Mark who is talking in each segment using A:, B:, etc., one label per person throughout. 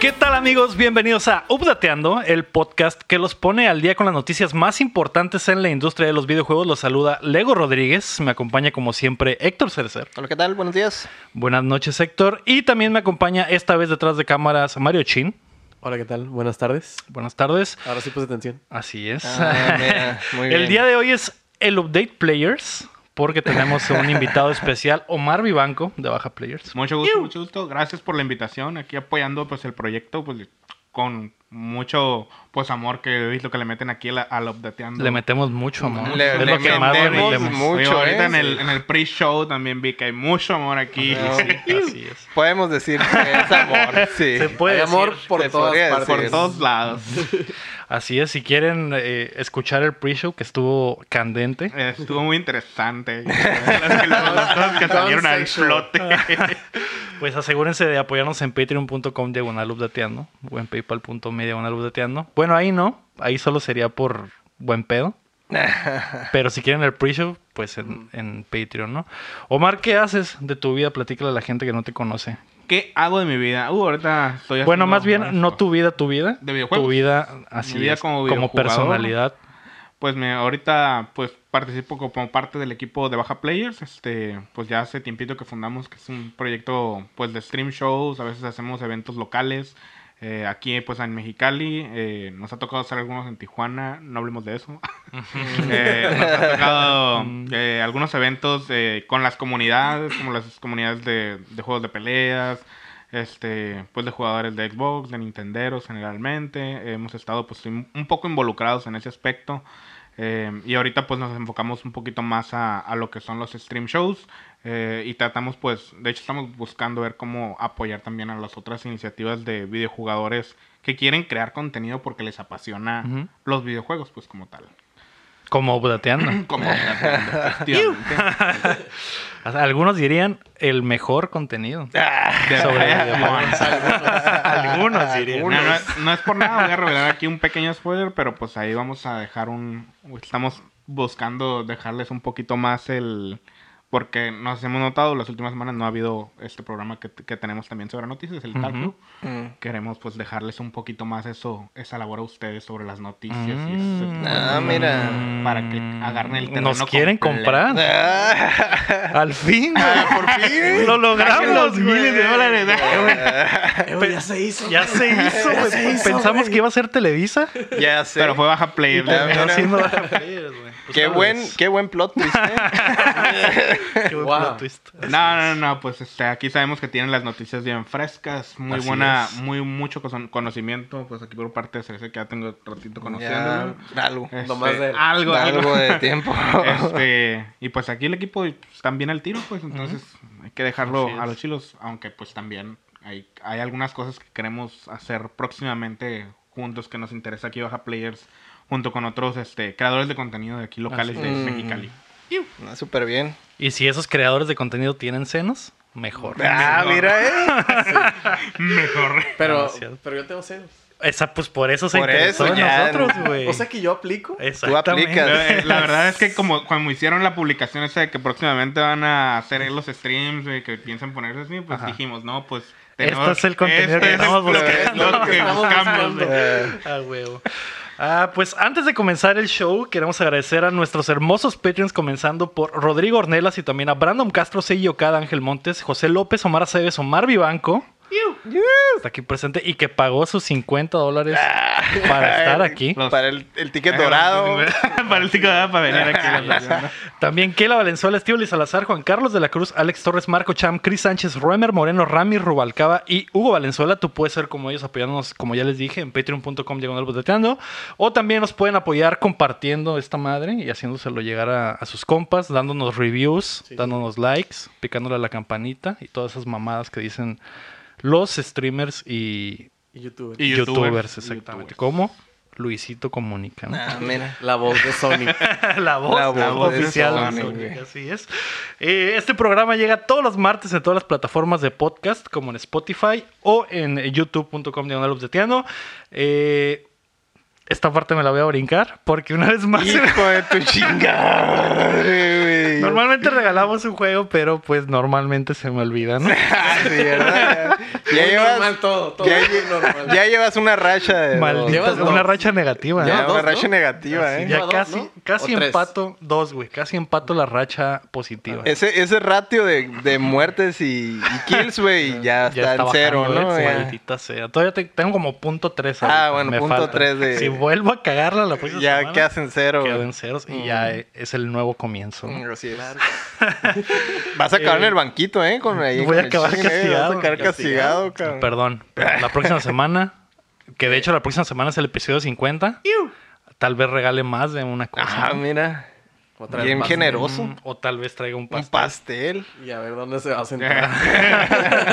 A: ¿Qué tal amigos? Bienvenidos a Updateando, el podcast que los pone al día con las noticias más importantes en la industria de los videojuegos. Los saluda Lego Rodríguez, me acompaña como siempre Héctor Cercer.
B: Hola, ¿qué tal? Buenos días.
A: Buenas noches Héctor y también me acompaña esta vez detrás de cámaras Mario Chin.
C: Hola, ¿qué tal? Buenas tardes.
A: Buenas tardes.
C: Ahora sí puse atención.
A: Así es.
B: Ah, mira, muy
A: el
B: bien.
A: día de hoy es el Update Players porque tenemos a un invitado especial, Omar Vivanco de Baja Players.
D: Mucho gusto, mucho gusto. Gracias por la invitación. Aquí apoyando pues el proyecto pues con mucho pues amor que es lo que le meten aquí a la- al updateando.
A: Le metemos mucho amor.
B: Le-
A: es
B: le
A: lo que más le
B: metemos
A: metemos.
B: mucho,
D: Oye, ahorita
B: ¿eh?
D: en el,
B: Sí. Ah,
D: en el pre-show también vi que hay mucho amor aquí.
B: Ajá.
D: Sí,
A: Así es.
B: Podemos decir que es amor. Sí.
A: Se puede
C: Hay amor
A: decir.
C: por
B: Se
C: todas
B: podría
C: partes.
D: Por
B: decir.
D: todos lados.
A: Así es, si quieren eh, escuchar el pre-show que estuvo candente,
D: Eh, Estuvo muy interesante. Las que- las cosas que salieron al
C: Pansexual.
D: flote.
A: pues asegúrense de apoyarnos en patreon.com diagonal updateando o en paypal.me diagonal updateando. Bueno, ahí no, ahí solo sería por buen pedo. Pero si quieren el pre-show, pues en, en Patreon, ¿no? Omar, ¿qué haces de tu vida? Platícale a la gente que no te conoce.
D: ¿Qué hago de mi vida? Uh, ahorita estoy
A: Bueno,
D: haciendo
A: más bien,
D: almuerzo.
A: no tu vida, tu vida.
D: ¿De videojuegos?
A: Tu vida, así
D: Mi vida
A: es,
D: como
A: como,
D: videojugador.
A: personalidad.
D: Pues me, ahorita pues participo co- como parte del equipo de Baja Players. Este, pues ya hace tiempito que fundamos, que es un proyecto pues de stream shows, a veces hacemos eventos locales. eh, aquí pues en Mexicali, eh, nos ha tocado hacer algunos en Tijuana, no hablemos de eso. Eh, nos ha tocado eh, algunos eventos eh, con las comunidades, como las comunidades de, de juegos de peleas, este, pues de jugadores de Xbox, de Nintenderos generalmente. Hemos estado pues un un poco involucrados en ese aspecto. Eh, y ahorita pues nos enfocamos un poquito más a, a lo que son los stream shows eh, y tratamos pues, de hecho estamos buscando ver cómo apoyar también a las otras iniciativas de videojugadores que quieren crear contenido porque les apasiona
A: Ujú.
D: los videojuegos pues como tal.
A: Como updateando.
D: Como efectivamente.
A: O sea, Algunos dirían el mejor contenido.
D: De-
A: Sobre videojuegos.
D: No,
A: Algunos dirían.
D: no, no es- no es por nada, voy a revelar aquí un pequeño spoiler, pero pues ahí vamos a dejar un... Estamos buscando dejarles un poquito más el... Porque nos hemos notado, las últimas semanas no ha habido este programa que, que tenemos también sobre noticias, el Tal
A: Ujú.
B: Mm.
D: Queremos pues dejarles un poquito más eso, esa labor a ustedes sobre las noticias. y
A: Mm.
D: ese tipo de
B: Ah,
D: cosas,
B: mira.
D: Para que agarren el terreno
A: Nos quieren
D: completo.
A: comprar.
B: Ah,
A: Al fin.
B: por fin.
A: Lo logramos. Miles de dólares. Eh, güey,
C: ya se hizo.
A: Ya se hizo. güey. Pensamos que iba a ser Televisa.
B: Ya sé.
D: Pero fue baja play.
B: Ya,
A: Terminó
B: mira.
A: siendo Baja Players, güey. Pues
B: qué
A: tal
B: buen,
A: vez.
B: qué buen plot twist. ¿eh?
A: Qué buen
C: Wow.
A: plot twist.
D: No, no, no, pues este, aquí sabemos que tienen las noticias bien frescas, muy
A: Así
D: buena,
A: es.
D: muy mucho cono- conocimiento, pues aquí por parte de Cerece que ya tengo
B: Ya,
D: ratito conociéndolo.
B: algo.
D: Este,
C: nomás de él.
D: algo, algo.
B: Algo de tiempo.
D: Este, y pues aquí el equipo pues, también al tiro, pues entonces hay que dejarlo
A: Así es.
D: a los chilos, aunque pues también hay, hay algunas cosas que queremos hacer próximamente juntos que nos interesa aquí Baja Players junto con otros este, creadores de contenido de aquí locales
A: Así
D: de
B: es.
D: Mexicali.
B: No, Súper bien.
A: Y si esos creadores de contenido tienen senos, mejor.
B: Ah, mira, eh.
D: Mejor.
C: Pero,
A: Demasiado.
C: pero yo tengo celos.
A: Esa, pues por eso se
B: Por
A: interesó
B: eso
A: en
B: ya,
A: nosotros,
B: ¿no?
A: güey.
C: O sea que yo aplico.
A: Exactamente.
B: aplicas.
D: Eh, La verdad es que como cuando hicieron la publicación esa de que próximamente van a hacer los streams y que piensan ponerse así, pues
A: Ajá.
D: dijimos, no, pues
A: Este es el contenido que
D: es
A: estamos
D: lo
A: buscando.
D: lo que
C: Estamos
D: buscamos.
C: buscando.
D: güey.
B: Eh,
A: Ah, huevo. Ah, pues antes de comenzar el show, queremos agradecer a nuestros hermosos Patreons, comenzando por Rodrigo Ornelas y también a Brandon Castro, Seiji Okada, Ángel Montes, José López, Omar Aceves, Omar Vivanco. Está aquí presente y que pagó sus 50 dólares
D: Ah.
A: para estar aquí.
D: Los-
B: para el, el ticket dorado.
D: pues, para el tico dorado para venir aquí a la plaza.
A: También Kela Valenzuela, Estíbaliz Salazar, Juan Carlos de la Cruz, Alex Torres, Marco Cham, Cris Sánchez, Roemer Moreno, Rami Rubalcaba y Hugo Valenzuela. Tú puedes ser como ellos apoyándonos, como ya les dije, en patreon.com diagonal boteteando. O también nos pueden apoyar compartiendo esta madre y haciéndoselo llegar a, a sus compas, dándonos reviews, dándonos likes, picándole a la campanita y todas esas mamadas que dicen los streamers y,
C: Y youtuber.
D: Y-
A: youtubers,
D: youtubers,
A: exactamente.
D: youtubers.
A: Como Luisito Comunica. ¿no?
B: Ah, mira.
C: La voz de Sonic.
A: La voz,
B: La voz de
A: oficial de
B: Sony,
A: Sony,
B: güey.
A: así es. Eh, este programa llega todos los martes en todas las plataformas de podcast, como en Spotify o en youtube.com diagonal updateando. Eh, esta parte me la voy a brincar porque una vez más...
B: Hijo de tu chingada. güey.
A: Normalmente regalamos un juego, pero pues normalmente se me olvida, ¿no?
B: Ah, sí, ¿verdad? Ya
C: Muy
B: llevas-
C: normal todo, todo
B: ya
C: muy normal.
B: Ya llevas una racha de.
A: Maldita,
C: Llevas dos.
A: una racha negativa.
B: Ya,
A: ¿eh?
C: dos,
B: una
C: ¿no?
B: racha negativa,
A: Ya
B: ¿eh?
C: Lleva dos,
A: casi,
C: ¿no?
A: casi
C: O tres.
A: empato dos, güey. Casi empato la racha positiva.
B: Ese, ese ratio de, de muertes y, y kills, güey, ya, está en cero,
A: bajando,
B: ¿no?
A: ¿eh?
B: Ya.
A: Maldita sea. Todavía te- tengo como punto tres.
B: Ah,
A: ahorita.
B: bueno,
A: Me
B: punto
A: falta.
B: tres de-
A: Si vuelvo a cagarla la próxima
B: Ya
A: semana,
B: quedas en cero,
A: quedo
B: güey.
A: en ceros y ya eh, es el nuevo comienzo. ¿no?
B: Mm, Así es. Vas a acabar en el banquito, ¿eh? Con ahí,
A: Voy
B: con
A: a
B: el
A: acabar
B: chingue,
A: castigado.
B: Vas a acabar castigado, cabrón.
A: Perdón, pero la próxima semana, que de hecho la próxima semana es el episodio 50, tal vez regale más de una cosa.
B: Ah, mira.
C: Otra vez
B: Bien
C: más.
B: generoso.
A: Mm, o tal vez traiga un
B: Un
A: pastel.
B: pastel.
C: Y a ver dónde se va a sentar.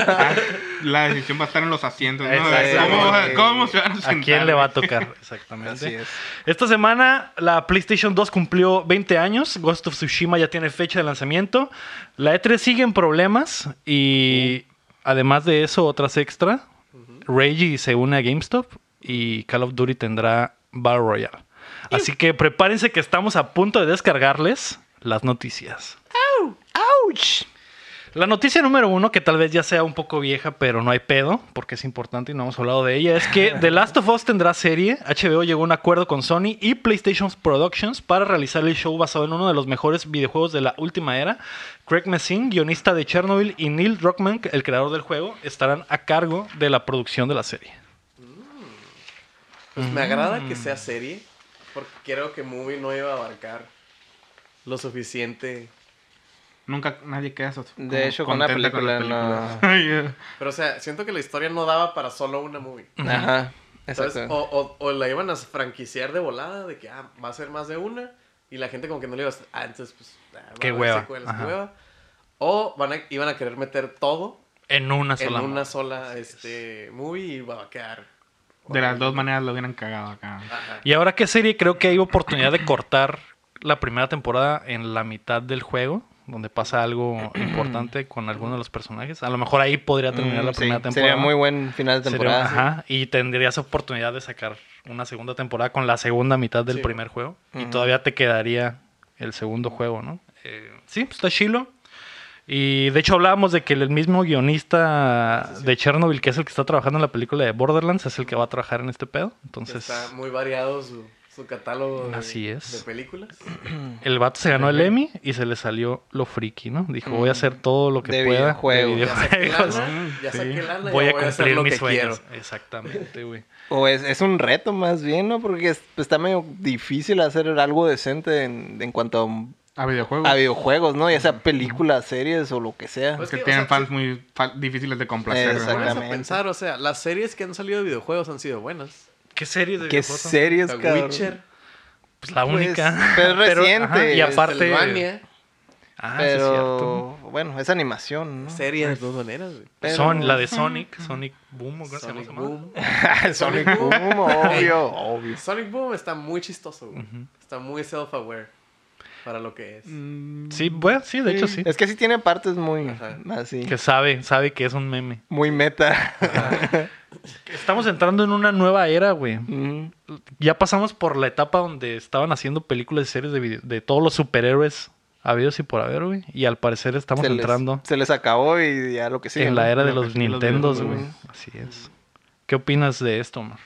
D: La decisión va a estar en los asientos, ¿no? De
B: Exactamente.
D: ¿Cómo, cómo se van a
A: ¿A
D: sentar,
A: quién le va
D: güey?
A: a tocar?
B: Así
A: Exactamente.
B: es.
A: Esta semana la PlayStation 2 cumplió 20 años. Ghost of Tsushima ya tiene fecha de lanzamiento. La E3 sigue en problemas y
B: Uh.
A: además de eso otras extra. Reggie se une a GameStop y Call of Duty tendrá Battle Royale. Así que prepárense que estamos a punto de descargarles las noticias. La noticia número uno, que tal vez ya sea un poco vieja, pero no hay pedo, porque es importante y no hemos hablado de ella, es que The Last of Us tendrá serie. HBO llegó a un acuerdo con Sony y PlayStation Productions para realizar el show basado en uno de los mejores videojuegos de la última era. Craig Messing, guionista de Chernobyl, y Neil Druckmann, el creador del juego, estarán a cargo de la producción de la serie.
C: Pues me agrada que
A: Mm.
C: sea serie, porque creo que movie no iba a abarcar lo suficiente.
D: Nunca nadie queda so- como
B: De hecho, con una
D: contento
B: película,
D: la
B: no.
D: película.
C: Pero o sea, siento que la historia no daba para solo una movie.
B: Ajá.
C: Entonces,
A: oh,
B: Exacto.
C: o, o- o la iban a franquiciar de volada, de que ah, va a ser más de una, y la gente como que no le iba a... Ah, entonces pues... ah, va
A: Qué
C: a haber
A: hueva.
C: secuelas, qué
A: Ajá.
C: hueva. O van a- iban a querer meter todo
A: En una sola.
C: en una
A: mo-
C: sola este, movie y va a quedar...
D: De las dos maneras lo hubieran cagado acá.
C: Ajá.
A: Y ahora qué serie creo que hay oportunidad de cortar la primera temporada en la mitad del juego, donde pasa algo importante con alguno de los personajes. A lo mejor ahí podría terminar
B: Mm,
A: la
B: sí.
A: primera temporada.
B: Sería muy buen final de
A: Sería-
B: temporada.
A: ajá, y tendrías oportunidad de sacar una segunda temporada con la segunda mitad del
C: Sí.
A: primer juego. Y
B: Ujú.
A: todavía te quedaría el segundo juego, ¿no? Eh, sí, está chilo. Y de hecho hablábamos de que el mismo guionista de Chernobyl, que es el que está trabajando en la película de Borderlands, es el que va a trabajar en este pedo. Entonces...
C: Está muy variado su, su catálogo de,
A: Así es.
C: de películas.
A: El vato se ganó el Emmy y se le salió lo friki, ¿no? Dijo, voy a hacer todo lo que
B: De
A: pueda
B: videojuegos.
A: de
C: Ya saqué
A: videojuegos.
C: lana, ya saqué lana,
A: Voy
C: ya
A: a
C: voy a hacer
A: cumplir
C: lo
A: mis
C: que quiero.
A: sueños. Exactamente, güey.
B: O es, es un reto más bien, ¿no? Porque es- pues, está medio difícil hacer algo decente en, en cuanto
D: A
B: a,
D: videojuegos.
B: a videojuegos, ¿no? Ya sea películas, series o lo que sea.
C: Pues
D: que
C: que, o
D: tienen
C: sea,
D: fans muy fa- difíciles de complacer.
C: Te pones a
B: Exactamente.
C: pensar, o sea, las series que han salido de videojuegos han sido buenas.
A: ¿Qué serie de
B: ¿Qué
A: videojuegos?
B: series,
C: The
B: cabrón?
C: Witcher,
A: Pues la
B: Pues,
A: única.
B: pero es reciente.
A: y aparte...
C: Castlevania,
A: Ah, sí, es cierto.
B: Pero, bueno, es animación, ¿no?
C: series de todas maneras, güey.
B: Pero-
A: Son, la de Sonic, Sonic Boom, ¿o ¿cómo se llama
C: Sonic
A: esa madre?
C: Boom.
B: Sonic Boom, obvio, obvio.
C: Sonic Boom está muy chistoso, güey. Está muy self-aware para lo que es.
A: Sí, bueno, sí, de hecho sí.
B: Es que sí tiene partes muy
C: Ajá.
B: así,
A: Que sabe, sabe que es un meme.
B: muy meta.
A: Estamos entrando en una nueva era, güey.
B: Mm.
A: ya pasamos por la etapa donde estaban haciendo películas y series de, video- de todos los superhéroes habidos y por haber, güey. Y al parecer estamos
B: se, les,
A: entrando
B: se les acabó y ya lo que sigue.
A: en la
B: ¿no?
A: era de
D: Lo
A: los
D: que sí, los
A: Nintendos,
D: videojuegos,
A: güey. Así es. ¿Qué opinas de esto, Omar?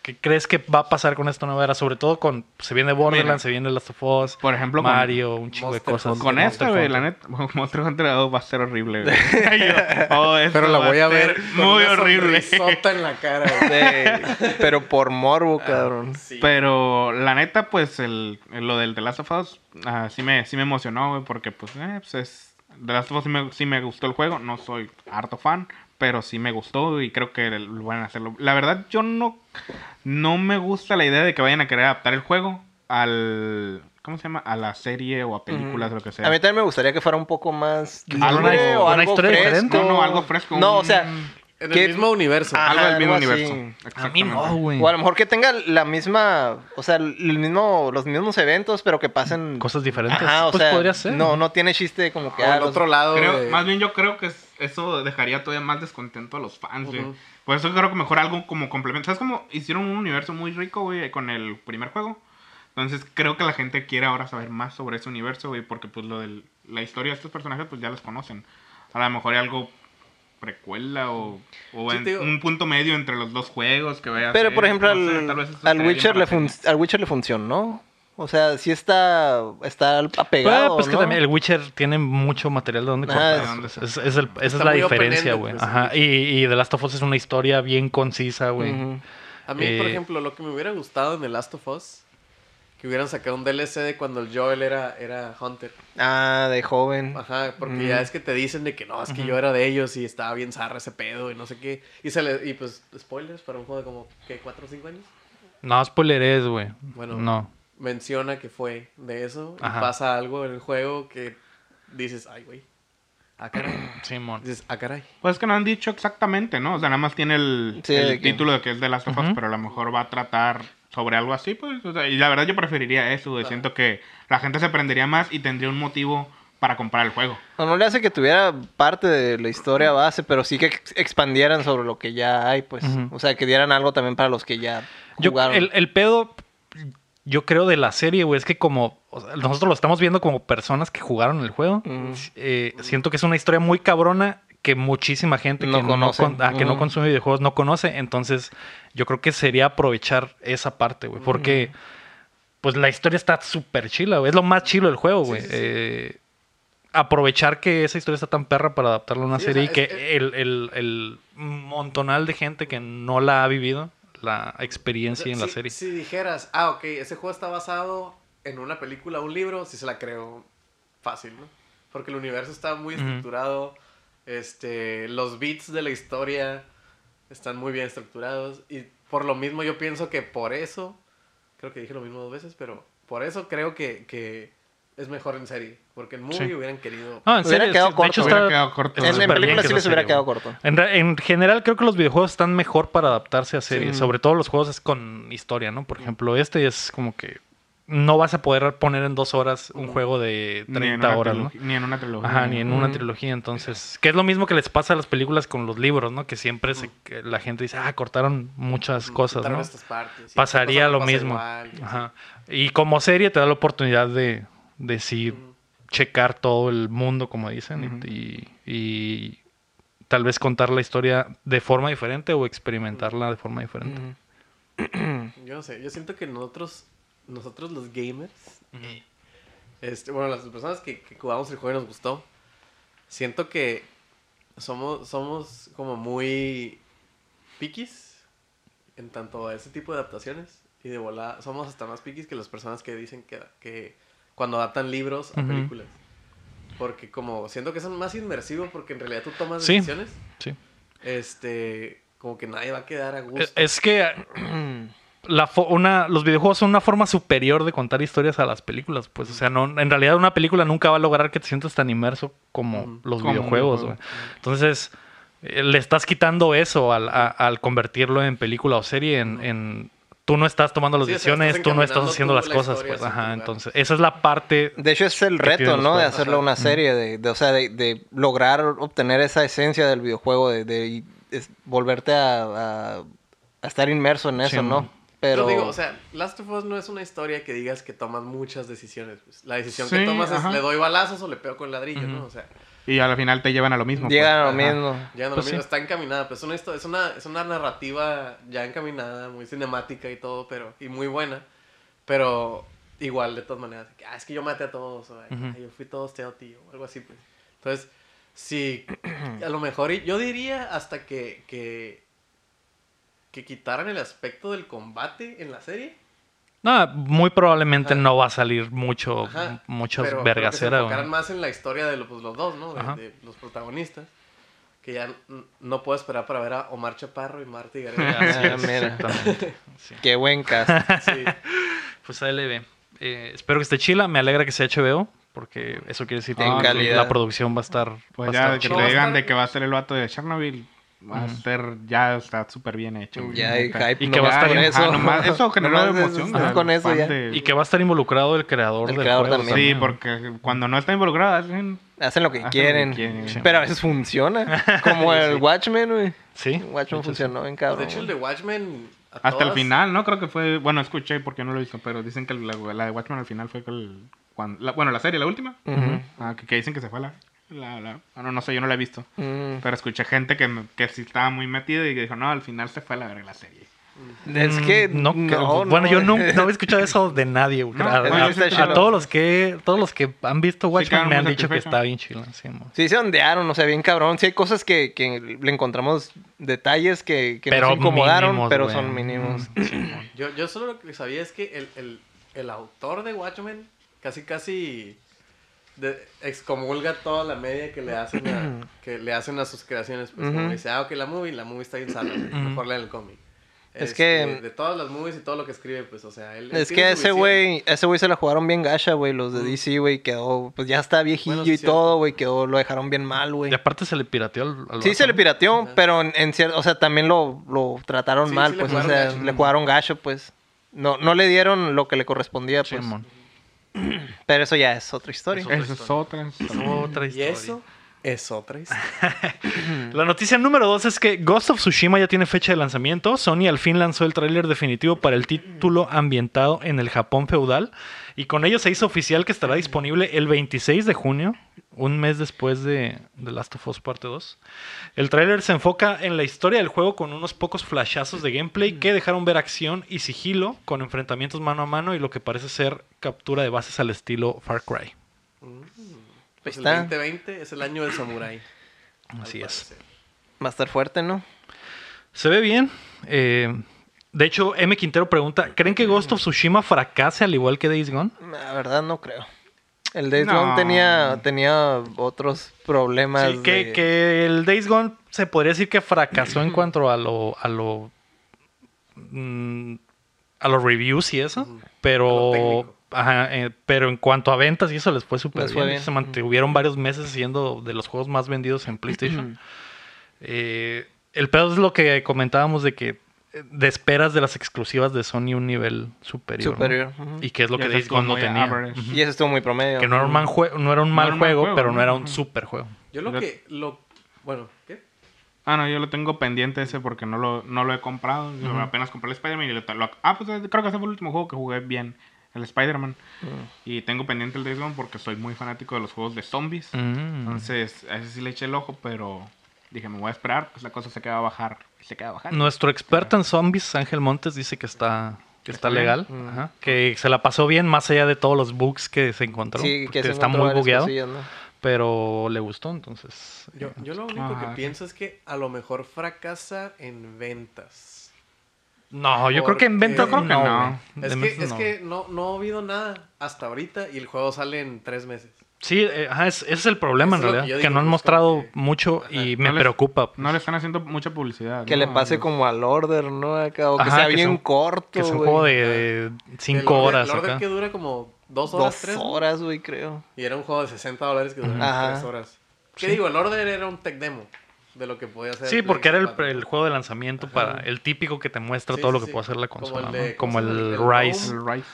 A: ¿Qué crees que va a pasar con esta nueva era? Sobre todo con... Se viene Borderlands, se viene Last of Us,
D: Por ejemplo, con-
A: Mario, un chingo de
C: Monster
A: cosas.
D: Con
A: Monster
D: esta, güey,
A: Hunter.
D: la neta, Monster Hunter 2 va a ser horrible, güey. Yo, oh, esto
C: Pero la
D: va
C: voy a
D: ser
C: ver con
D: Muy
C: una
D: horrible.
C: sonrisota en la cara, güey.
B: Sí, pero por morbo,
A: Ah.
B: cabrón.
C: Sí.
D: Pero la neta, pues el, el- lo del The Last of Us ah, sí, me, sí me emocionó, güey, porque pues, eh, pues es... The Last of Us sí me, sí me gustó el juego, no soy harto fan, pero sí me gustó y creo que lo van a hacerlo. La verdad, yo no, no me gusta la idea de que vayan a querer adaptar el juego al... ¿Cómo se llama? A la serie o a películas,
B: Ujú.
D: lo que sea.
B: A mí también me gustaría que fuera un poco más
A: Que fuera
B: libre
A: una-
B: o
A: una
B: algo
A: historia
B: fresco.
A: diferente.
D: No, no, algo fresco,
B: No,
D: un-
B: o sea,
C: En
B: ¿Qué?
C: el mismo universo.
B: Ah,
D: algo del
B: algo
D: mismo
B: así.
D: universo.
A: A mí
D: Exactamente.
A: no, güey.
B: o a lo mejor que tenga la misma, o sea, el mismo, los mismos eventos, pero que pasen
A: Cosas diferentes.
B: Ajá, o
A: pues
B: sea,
A: podría ser.
B: no, no tiene chiste como que
C: O
B: ah,
C: al
B: los-
C: otro lado.
D: Creo-
C: de-
D: Más bien yo creo que es- eso dejaría todavía más descontento a los fans, güey.
C: Ujú.
D: Por eso creo que mejor algo como complemento. ¿Sabes cómo hicieron un universo muy rico, güey, con el primer juego? Entonces creo que la gente quiere ahora saber más sobre ese universo, güey, porque pues lo de la historia de estos personajes pues ya los conocen. A lo mejor hay algo precuela o, o
C: Sí,
D: en-
C: te digo-
D: un punto medio entre los dos juegos que vaya a
B: Pero,
D: ser,
B: por ejemplo,
D: no sé,
B: al,
D: tal vez
B: al
D: eso estaría
B: Witcher
D: bien
B: le
D: para
B: fun- al Witcher le funcionó. O sea, sí está, está
A: Ah,
B: apegado.
A: pues que
B: ¿no?
A: también el Witcher tiene mucho material de donde
B: Ajá,
A: cortar.
B: es-
A: ¿dónde está? Es- es el- esa es
C: Está
A: la
C: muy
A: diferencia,
C: open-ended,
A: güey.
C: pues,
A: Ajá. Y, y The Last of Us es una historia bien concisa, güey.
B: Ujú.
C: A mí, por
A: Eh,
C: ejemplo, lo que me hubiera gustado en The Last of Us, que hubieran sacado un DLC de cuando el Joel era, era Hunter.
B: Ah, de joven.
D: Pues
C: Ajá, porque
B: Mm.
C: ya es que te dicen de que no, es que yo era de ellos y estaba bien zarra ese pedo y no sé qué. Y, se le, y pues, spoilers para un juego de como, ¿qué? ¿Cuatro o cinco años?
A: No spoileres, güey.
C: Bueno.
A: No.
C: Menciona que fue de eso y
A: Ajá.
C: pasa algo en el juego que dices, ay, güey, ah, caray.
A: Simón.
C: Dices, ah, caray.
D: Pues que no han dicho exactamente, ¿no? O sea, nada más tiene el,
B: Sí,
D: el
B: de que-
D: título de que es de Last of Us,
A: Ujú.
D: pero a lo mejor va a tratar sobre algo así, pues. o sea, y la verdad yo preferiría eso, güey.
C: Ajá.
D: Siento que la gente se prendería más y tendría un motivo para comprar el juego.
B: No, no le hace que tuviera parte de la historia base, pero sí que ex- expandieran sobre lo que ya hay, pues.
A: Ujú.
B: O sea, que dieran algo también para los que ya
A: Yo-
B: jugaron.
A: el, el pedo, yo creo, de la serie, güey, es que como o sea, nosotros lo estamos viendo como personas que jugaron el juego,
B: Ujú.
A: eh, siento que es una historia muy cabrona que muchísima gente
B: No
A: que,
B: conoce.
A: No, con- ah, que no
B: Ujú.
A: consume videojuegos no conoce. Entonces, yo creo que sería aprovechar esa parte, güey. Porque, pues, la historia está súper chila, güey. Es lo más chilo del juego, güey.
C: sí, sí.
A: Eh, aprovechar que esa historia está tan perra para adaptarla a una
C: Sí, o
A: serie y
C: sea, es-
A: que el, el- el montonal de gente que no la ha vivido, la
C: O sea,
A: experiencia en la
C: si-
A: serie.
C: Si dijeras, ah, ok, ese juego está basado en una película o un libro, sí se la creo fácil, ¿no? Porque el universo está muy
A: Ujú.
C: estructurado, este, los beats de la historia están muy bien estructurados y por lo mismo yo pienso que por eso, creo que dije lo mismo dos veces, pero por eso creo que, que es mejor en serie, porque en movie
A: Sí.
C: hubieran querido...
A: Ah, en
B: Hubiera
A: serio,
B: quedado
A: sí, de hecho
B: corto.
A: está-
D: Hubiera quedado corto.
A: está
B: en, en
A: súper bien
B: película
A: que
B: sí
A: sea
B: les hubiera
A: serie,
B: quedado
A: güey.
B: corto.
A: En, re- en general creo que los videojuegos están mejor para adaptarse a series,
B: Sí.
A: sobre todo los juegos es con historia, ¿no? Por ejemplo, este es como que no vas a poder poner en dos horas un juego de
D: Ni en
A: 30
D: una
A: horas, ¿no?
D: trilog- Ni en una trilogía.
A: Ajá, ni en una
B: Ujú.
A: trilogía, entonces. Que es lo mismo que les pasa a las películas con los libros, ¿no? Que siempre se- que la gente dice, ah, cortaron muchas
D: Mm,
A: cosas,
C: quitaron
A: ¿no?
C: estas partes, y
A: Pasaría
C: esta cosa no
A: lo
C: pasa
A: mismo.
C: igual, y así.
A: Ajá. Y como serie te da la oportunidad de, de sí
C: Ujú.
A: checar todo el mundo, como dicen, y-
D: Ujú.
A: y, y tal vez contar la historia de forma diferente o experimentarla de forma diferente.
B: Ujú.
C: Yo no sé, yo siento que nosotros, nosotros los gamers, este, bueno, las personas que, que jugamos el juego y nos gustó, siento que somos, somos como muy piquis en tanto a ese tipo de adaptaciones y de volada, somos hasta más piquis que las personas que dicen que, que cuando adaptan libros a
A: Ujú.
C: películas. Porque como siento que son más inmersivos porque en realidad tú tomas
A: Sí.
C: decisiones,
A: Sí.
C: este, como que nadie va a quedar a gusto.
A: Es- Es que la fo- una, los videojuegos son una forma superior de contar historias a las películas, pues, o sea, no, en realidad una película nunca va a lograr que te sientas tan inmerso como
C: Ujú.
A: los
D: Como un
A: videojuegos,
D: videojuego.
A: güey. Entonces, eh, le estás quitando eso al, a- al convertirlo en película o serie, en, en- tú no estás tomando las
C: Sí, o sea, estás
A: decisiones, tú no estás
C: encaminando
A: haciendo
C: tú
A: las
C: la
A: cosas,
C: historia
A: pues,
C: hacia tu
A: ajá,
C: lugar.
A: entonces, esa es la parte
B: De hecho, es el
A: Que tienen
B: reto,
A: los
B: ¿no? De
A: juegos.
B: hacerlo
C: Ajá.
B: una serie, de, de- o sea, de, de lograr obtener esa esencia del videojuego, de, de- es- volverte a, a- a estar inmerso en eso,
A: Sí,
B: ¿no?
A: man.
B: Pero...
C: Pero digo, o sea, Last of Us no es una historia que digas que tomas muchas decisiones. pues. La decisión
D: Sí,
C: que tomas
D: ajá.
C: es le doy balazos o le pego con ladrillo, ¿no?
A: Ujú.
C: O sea,
D: Y al final te llevan a lo mismo. pues.
B: Llegan a lo
C: Ajá.
B: mismo.
C: ya no
A: Pues
C: lo mismo,
A: sí.
C: está encaminada. Pues es una, histo- es, una, es una narrativa ya encaminada, muy cinemática y todo, pero y muy buena. Pero igual, de todas maneras, que, ah, es que yo maté a todos, o, "Ay,
A: Ujú.
C: yo fui todo hostia, tío, o algo así, pues. Entonces, sí, a lo mejor, y- yo diría hasta que, que, que quitaran el aspecto del combate en la serie.
A: No, muy probablemente
C: Ajá.
A: no va a salir mucho,
C: Ajá,
A: muchas
C: pero- pero que se
A: vergaceras. güey.
C: enfocaran más en la historia de los, pues, los dos, ¿no?
A: Ajá.
C: De, de los protagonistas. Que ya n- no puedo esperar para ver a Omar Chaparro y Marta Gareda.
A: Así
B: Ah,
A: es,
B: mira.
A: exactamente, sí.
B: Qué buen cast.
C: sí.
A: Pues ALB. Eh, espero que esté chila. Me alegra que sea HBO. Porque eso quiere decir que
D: En
A: la-
B: calidad.
A: la producción va a estar. va
D: Pues
A: a
D: ya
A: estar
D: de que
A: chila.
D: te
C: chido.
D: digan de que va a ser el vato de Chernobyl, va a ser, ya está súper bien hecho. güey,
B: Ya
D: la
B: hay
D: neta.
B: hype.
A: Y que va a estar
D: Ay,
A: con
D: ajá,
B: eso.
D: nomás- eso generó
B: Nomás
D: emoción.
B: estás
D: güey,
B: con
D: al
B: eso
D: fan
B: ya.
D: de-
A: Y que va a estar involucrado el creador
B: El
A: del
B: creador
A: juego
B: también.
D: Sí,
A: también.
D: porque cuando no está involucrado hacen...
B: Hacen lo que
D: Hacen lo que
B: quieren.
D: quieren. Sí.
B: Pero a veces funciona. Como el Watchmen, güey.
A: Sí.
B: Watchmen
A: de hecho, sí.
B: funcionó bien cabrón.
C: De hecho, el de Watchmen. a
D: Hasta el
C: todas-
D: final, ¿no? Creo que fue... Bueno, escuché porque no lo hizo, pero dicen que la, la de Watchmen al final fue con el... cuando- la- bueno, la serie, la última.
B: Ujú.
D: Ah, que, que dicen que se fue a la... La, la- bueno, no sé, yo no la he visto. Pero escuché gente que, me- que sí estaba muy metida y que dijo, no, al final se fue a la verga la serie.
B: Es que
A: Mm, no, creo. bueno, yo no, no he escuchado eso de nadie. güey.
D: No,
A: a,
D: no,
A: a-
D: yo sí,
A: a
D: claro.
A: todos los que todos los que han visto Watchmen
D: quedaron
A: me han
D: muy
A: dicho que
D: satisfechos.
A: está bien chido. sí, mo.
B: Sí, se ondearon, o sea, bien cabrón. Sí hay cosas que, que le encontramos detalles que, que
A: Pero
B: nos incomodaron,
A: mínimos,
B: pero
A: güey. Mm.
B: son mínimos.
C: Yo, yo solo lo que sabía es que el, el, el autor de Watchmen casi casi de- excomulga toda la media que le hacen a, que le hacen a sus creaciones. Pues como
B: Ujú.
C: dice, ah, ok, la movie, la movie está bien sana, güey, mejor leen el cómic.
B: Es
C: Este,
B: que-
C: De todas las movies y todo lo que escribe, pues, o sea, él... él
B: Es
C: tiene
B: que a
C: su
B: ese
C: visión.
B: güey, a ese güey se la jugaron bien gacha, güey. Los de DC, güey, quedó, pues ya está viejillo
C: Bueno, sí,
B: y
C: cierto.
B: todo, güey, quedó, lo dejaron bien mal, güey.
A: Y aparte se le pirateó al, al
B: Sí, se
A: vato,
B: le
A: ¿no?
B: pirateó,
C: Ajá.
B: pero en, en cier- o sea, también lo, lo trataron
C: Sí,
B: mal,
C: sí le
B: pues, o
C: jugaron
B: sea,
C: gacho.
B: le jugaron gacho, pues. No, no le dieron lo que le correspondía, pues.
A: Simón.
B: Pero eso ya es otra historia.
A: Eso- Otra
D: Esa es otra.
A: Otra
C: Y
A: historia.
C: eso es otra historia.
A: La noticia número 2 es que Ghost of Tsushima ya tiene fecha de lanzamiento. Sony al fin lanzó el tráiler definitivo para el título ambientado en el Japón feudal. Y con ello se hizo oficial que estará disponible el 26 de junio, un mes después de The Last of Us Parte 2. El tráiler se enfoca en la historia del juego con unos pocos flashazos de gameplay que dejaron ver acción y sigilo con enfrentamientos mano a mano y lo que parece ser captura de bases al estilo Far Cry.
C: Pues el
B: está.
C: 2020 es el año del samurái. al
A: Así es.
C: parecer.
B: Va a estar fuerte, ¿no?
A: Se ve bien. Eh, de hecho, M. Quintero pregunta: ¿Creen que Ghost of Tsushima fracase al igual que Days Gone?
B: La verdad no creo. El Days
D: No.
B: Gone tenía, tenía otros problemas.
A: Sí, que,
B: de-
A: que el Days Gone se podría decir que fracasó en cuanto a lo. a lo. mm, a los reviews y eso.
C: Ujú. A lo
A: Pero.
C: técnico.
A: ajá, eh, pero en cuanto a ventas y eso les fue súper
B: Les fue
A: bien.
B: bien.
A: Se mantuvieron varios meses siendo de los juegos más vendidos en PlayStation. Eh, el pedo es lo que comentábamos de que eh, de esperas de las exclusivas de Sony un nivel superior. ¿no?
B: Superior, ujú.
A: Y que es lo
D: Y
A: que
D: eso
A: Days
D: es
A: Gone no
D: como ya
A: tenía.
D: average.
A: Ujú.
B: Y eso estuvo muy promedio.
A: Que no era un mal, jue- no era un mal
D: era un mal
A: juego,
D: juego,
A: pero
D: ¿no?
A: no era un
D: Ujú.
A: super juego.
C: Yo lo
D: Yo-
C: que... Lo, bueno, ¿qué?
D: Ah, no, yo lo tengo pendiente ese porque no lo, no lo he comprado. Yo Apenas compré el Spider-Man y lo, lo- Ah, pues eh, creo que ese fue el último juego que jugué bien, el Spider-Man. Y tengo pendiente el Days Gone porque soy muy fanático de los juegos de zombies. Entonces, a ese sí le eché el ojo, pero dije, me voy a esperar, pues la cosa se queda a bajar. Se queda bajando.
A: Nuestro experto en zombies, Ángel Montes, dice que está, que está
D: Está bien.
A: legal.
B: Mm.
A: Ajá. Que se la pasó bien, más allá de todos los bugs que se encontró.
B: Sí,
A: porque
B: que se
A: está
B: encontró
A: muy
B: varias
A: bugueado,
B: cosillas, ¿no?
A: pero le gustó, entonces. eh,
C: Yo, yo lo único
D: Ajá,
C: que
D: sí.
C: pienso es que a lo mejor fracasa en ventas.
A: No, yo creo que en
C: Porque-
A: ventas
C: Yo creo que
D: no.
A: güey.
C: Es
A: En
C: que,
A: ventas
C: es
A: no.
C: que no, no ha habido nada hasta ahorita y el juego sale en tres meses.
A: Sí, eh, ajá, es- ese es el problema en
C: Eso es lo
A: realidad.
C: que yo
A: Que,
C: digo,
A: no han
C: pues,
A: mostrado
C: como que-
A: mucho
C: Ajá.
A: y me
D: No les-
A: preocupa.
D: No le están haciendo mucha publicidad.
B: Que
D: Ah, ¿no?
B: le pase como al Order, ¿no? Acá, o que
A: Ajá,
B: sea
A: que
B: bien
A: son-
B: corto.
A: que es un
B: güey.
A: juego de, de
C: El
A: cinco
C: orden-
A: horas.
C: El orden
A: acá.
C: que dura como dos horas,
B: Dos
C: tres. ¿no?
B: horas, güey, creo.
C: Y era un juego de 60 dólares que duraba
B: Ajá.
C: tres horas. ¿Qué digo? El Order era un tech demo de lo que podía hacer.
A: Sí,
C: el
A: porque era el,
C: PlayStation
A: el juego de lanzamiento para el típico que te muestra
C: Sí,
A: todo
C: sí,
A: lo que
C: sí.
A: puede hacer la
C: Como el
A: consola, ¿no?
C: de-
A: como
C: ¿cómo se llama?
A: el
C: El
A: Rise,
C: Home.
D: El Rise.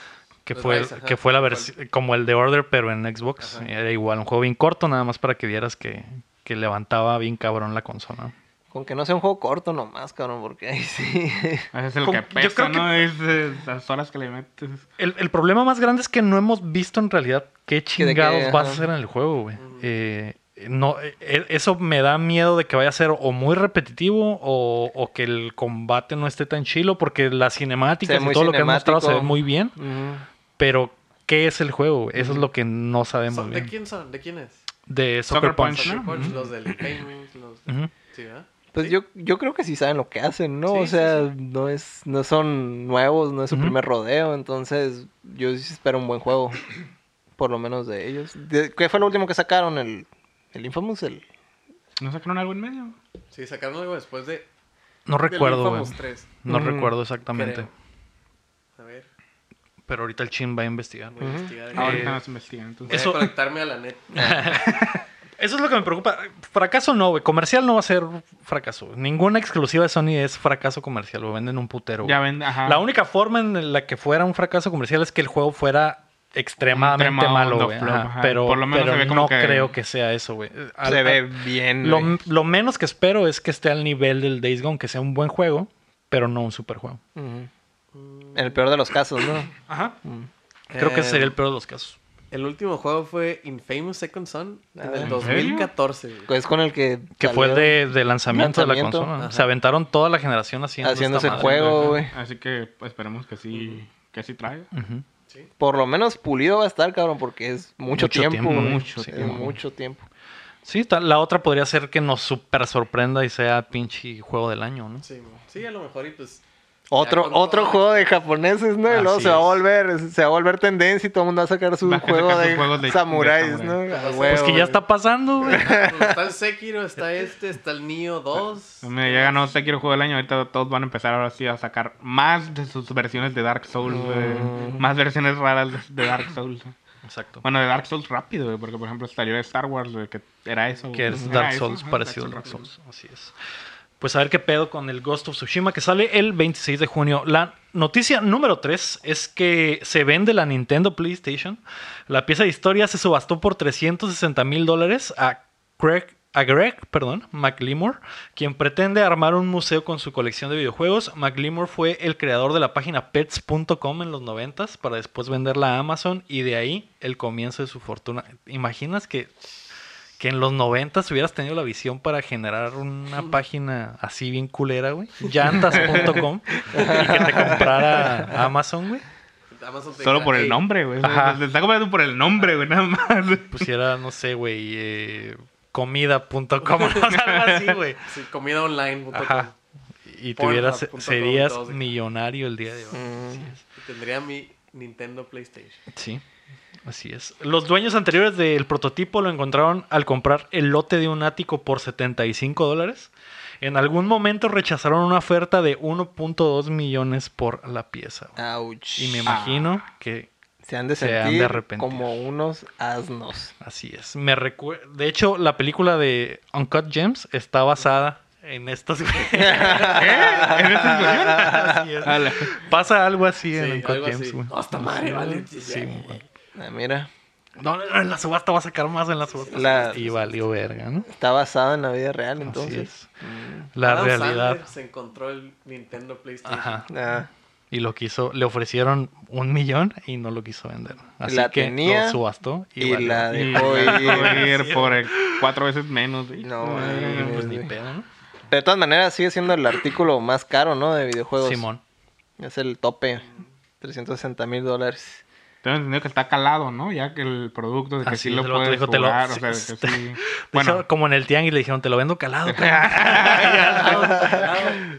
A: que
C: El
A: fue
C: Rise, ajá.
A: que fue la
C: Fue
A: versión como el de Order pero en Xbox,
C: Ajá.
A: era igual, un juego bien corto nada más para que vieras que, que levantaba bien cabrón la consola.
B: Con que no sea un juego corto nomás, cabrón, porque ahí sí.
D: Ese es el
A: Como- yo
D: que pesa,
A: creo que-
D: ¿no? Es eh, las horas que le metes.
A: El, el problema más grande es que no hemos visto en realidad qué
B: Que de qué,
A: chingados vas a
B: ajá.
A: hacer en el juego, güey. Eh, no, eh, eh, eso me da miedo de que vaya a ser o muy repetitivo o, o que el combate no esté tan chilo porque las
B: Se
A: cinemáticas
B: ve
A: y
B: muy
A: todo lo que han mostrado se ve
B: cinemático.
A: muy bien.
B: Ujú.
A: Pero, ¿qué es el juego? güey? Eso es lo que no sabemos
C: Son- ¿De
A: bien.
C: quién son? ¿De quién es?
A: De Soccer
D: Soccer
A: Punch.
D: Punch,
C: Sucker
D: ¿no?
C: Punch, los del Payment, los...
A: Ujú.
C: Sí, ¿verdad?
B: Pues yo, yo creo que sí saben lo que hacen, ¿no?
C: Sí,
B: o
C: sí,
B: sea, no es no son nuevos, no es su
A: Ujú.
B: primer rodeo, entonces yo sí espero un buen juego, por lo menos de ellos. De- ¿Qué fue lo último que sacaron? ¿El, el Infamous? El...
D: ¿No sacaron algo en medio?
C: Sí, sacaron algo después de...
A: No recuerdo,
C: Del
A: güey.
C: Infamous 3.
A: No
B: Mm,
A: recuerdo exactamente.
C: creo. A ver,
A: Pero ahorita el chin va a investigar.
C: voy a
A: Eh,
C: investigar.
D: Ahora
C: Voy
D: están las investigan.
C: a
D: Entonces,
A: eso-
C: conectarme a la net.
A: Eso es lo que me preocupa. Fracaso no, güey. Comercial no va a ser fracaso. Ninguna exclusiva de Sony es fracaso comercial. Lo venden un putero. güey.
D: ya ven, ajá.
A: La única forma en la que fuera un fracaso comercial es que el juego fuera extremadamente
D: Extremado,
A: malo,
D: no
A: güey.
D: flop,
A: Ajá.
D: ajá.
A: Pero,
D: Por lo menos
A: pero
D: se ve como
A: no
D: que-
A: creo que sea eso, güey. Al-
B: Se
A: al-
B: ve bien. güey.
A: Lo, lo menos que espero es que esté al nivel del Days Gone, que sea un buen juego, pero no un superjuego. Mm.
B: Ujú. En el peor de los casos, ¿no?
A: Ajá. Creo que
C: Eh,
D: Eh,
A: ese sería el peor de los casos.
C: El último juego fue Infamous Second Son en
B: Ah,
C: el
B: ¿en
C: 2014. güey.
B: Es Pues con el que.
A: Que fue el
B: salió
A: de, de lanzamiento, de la
B: Lanzamiento,
A: consola.
C: ajá.
A: Se aventaron toda la generación haciendo,
B: Haciendo
A: esta
B: ese
A: madre.
B: juego, güey.
D: Así que pues, esperemos que sí,
A: Mm.
D: que sí traiga.
A: Ujú.
B: Por lo menos pulido va a estar, cabrón, porque es mucho,
A: Mucho
B: tiempo.
A: tiempo,
B: güey.
D: mucho
B: Sí,
D: tiempo.
B: mucho tiempo.
A: Sí, ta- la otra podría ser que nos super sorprenda y sea pinche juego del año, ¿no?
C: Sí, güey. sí, a lo mejor y pues...
B: Otro,
C: con todo
B: otro
C: el-
B: juego de japoneses, ¿no? Y luego
A: Así
B: se va a
A: es.
B: volver, se va a volver tendencia y todo el mundo va a sacar su
D: Va a sacar
B: juego
D: sus
B: de,
D: juegos de- de
B: samuráis,
D: samurái.
B: ¿no? A
C: Pues
A: Pues
B: huevo,
A: que
B: güey.
A: ya está pasando, güey.
C: pues, está el Sekiro, está este, está el Nioh 2.
D: Mira, ya ganó Sekiro Juego del Año. Ahorita todos van a empezar ahora sí a sacar más de sus versiones de Dark Souls, güey.
B: Mm.
D: Más versiones raras de, de Dark Souls. güey.
A: Exacto.
D: Bueno, de Dark Souls rápido, güey. Porque, por ejemplo, salió de Star Wars, güey, que era eso.
A: Que
D: güey.
A: es
D: Era
A: Dark
D: eso,
A: Souls,
D: ajá,
A: parecido a Dark
D: rápido.
A: Souls. Así es. Pues a ver qué pedo con el Ghost of Tsushima que sale el 26 de junio. La noticia número 3 es que se vende la Nintendo PlayStation. La pieza de historia se subastó por 360 mil dólares a Craig. A Greg, perdón, McLemore, quien pretende armar un museo con su colección de videojuegos. McLemore fue el creador de la página pets.com en los 90 para después venderla a Amazon y de ahí el comienzo de su fortuna. ¿Imaginas que que en los 90 hubieras tenido la visión para generar una página así bien culera, güey. Llantas.com. y que te comprara Amazon, güey.
C: Amazon te
D: Solo
C: dirá,
D: por el
C: "Hey,
D: nombre, güey.
A: Ajá.
D: Se está comprando por el nombre, güey, nada más.
A: Pusiera, Pues no sé, güey, eh, comida.com o sea, algo así, güey.
C: Sí, comida online. punto com.
A: Ajá. Y
C: Pornhub
A: tuvieras,
C: punto com,
A: serías
C: todos de-
A: millonario el día de hoy. Así
B: Mm.
A: es.
C: Y Tendría mi Nintendo PlayStation.
A: Sí, así es. Los dueños anteriores del prototipo lo encontraron al comprar el lote de un ático por 75 dólares. En algún momento rechazaron una oferta de 1.2 millones por la pieza. güey.
B: Ouch. Ah,
A: Y me imagino que
B: Se han de
A: se han de
B: sentir
A: arrepentir.
B: como unos asnos.
A: así es. Me recue- de hecho, la película de Uncut Gems está basada en estas.
D: ¿Eh? ¿En
B: Ah,
D: esta situación?
A: Así es.
D: Ala.
A: Pasa algo así en
C: Sí,
A: Uncut
C: algo
A: Gems,
C: así.
A: güey.
C: No, hasta madre, vale.
A: Sí, güey.
B: Ah, mira,
A: No, no, no, en la subasta va a sacar más en la subasta.
B: La-
A: Y valió verga, ¿no?
B: está basado en la vida real,
A: Así
B: entonces.
A: es. La
C: mm, Adam
A: realidad.
C: Sandler se encontró el Nintendo PlayStation.
A: Ajá.
B: Ah,
A: Y lo quiso, le ofrecieron un millón y no lo quiso vender. Así
B: La
A: que
B: tenía
A: lo subastó y,
B: y
A: valió.
B: la
D: Y
B: dejó ir.
D: Mm, dejó ir por el cuatro veces menos. güey. Mm,
B: No,
D: Ay,
A: Pues
B: mames,
A: ni
B: güey.
A: pedo, ¿no?
B: Pero de todas maneras sigue siendo el artículo más caro, ¿no? De videojuegos.
A: Simón.
B: Es el tope. 360 mil dólares.
D: Tengo entendido que está calado, ¿no? Ya que el producto de que
A: Así
D: sí
A: es,
D: lo
A: el vato
D: puedes
A: dijo, te lo-
D: jugar,
A: sí,
D: o sea,
A: este-
D: de que sí.
A: De hecho,
D: Bueno,
A: como en el tianguis le dijeron, te lo vendo calado. cabrón".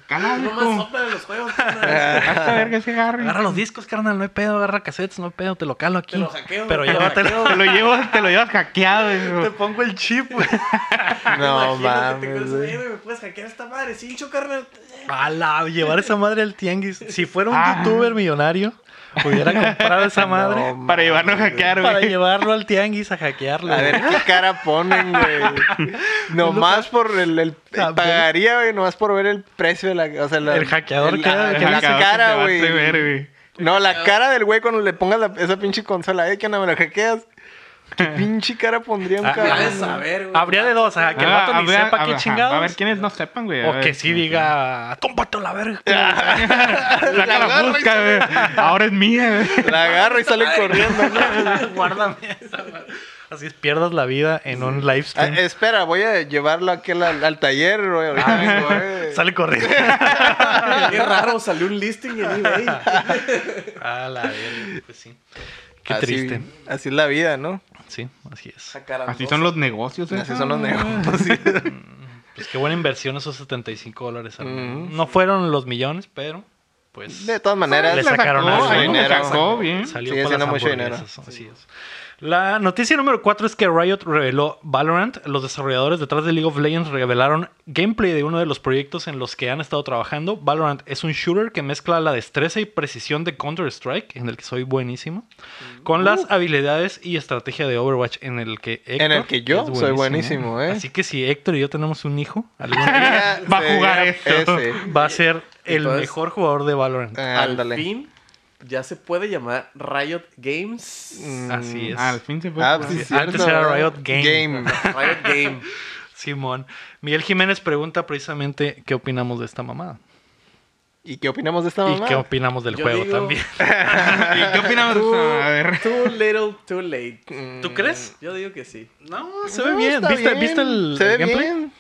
D: calado,
C: No
D: hijo.
C: más sopla de los juegos. carnal.
D: Hasta ver que se agarre.
A: Agarra los discos, carnal, no hay pedo. Agarra cassettes, no hay pedo. Te lo calo aquí.
C: Te lo hackeo,
A: pero
C: te lo
A: llévatelo.
D: Te lo llevas, te lo llevas hackeado. hijo.
A: pongo el chip, güey.
B: No
C: Imagínate, te
B: mames,
C: cruzas,
B: güey.
C: "Eh, güey, ¿Me puedes hackear esta madre? Sí, yo, carnal.
A: A la, llevar esa madre al tianguis. Si fuera un
D: Ah.
A: youtuber millonario, hubiera comprado esa madre
B: No,
D: Para llevarnos a hackear,
A: para
D: güey.
A: llevarlo al tianguis a hackearlo.
B: A ver
A: güey. Ah,
B: qué cara ponen, güey. Nomás por el, el- pagaría, güey, nomás por ver el precio de la, o sea, la-
A: El hackeador
B: el-
A: que-
B: la-
A: que
B: la
A: hace
D: Hackeador
B: cara,
D: que te va a atrever,
B: güey.
D: güey.
B: No, la cara del güey cuando le pongas la- esa pinche consola, eh, que no me la hackeas. ¿Qué pinche cara pondría un
A: Ah,
C: Ya
A: ah,
B: cabrón?
C: de saber, güey.
A: Habría de dos, ajá, que el
D: Ah,
A: vato
D: a
A: ni
D: ver,
A: sepa
D: a
A: qué
D: ver, ajá,
A: chingados.
D: A ver quiénes no sepan, güey. a
A: O
D: ver.
A: que sí diga, tómpate la verga.
D: Saca la busca, güey. Ahora es mía, güey.
B: La agarro y sale corriendo. ¿no?
A: Guárdame esa madre. Así es, pierdas la vida en un live
B: Ah,
A: stream.
B: espera, voy a llevarlo aquí al, al taller, güey. ahorita vengo, eh.
A: Sale corriendo.
C: Qué raro, salió un listing en eBay.
A: A la verga, pues sí. Qué
B: Así-
A: triste.
B: Así es la vida, ¿no?
A: Sí, así es.
C: Esa carandosa.
D: Así son los negocios,
B: Así
D: eso,
B: son los
D: güey.
B: negocios. sí.
A: Pues qué buena inversión esos 75 dólares. al mes.
B: Mm.
A: No fueron los millones, pero pues
B: De todas maneras,
A: Le sacaron
D: sacó,
A: algo,
D: ahí
A: ¿no?
D: le
B: Dinero.
D: sacó bien.
A: salió
B: Sigue
A: para
B: siendo
A: las
B: mucho dinero.
A: hamburguesas, Así es. La noticia número 4 es que Riot reveló Valorant. Los desarrolladores detrás de League of Legends revelaron gameplay de uno de los proyectos en los que han estado trabajando. Valorant es un shooter que mezcla la destreza y precisión de Counter-Strike, en el que soy buenísimo, con las habilidades y estrategia de Overwatch, en el que Héctor
B: En el que yo
A: es
B: soy buenísimo, ¿eh?
A: Así que si Héctor y yo tenemos un hijo, algún día
B: Va
D: Va a jugar esto.
A: va a ser el
C: Entonces-
A: mejor jugador de Valorant.
B: Ándale.
C: Al fin, ya se puede llamar Riot Games.
B: Mm.
A: Así es.
D: Al fin se fue.
B: Ah,
D: jugar.
B: sí, es
A: Antes
B: cierto,
A: era
B: ¿verdad?
A: Riot Game.
B: Game.
C: Riot Game.
A: Simón. Miguel Jiménez pregunta precisamente qué opinamos de esta mamada.
B: ¿Y qué opinamos de esta
A: ¿Y
B: mamá?
A: qué opinamos del
C: Yo
A: juego
C: digo-
A: también?
D: ¿Y qué opinamos?
C: Too,
D: A ver.
C: too little, too late.
A: ¿Tú crees?
C: Yo digo que sí.
A: No, se
B: No,
A: ve bien.
B: está
A: ¿Viste,
B: bien.
A: viste el,
B: Se ve
A: el gameplay?
B: bien.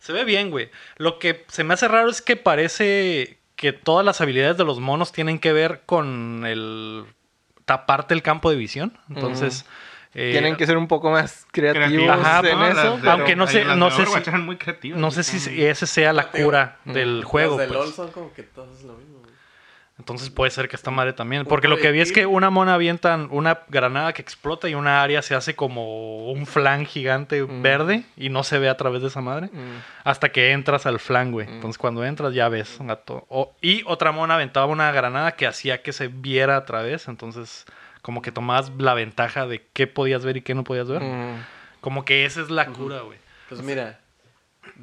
A: Se ve bien, güey. Lo que se me hace raro es que parece que todas las habilidades de los monos tienen que ver con el taparte el campo de visión. Entonces, eh,
B: Tienen que ser un poco más creativos
D: Creativos,
A: Ajá,
B: en
A: ¿no?
B: eso.
D: Las de-
A: Aunque no sé-
D: las de
A: no sé
D: Overwatch
A: si-
D: eran muy creativos.
A: no sé si ese sea la
C: Digo,
A: cura del juego.
C: Los de
A: pues.
C: LOL son como que todos lo mismo. güey.
A: Entonces puede ser que esta madre también. Porque lo que vi
C: proyectil.
A: es que una mona avientan una granada que explota y una área se hace como un flan gigante verde y no se ve a través de esa madre.
B: Mm.
A: Hasta que entras al flan, güey. Entonces cuando entras ya ves. a to- o- y otra mona aventaba una granada que hacía que se viera a través. Entonces como que tomabas la ventaja de qué podías ver y qué no podías ver.
B: Mm.
A: Como que esa es la cura, güey.
C: Pues mira,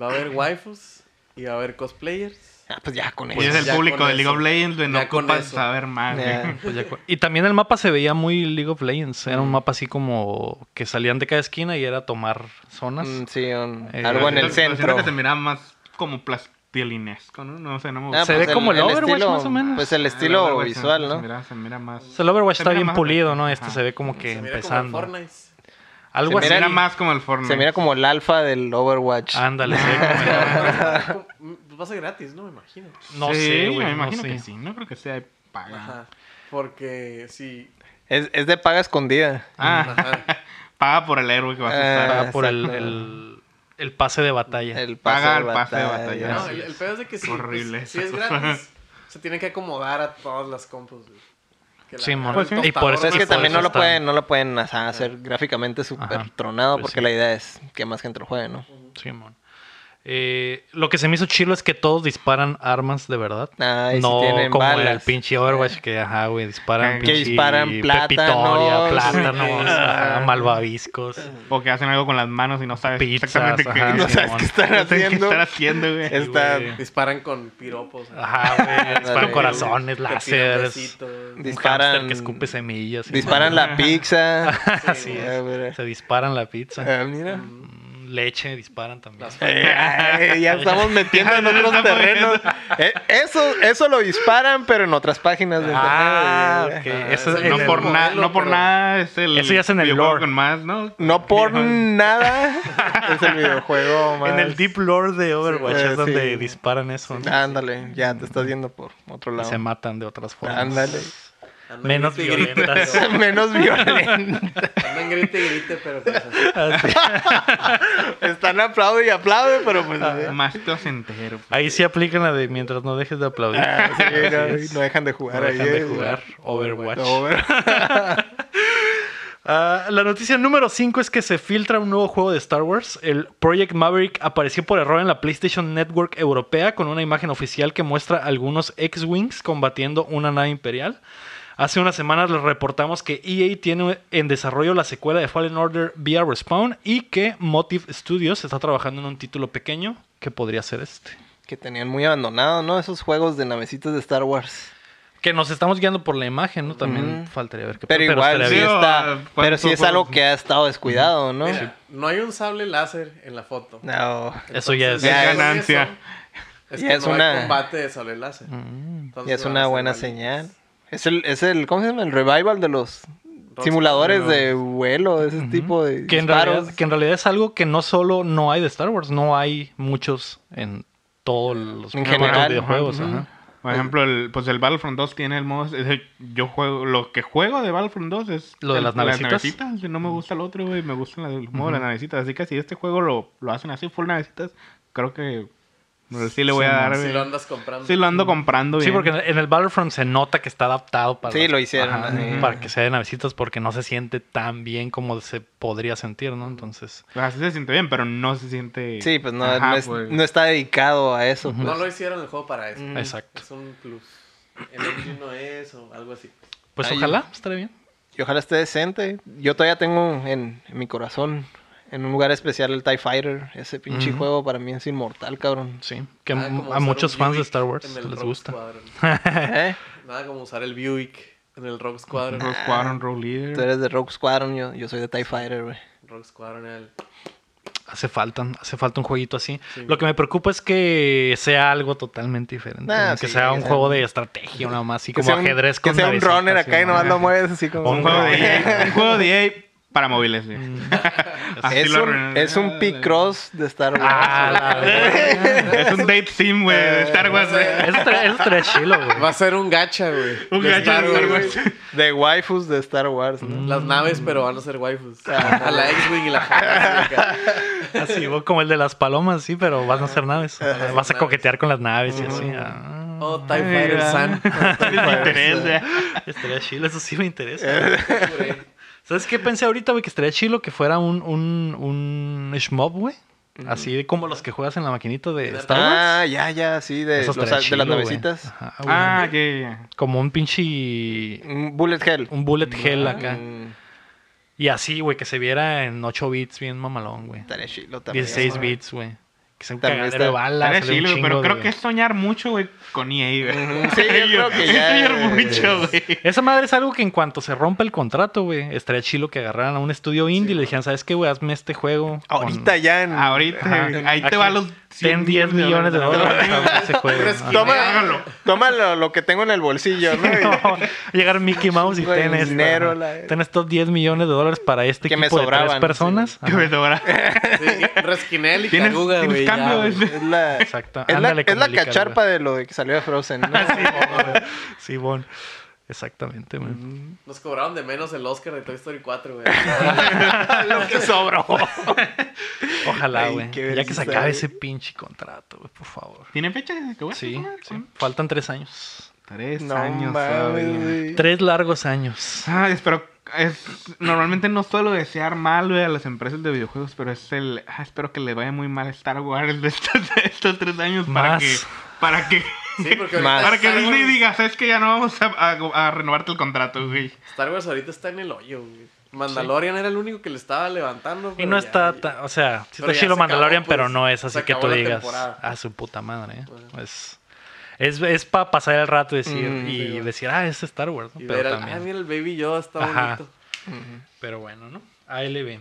C: va a haber waifus y va a haber cosplayers.
B: Ah, pues ya con eso.
D: Pues es el
C: Ya
D: público
C: con
D: de League of
C: eso.
D: Legends, güey, no
C: Ya con
D: ocupas
C: eso.
D: saber más. güey.
B: Ya.
A: Pues ya cu- Y también el mapa se veía muy League of Legends. Era un mapa así como que salían de cada esquina y era tomar zonas.
B: Mm, sí, un-
A: Eh,
B: algo en
D: Siento-
B: el
D: siento
B: centro.
D: que se miraba más como plastilinesco, ¿no? No sé, no me
B: Ah,
D: gusta.
A: Se ve como el Overwatch,
B: estilo-
A: más o menos.
B: Pues el
D: Ah,
B: estilo
D: Overwatch,
B: visual,
D: Se
B: ¿no?
D: mira, se mira
A: O
D: más.
A: sea, Pues el Overwatch
D: Se
A: está
D: mira
A: bien
D: más
A: pulido, ¿no?
D: bonito,
A: Este
D: ajá.
A: se ve como que
C: Se mira como el
A: empezando.
C: Fortnite.
A: Algo
D: se
A: así.
D: mira más como el Fortnite.
B: Se mira como el alfa del Overwatch.
A: Ándale, se ve como el-
C: Pues va a ser gratis, ¿no? Me imagino.
A: No
D: Sí,
A: sé, güey.
D: Me
A: no
D: imagino
A: sé.
D: que sí. No creo que sea de paga.
C: Ajá. Porque sí.
B: Es, es de paga escondida.
D: Ah,
C: Ajá.
D: paga por el héroe que vas a usar.
B: Ah,
A: Paga por el,
B: exacto.
A: el- el pase de batalla.
B: El pase
D: Paga
B: de
D: el pase de
B: batalla.
D: batalla.
C: No,
D: Así
C: el, el pedo es de que sí.
D: Horrible
C: pues, sí
D: esa
C: es
D: cosa.
C: gratis. Se tienen que acomodar a todas las compos, güey. Que la-
A: Sí, mon.
B: Pues
C: el
A: Y por
C: tostador
A: eso
B: Pero es
A: Sí,
B: que
A: por
B: también
A: eso
B: no lo
A: está.
B: pueden, no lo pueden ajá, hacer gráficamente
A: Ajá.
B: súper tronado
A: Pues
B: porque
A: sí.
B: la idea es que más gente lo juegue, ¿no?
A: Simón. Eh, lo que se me hizo chilo es que todos disparan armas de verdad.
B: Ah, y si
A: no
B: tienen
A: como
B: balas.
A: el pinche Overwatch que, ajá, güey, disparan
D: Que
A: pinche
B: disparan
A: pepitoria,
B: plátanos.
A: plátanos, ajá, malvaviscos.
D: O que hacen algo con las manos y no sabes
A: Pizzas,
D: exactamente
A: ajá,
D: qué,
A: sí,
D: no sabes
A: mon.
D: qué
B: están
D: qué
B: haciendo.
D: están haciendo, güey.
B: Está-
A: güey.
C: Disparan con piropos. ¿no?
A: Ajá, güey, disparan
B: Ándale.
A: Ah, corazones,
C: Te tiran
A: láseres.
C: besitos.
A: Un
B: Disparan-
A: hámster que escupe semillas. y-
B: Disparan la pizza.
A: Así es.
B: Ah, mira.
A: Se disparan la pizza.
B: Ah, mira.
A: Mm, Leche disparan también.
B: "Ah,
C: Las-
B: Eh, ya estamos metiendo en otros terrenos. Eh, Eso, eso lo disparan, pero en otras páginas de internet.
A: Ah,
B: güey.
A: ok. Eso,
C: eso
A: en
D: No
A: el-
D: por, nada,
C: modelo,
D: no por
C: pero-
D: nada es el.
A: Eso ya es en el
D: videojuego
A: lore.
D: Con más, ¿no?
B: No por
D: Viejo.
B: nada es el videojuego más.
A: en el deep lore de Overwatch
B: Sí,
A: es
B: sí.
A: donde disparan eso. ¿no?
B: Ándale, ya te estás yendo por otro
A: Y
B: lado.
A: se matan de otras formas.
B: Ándale.
C: Andan
A: Menos
C: grite y grite,
A: violentas.
C: pero-
B: Menos violento.
C: Andan grite y grite, pero pues así.
A: Así.
B: Están aplaude y aplaude, pero pues. eh,
D: Más entero.
A: Ahí sí aplican la de mientras no dejes de aplaudir.
B: Ah, sí, no,
A: Así es.
B: no dejan de jugar
A: No
B: ahí.
A: dejan de
B: eh,
A: jugar Overwatch.
B: no, pero-
A: Ah, la noticia número 5 es que se filtra un nuevo juego de Star Wars. El Project Maverick apareció por error en la PlayStation Network europea con una imagen oficial que muestra algunos X-Wings combatiendo una nave imperial. Hace unas semanas les reportamos que EA tiene en desarrollo la secuela de Fallen Order vía Respawn y que Motive Studios está trabajando en un título pequeño que podría ser este.
B: Que tenían muy abandonado, ¿no? Esos juegos de navecitas de Star Wars.
A: Que nos estamos guiando por la imagen, ¿no? También
B: Ujú.
A: faltaría ver qué
B: Pero
A: pedo,
B: igual sí
A: estaría
D: bien.
A: bien.
B: está.
D: Digo,
B: Pero sí
D: ¿cuántos
B: es algo
D: juegos?
B: que ha estado descuidado, ¿no?
C: Mira, no hay un sable láser en la foto.
B: No.
A: Eso ya es-
C: Entonces,
B: Ya
C: por
B: es-
D: ganancia.
C: eso Es,
B: Ya
C: que
B: es
C: no hay
B: una-
C: combate de sable láser.
B: Y
C: Entonces
B: es
C: van a
B: una
C: ser
B: buena
C: válidos.
B: señal. Es el, es el, ¿cómo se llama? El revival de los simuladores de vuelo, de ese tipo de
A: Que en,
B: disparos.
A: realidad, que en realidad es algo que no solo no hay de Star Wars, no hay muchos en todos los
B: En
A: juegos de
B: general.
A: videojuegos.
B: Ajá.
A: ajá.
D: Por ejemplo, el, pues el Battlefront 2 tiene el modo. es el- yo juego. Lo que juego de Battlefront 2 es.
A: Lo de
D: el-
A: las navecitas.
D: navecitas. No me gusta el otro, güey. Me gusta el modo de las navecitas. Así que si este juego lo, lo hacen así, full navecitas, creo que. Sí le voy a dar,
C: Si
D: güey.
C: lo andas comprando.
D: Sí lo ando comprando,
A: Sí,
D: bien.
A: porque en el- en el Battlefront se nota que está adaptado para,
B: Sí, lo hicieron, así.
A: para que sea de navecitas porque no se siente tan bien como se podría sentir, ¿no? Entonces,
D: O sea, sí se siente bien, pero no se siente.
B: Sí, pues no,
D: Ajá,
B: no es-
D: pues.
B: no está dedicado a eso.
C: No
B: pues.
C: lo hicieron el juego para eso.
B: Mm.
A: exacto.
C: Es un plus. El engine no es o algo así.
A: Pues
B: Ahí-
A: ojalá, estaría bien.
B: Y ojalá esté decente. Yo todavía tengo en, en mi corazón, en un lugar especial, el TIE Fighter. Ese pinche
A: Ujú.
B: juego para mí es inmortal, cabrón.
A: Sí, que
B: Ah,
C: Nada
A: m-
C: como
A: a
C: usar
A: muchos
C: un
A: fans de
C: Buick
A: Star Wars
C: en el
A: les
C: Rogue
A: gusta.
C: Squadron.
B: ¿Eh?
C: Nada como usar el Buick en el Rogue Squadron.
D: Rogue Squadron, Rogue Leader.
B: Tú eres de Rogue Squadron, yo, yo soy de TIE Fighter, güey.
C: Rogue Squadron era el...
A: hace falta, hace falta un jueguito así. Lo que me preocupa es que sea algo totalmente diferente.
B: Nah,
A: ¿no? que
B: sí,
A: sea
B: que
A: un
B: sea
A: juego
B: un-
A: de estrategia, nada más, así
B: Que
A: como
B: sea un-
A: ajedrez
B: Que
A: con
B: sea un
A: navecitas,
B: runner acá y
A: así, ¿no?
B: nomás lo mueves así como...
A: Un
D: Un juego de EA, un juego de EA para móviles. güey. Así
B: Es
D: lo
B: un,
D: arruinaron.
B: es un Picross de Star Wars.
A: Ah, la verga.
D: Es un date sim, güey, de Star Wars. güey.
A: Eso estaría- eso estaría chilo, güey.
C: Va a ser un gacha, güey.
D: Un
C: De
D: gacha
C: Star
D: de Star
C: Wars.
D: Wars.
B: De waifus de Star Wars, ¿no?
A: Mm.
C: Las naves, pero van a ser waifus. A la X-Wing y la Java.
A: Así, vos como el de las palomas, sí, pero vas a hacer naves. Vas a
C: naves.
A: coquetear con las naves y así. ah.
C: Oh, TIE Fighter Sun.
D: Me interesa.
A: Estaría chilo, eso sí me interesa. ¿Sabes qué pensé ahorita, güey? Que estaría chilo que fuera un, un, un shmup, güey. Así de como los que juegas en la maquinita de Star Wars.
B: Ah, ya, ya, sí, de,
A: Eso
B: los-
A: estaría
B: de
A: chilo,
B: las
A: güey.
B: navecitas.
A: Ajá, güey.
D: Ah, ya, ya, ya.
A: Como un pinche.
B: Un Mm, Bullet Hell.
A: Un bullet hell acá.
B: Mm,
A: Y así, güey, que se viera en 8 bits, bien mamalón, güey.
B: Estaría chilo también.
A: 16 bits, güey. Que sea un
B: También
A: cagadero de
B: está-
A: balas.
D: Estaría
A: sale un
D: chido, güey, pero
A: chingo
D: creo
A: de-
D: que es soñar mucho, güey, con EA, güey.
B: Sí, yo creo que ya,
D: soñar
B: güey.
D: mucho, güey.
A: Esa madre es algo que en cuanto se rompa el contrato, güey, estaría chilo que agarraran a un estudio indie y le dijeran, ¿sabes qué, güey? Hazme este juego. con-
B: Ahorita ya. en-
D: Ahorita, güey, ahí te
A: Aquí,
D: va los
A: Ten 10 millones de dólares. cabrón, ese juego,
C: Pero es
A: ajá.
C: que-
B: Pues Toma,
D: Hágalo.
B: toma lo, lo que tengo en el bolsillo, ¿no? Y-
A: No, llegar Mickey Mouse y
B: Güey,
A: ten esto,
B: dinero,
A: ajá.
B: la-
A: Ten estos 10 millones de dólares para este
B: Que me
A: equipo de tres
B: sobraban,
A: personas.
D: Que
A: Ajá,
D: me sobra.
C: Sí, Rasquinel y
D: ¿Tienes,
C: Caruga,
D: tienes
C: güey. ya,
D: cambio,
C: güey.
D: güey?
B: Es la,
A: Exacto.
B: Es la,
A: Ándale
B: es
A: como
B: la
A: el Icaruga.
B: cacharpa de lo de que salió de Frozen, ¿no?
A: Sí, bon. Exactamente, man.
C: Nos cobraron de menos el Oscar de Toy Story 4, güey.
B: lo que sobró.
A: Ojalá,
B: Ay,
A: güey.
B: qué
A: Ya que se
B: vergüenza,
A: acabe
C: eh.
B: güey.
A: ese pinche contrato, güey, por favor.
D: ¿Tiene fecha? de que, güey?
A: Sí, sí. Faltan tres años.
D: Tres
B: No
D: años todavía.
B: mames, güey.
A: Tres largos años.
D: Ay, espero. Es, normalmente no suelo desear mal güey, a las empresas de videojuegos, pero es el. ah, espero que le vaya muy mal a Star Wars de estos, estos tres años para
A: Más.
D: que. Para que.
C: Sí, porque ahorita
B: Más.
D: Para que
C: Star
D: Disney
C: Wars-
D: diga, sabes que ya no vamos a, a- a renovarte el contrato, güey.
C: Star Wars ahorita está en el hoyo, güey. Mandalorian era el único que le estaba levantando.
A: Y
C: pero
A: no
C: ya-
A: está, ta- o sea, sí
C: Pero
A: está chilo
C: ya se acabó,
A: Mandalorian,
C: pues,
A: pero no es así
C: se
A: que tú
C: acabó la
A: digas
C: temporada. Pues.
A: a su puta madre. ¿eh? Es, es, para pasar el rato y decir,
B: Mm,
A: y
C: sí, güey.
A: decir, ah, es Star Wars, ¿no?
C: Y ver
A: pero
C: al-
A: también.
C: ah, mira, el Baby Yoda está
A: Ajá.
C: bonito.
A: Pero bueno, ¿no? ALB.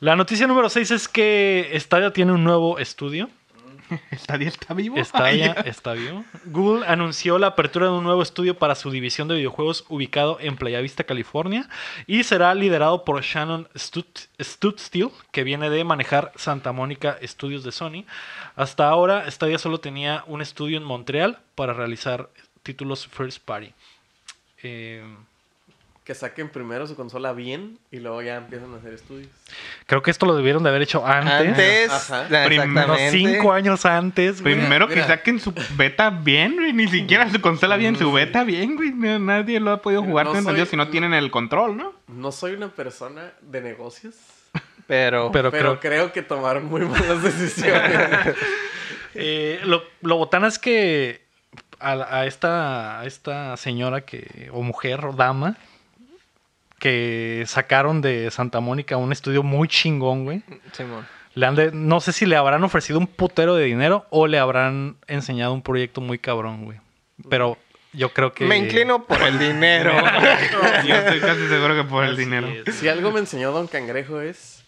A: La noticia número 6 es que Stadia tiene un nuevo estudio.
D: Stadia está vivo.
A: Stadia
D: Ay,
A: está vivo. Google anunció la apertura de un nuevo estudio para su división de videojuegos ubicado en Playa Vista, California, y será liderado por Shannon Stut- Stutstiel, que viene de manejar Santa Mónica Studios de Sony. Hasta ahora, Stadia solo tenía un estudio en Montreal para realizar títulos first party. Eh,
C: Que saquen primero su consola bien y luego ya empiezan a hacer estudios.
A: creo que esto lo debieron de haber hecho antes.
B: Antes,
C: Ajá.
B: exactamente.
A: Unos cinco años antes. güey.
D: Primero
C: mira.
D: que saquen su beta bien, güey. Ni siquiera su consola bien, su beta bien, güey. No, Nadie lo ha podido
C: Mira,
D: jugar,
C: no
D: tengo entendido,
C: soy-
D: si no tienen el control, ¿no?
C: No soy una persona de negocios,
B: Pero,
A: Pero, creo
C: pero, creo... que tomaron muy malas decisiones.
A: Eh, lo, lo botana es que a, la- a esta, a esta señora que, o mujer o dama que sacaron de Santa Mónica un estudio muy chingón, güey.
B: Simón.
A: Le han de- no sé si le habrán ofrecido un putero de dinero o le habrán enseñado un proyecto muy cabrón, güey. Pero yo creo que...
B: Me inclino por el dinero.
D: Yo estoy casi seguro que por el
A: Así
D: dinero.
A: es.
C: si algo me enseñó Don Cangrejo es...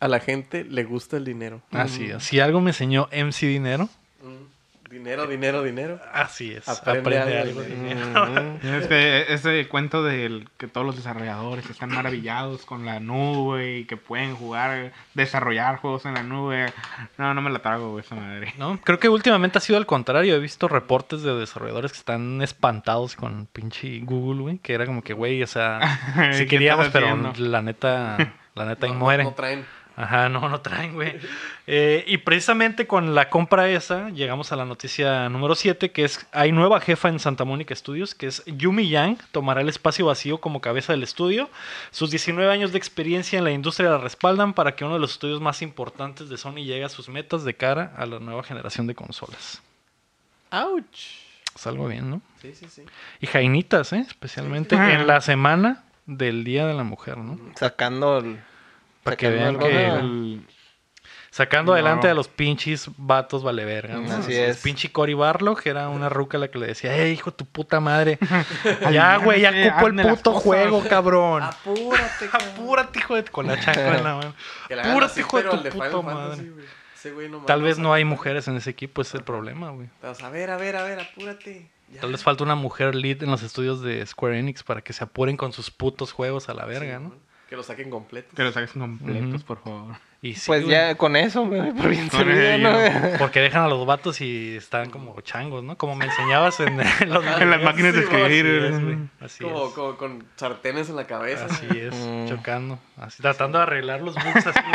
C: A la gente le gusta el dinero.
A: Así es. Si algo me enseñó MC Dinero,
C: Mm. Dinero, dinero, dinero.
A: así es.
C: Aprende
A: Aprende,
C: algo
A: algo.
C: de
A: de
C: dinero.
A: dinero.
D: Ese, Este, ese cuento del que todos los desarrolladores están maravillados con la nube y que pueden jugar, desarrollar juegos en la nube. No, no me la trago, güey, esa madre.
A: No, creo que últimamente ha sido al contrario. He visto reportes de desarrolladores que están espantados con pinche Google, güey. Que era como que, güey, o sea,
D: ¿Qué
A: sí queríamos,
D: estás
A: pero
D: haciendo?
A: la neta, la neta, ahí
C: No-
A: muere.
C: No, traen.
A: Ajá, no, no traen, güey. Eh, y precisamente con la compra esa, llegamos a la noticia número 7, que es, hay nueva jefa en Santa Mónica Studios, que es Yumi Yang, tomará el espacio vacío como cabeza del estudio. Sus 19 años de experiencia en la industria la respaldan para que uno de los estudios más importantes de Sony llegue a sus metas de cara a la nueva generación de consolas.
C: ¡Auch!
A: Salgo bien, ¿no?
C: Sí, sí, sí.
A: Y Jainitas, ¿eh? Especialmente
D: Sí.
A: en la semana del Día de la Mujer, ¿no?
B: Sacando el.
A: Para que
B: sacando
A: vean
B: algo,
A: que-
B: ¿no?
D: El-
A: Sacando
D: No.
A: adelante a los pinches vatos vale verga. ¿no?
B: Así
A: El
B: es.
A: Pinche Cory Barlog era una ruca la que le decía, "Ey, hijo de tu puta madre. ya,
D: Aliviánate,
A: güey, ya cupo el
D: hazme las
A: puto
D: cosas".
A: juego, cabrón.
C: Ah, Apúrate,
A: Apúrate, hijo de con la chancla en la mano.
C: Que la hagan
A: Apúrate,
C: así,
A: hijo de
C: pero al
A: tu
C: de Final
A: puta
C: Fantasy,
A: madre.
C: güey. Ese güey nomás
A: Tal vez no
C: sabe.
A: hay mujeres en ese equipo, ese es el problema, güey.
C: Pero, a ver, a ver, a ver, apúrate. Ya.
A: Tal vez falta una mujer lead en los estudios de Square Enix para que se apuren con sus putos juegos a la verga,
C: Sí,
A: ¿no?
C: güey. Que lo saquen completo.
D: Que los hagas completos,
A: Ujú.
D: por favor.
A: Y sí,
B: pues
A: güey,
B: ya con eso me doy por bien
D: Con
B: servido,
D: ello.
B: ¿no, güey?
A: Porque dejan a los vatos y están como changos, ¿no? Como me enseñabas en, en los
C: En
D: En las
A: videos.
D: máquinas de
C: Ah, sí, bueno,
A: Así
D: escribir.
A: es, güey,
D: ujú.
A: Así
C: como,
A: es.
C: como con sartenes en la cabeza.
A: Así es,
B: Mm.
A: chocando. Así, tratando de arreglar los bugs así,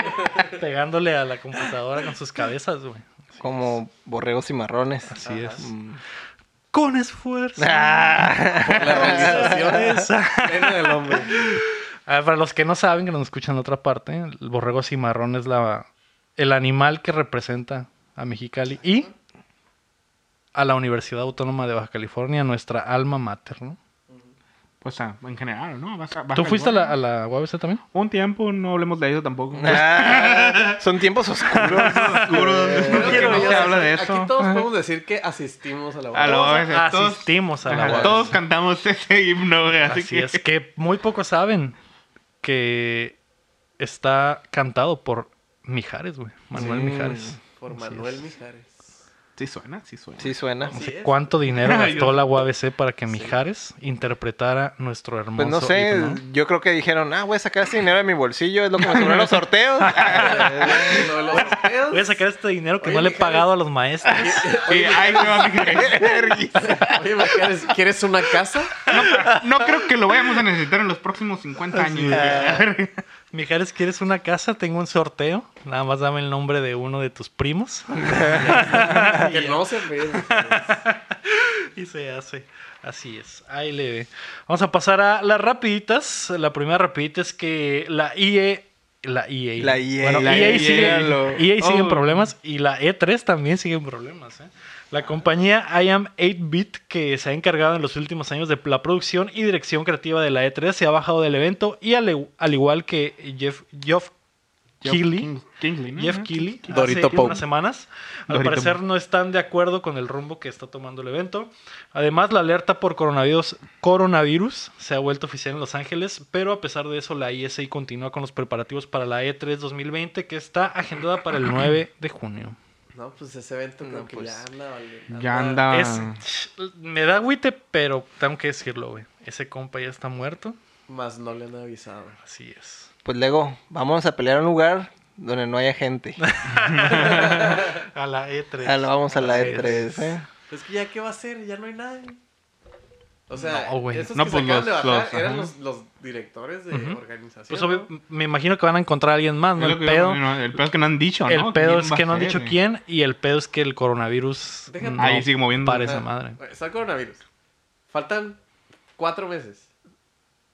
A: güey, pegándole a la computadora con sus cabezas, güey.
B: Como borregos y marrones.
A: Así
C: Ajá.
A: es. Con esfuerzo.
C: Por Mm. la realización
A: Esa.
C: plena del hombre.
A: A ver, para los que no saben, que nos escuchan de otra parte, el borrego cimarrón es la, el animal que representa a Mexicali y a la Universidad Autónoma de Baja California, nuestra alma mater, ¿no?
D: Pues ah, en general, ¿no? Baja-
A: ¿Tú
D: baja
A: fuiste a
D: igual.
A: la, a la UABC también?
D: Un tiempo, no hablemos de eso tampoco.
B: Ah, son tiempos oscuros. Eh,
D: No
C: Creo que
D: quiero
C: no,
D: que
C: o
D: se
C: sea,
D: hable de
C: aquí
D: eso.
C: todos podemos decir que asistimos a la
D: A la
C: boda.
D: hora. Todos
A: Ah, Asistimos a la
D: Ajá,
A: UABC.
D: Todos cantamos ese himno, güey. Así,
A: Así
D: que...
A: es, que muy pocos saben que está cantado por Mijares, güey. Manuel
B: Sí.
A: Mijares.
C: Por
A: Así
C: Manuel
A: es.
C: Mijares.
D: Sí suena, sí suena.
B: Sí suena.
A: No
C: Así
A: sé
C: es.
A: cuánto dinero
D: Ay,
A: gastó
D: Dios.
A: la UABC para que Mijares interpretara nuestro hermoso
B: Pues no sé,
A: himno.
B: yo creo que dijeron, ah, voy a sacar este dinero de mi bolsillo, es lo que me sobró en los sorteos.
C: Lo de los sorteos.
A: Voy a sacar este dinero que
C: Oye,
A: no le he
C: Mijares.
A: pagado a los maestros.
D: Sí, ay, no, Mijares.
C: Oye, Mijares, ¿quieres una casa?
D: No creo que lo vayamos a necesitar en los próximos 50 años. güey.
A: Mijares, ¿quieres una casa? Tengo un sorteo. Nada más dame el nombre de uno de tus primos.
C: que no se ve.
A: y se hace. Así es. Ahí le ve. Vamos a pasar a las rapiditas. La primera rapidita es que la IE... La EA.
B: La EA,
A: Bueno,
B: la
A: EA,
B: EA,
A: sigue,
B: lo-
A: EA sigue en
D: Oh.
A: problemas y la E3 también sigue en problemas. ¿eh? La compañía I Am 8-Bit, que se ha encargado en los últimos años de la producción y dirección creativa de la E3, se ha bajado del evento y al, e, al igual que Jeff, Jeff Keighley,
D: King- Kingley, ¿no?
A: Jeff
D: Ajá.
A: Keighley
C: Dorito
A: hace
C: Pope.
A: Ah, unas semanas. Al
D: Dorito
A: parecer no están de acuerdo con el rumbo que está tomando el evento. Además, la alerta por coronavirus, coronavirus se ha vuelto oficial en Los Ángeles, pero a pesar de eso, la ISI continúa con los preparativos para la E E3 2020, que está agendada para el 9 de junio.
C: No, pues ese evento como
B: No,
C: que
B: pues,
C: ya anda, vale.
D: Ya anda.
A: Es, me da agüite, pero tengo que decirlo, güey. Ese compa ya está muerto.
C: Más no le han avisado.
A: Así es.
B: Pues luego, vamos a pelear a un lugar donde no haya gente.
A: A la
D: E
A: E3.
B: Ah, lo vamos a la
A: Así es.
B: E3, ¿eh?
C: Es que ya qué va a hacer, ya no hay nada. O sea,
A: No, güey.
C: esos
D: No,
C: que
D: pues,
C: se acaban de
D: los-
C: bajar
D: los-
C: eran
D: ajá.
C: los, los directores de
A: Ujú.
C: organización.
A: Pues obvio,
C: ¿no?
A: me imagino que van a encontrar a alguien más,
D: Es
A: ¿no?
D: lo
A: El
D: que-
A: pedo.
D: no, el pedo es que no han dicho, ¿no?
A: El pedo
D: ¿Quién
A: es
D: va
A: que
D: a
A: no han
D: ser,
A: dicho
D: güey?
A: quién y el pedo es que el coronavirus
C: Deja-
A: no
D: Ahí sigue moviendo.
A: para esa
C: Ajá.
A: madre.
C: Bueno, Está el coronavirus. Faltan cuatro meses.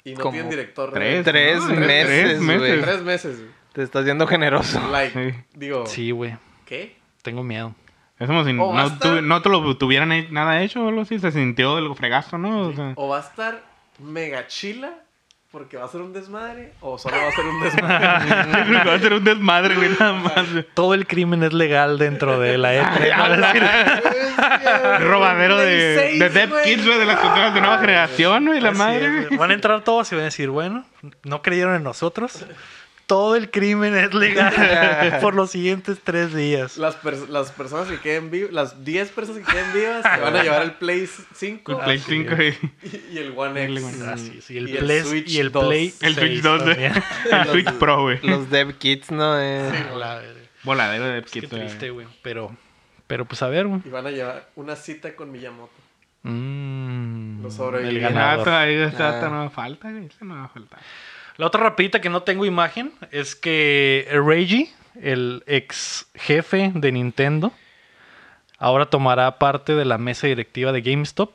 C: Y no
B: Como
C: tienen director.
D: Tres,
C: güey.
B: Tres
D: ¿no?
B: meses, güey.
C: Tres meses. güey.
B: Te estás viendo generoso.
C: Like,
D: Sí.
C: digo,
A: Sí, güey.
C: ¿qué?
A: Tengo miedo.
D: Es como si
C: O va a
D: no,
C: estar-
D: tuvi- no te lo tuvieran he- nada hecho o algo así. Se sintió del fregazo, ¿no? O sea,
C: O va a estar mega chila porque va a ser un desmadre o solo va a ser un desmadre.
D: yo
A: Oh,
D: creo que va a ser un desmadre, güey, nada más. güey.
A: Todo el crimen es legal dentro de la E3. ¿no?
D: Robadero de,
C: Seis,
D: de Dead
C: güey.
D: Kids, güey, de las consolas de nueva generación, güey, la
A: Así
D: madre.
A: es,
D: güey.
A: güey. van a entrar todos y van a decir, bueno, no creyeron en nosotros. Todo el crimen es legal por los siguientes tres días.
C: Las, pers- las personas que queden vivas, las 10 personas que queden vivas se van a llevar el Play 5
D: El Play
A: Así
D: 5 y
C: y, y el One
D: El
C: X.
D: One
A: Así es. Y Ah, el,
C: Y el
A: Play-
C: Switch
A: y el
C: 2.
A: Play
D: el Switch
A: 6
D: 2, güey.
A: también.
D: El Switch Pro, güey.
B: Los dev kits, ¿no? Eh,
A: La verga.
D: Voladero de Dead
A: Qué
D: Kids, güey.
A: triste, güey. Pero, pero pues a ver, güey.
C: Y van a llevar una cita con Miyamoto.
A: Mm,
C: Los sobrevivientes.
A: el
D: Y nada,
A: ganador.
D: todavía esta
B: Ah.
D: esta no falta, güey. Esta no va a faltar.
A: La otra rapidita que no tengo imagen es que Reggie, el ex jefe de Nintendo, ahora tomará parte de la mesa directiva de GameStop.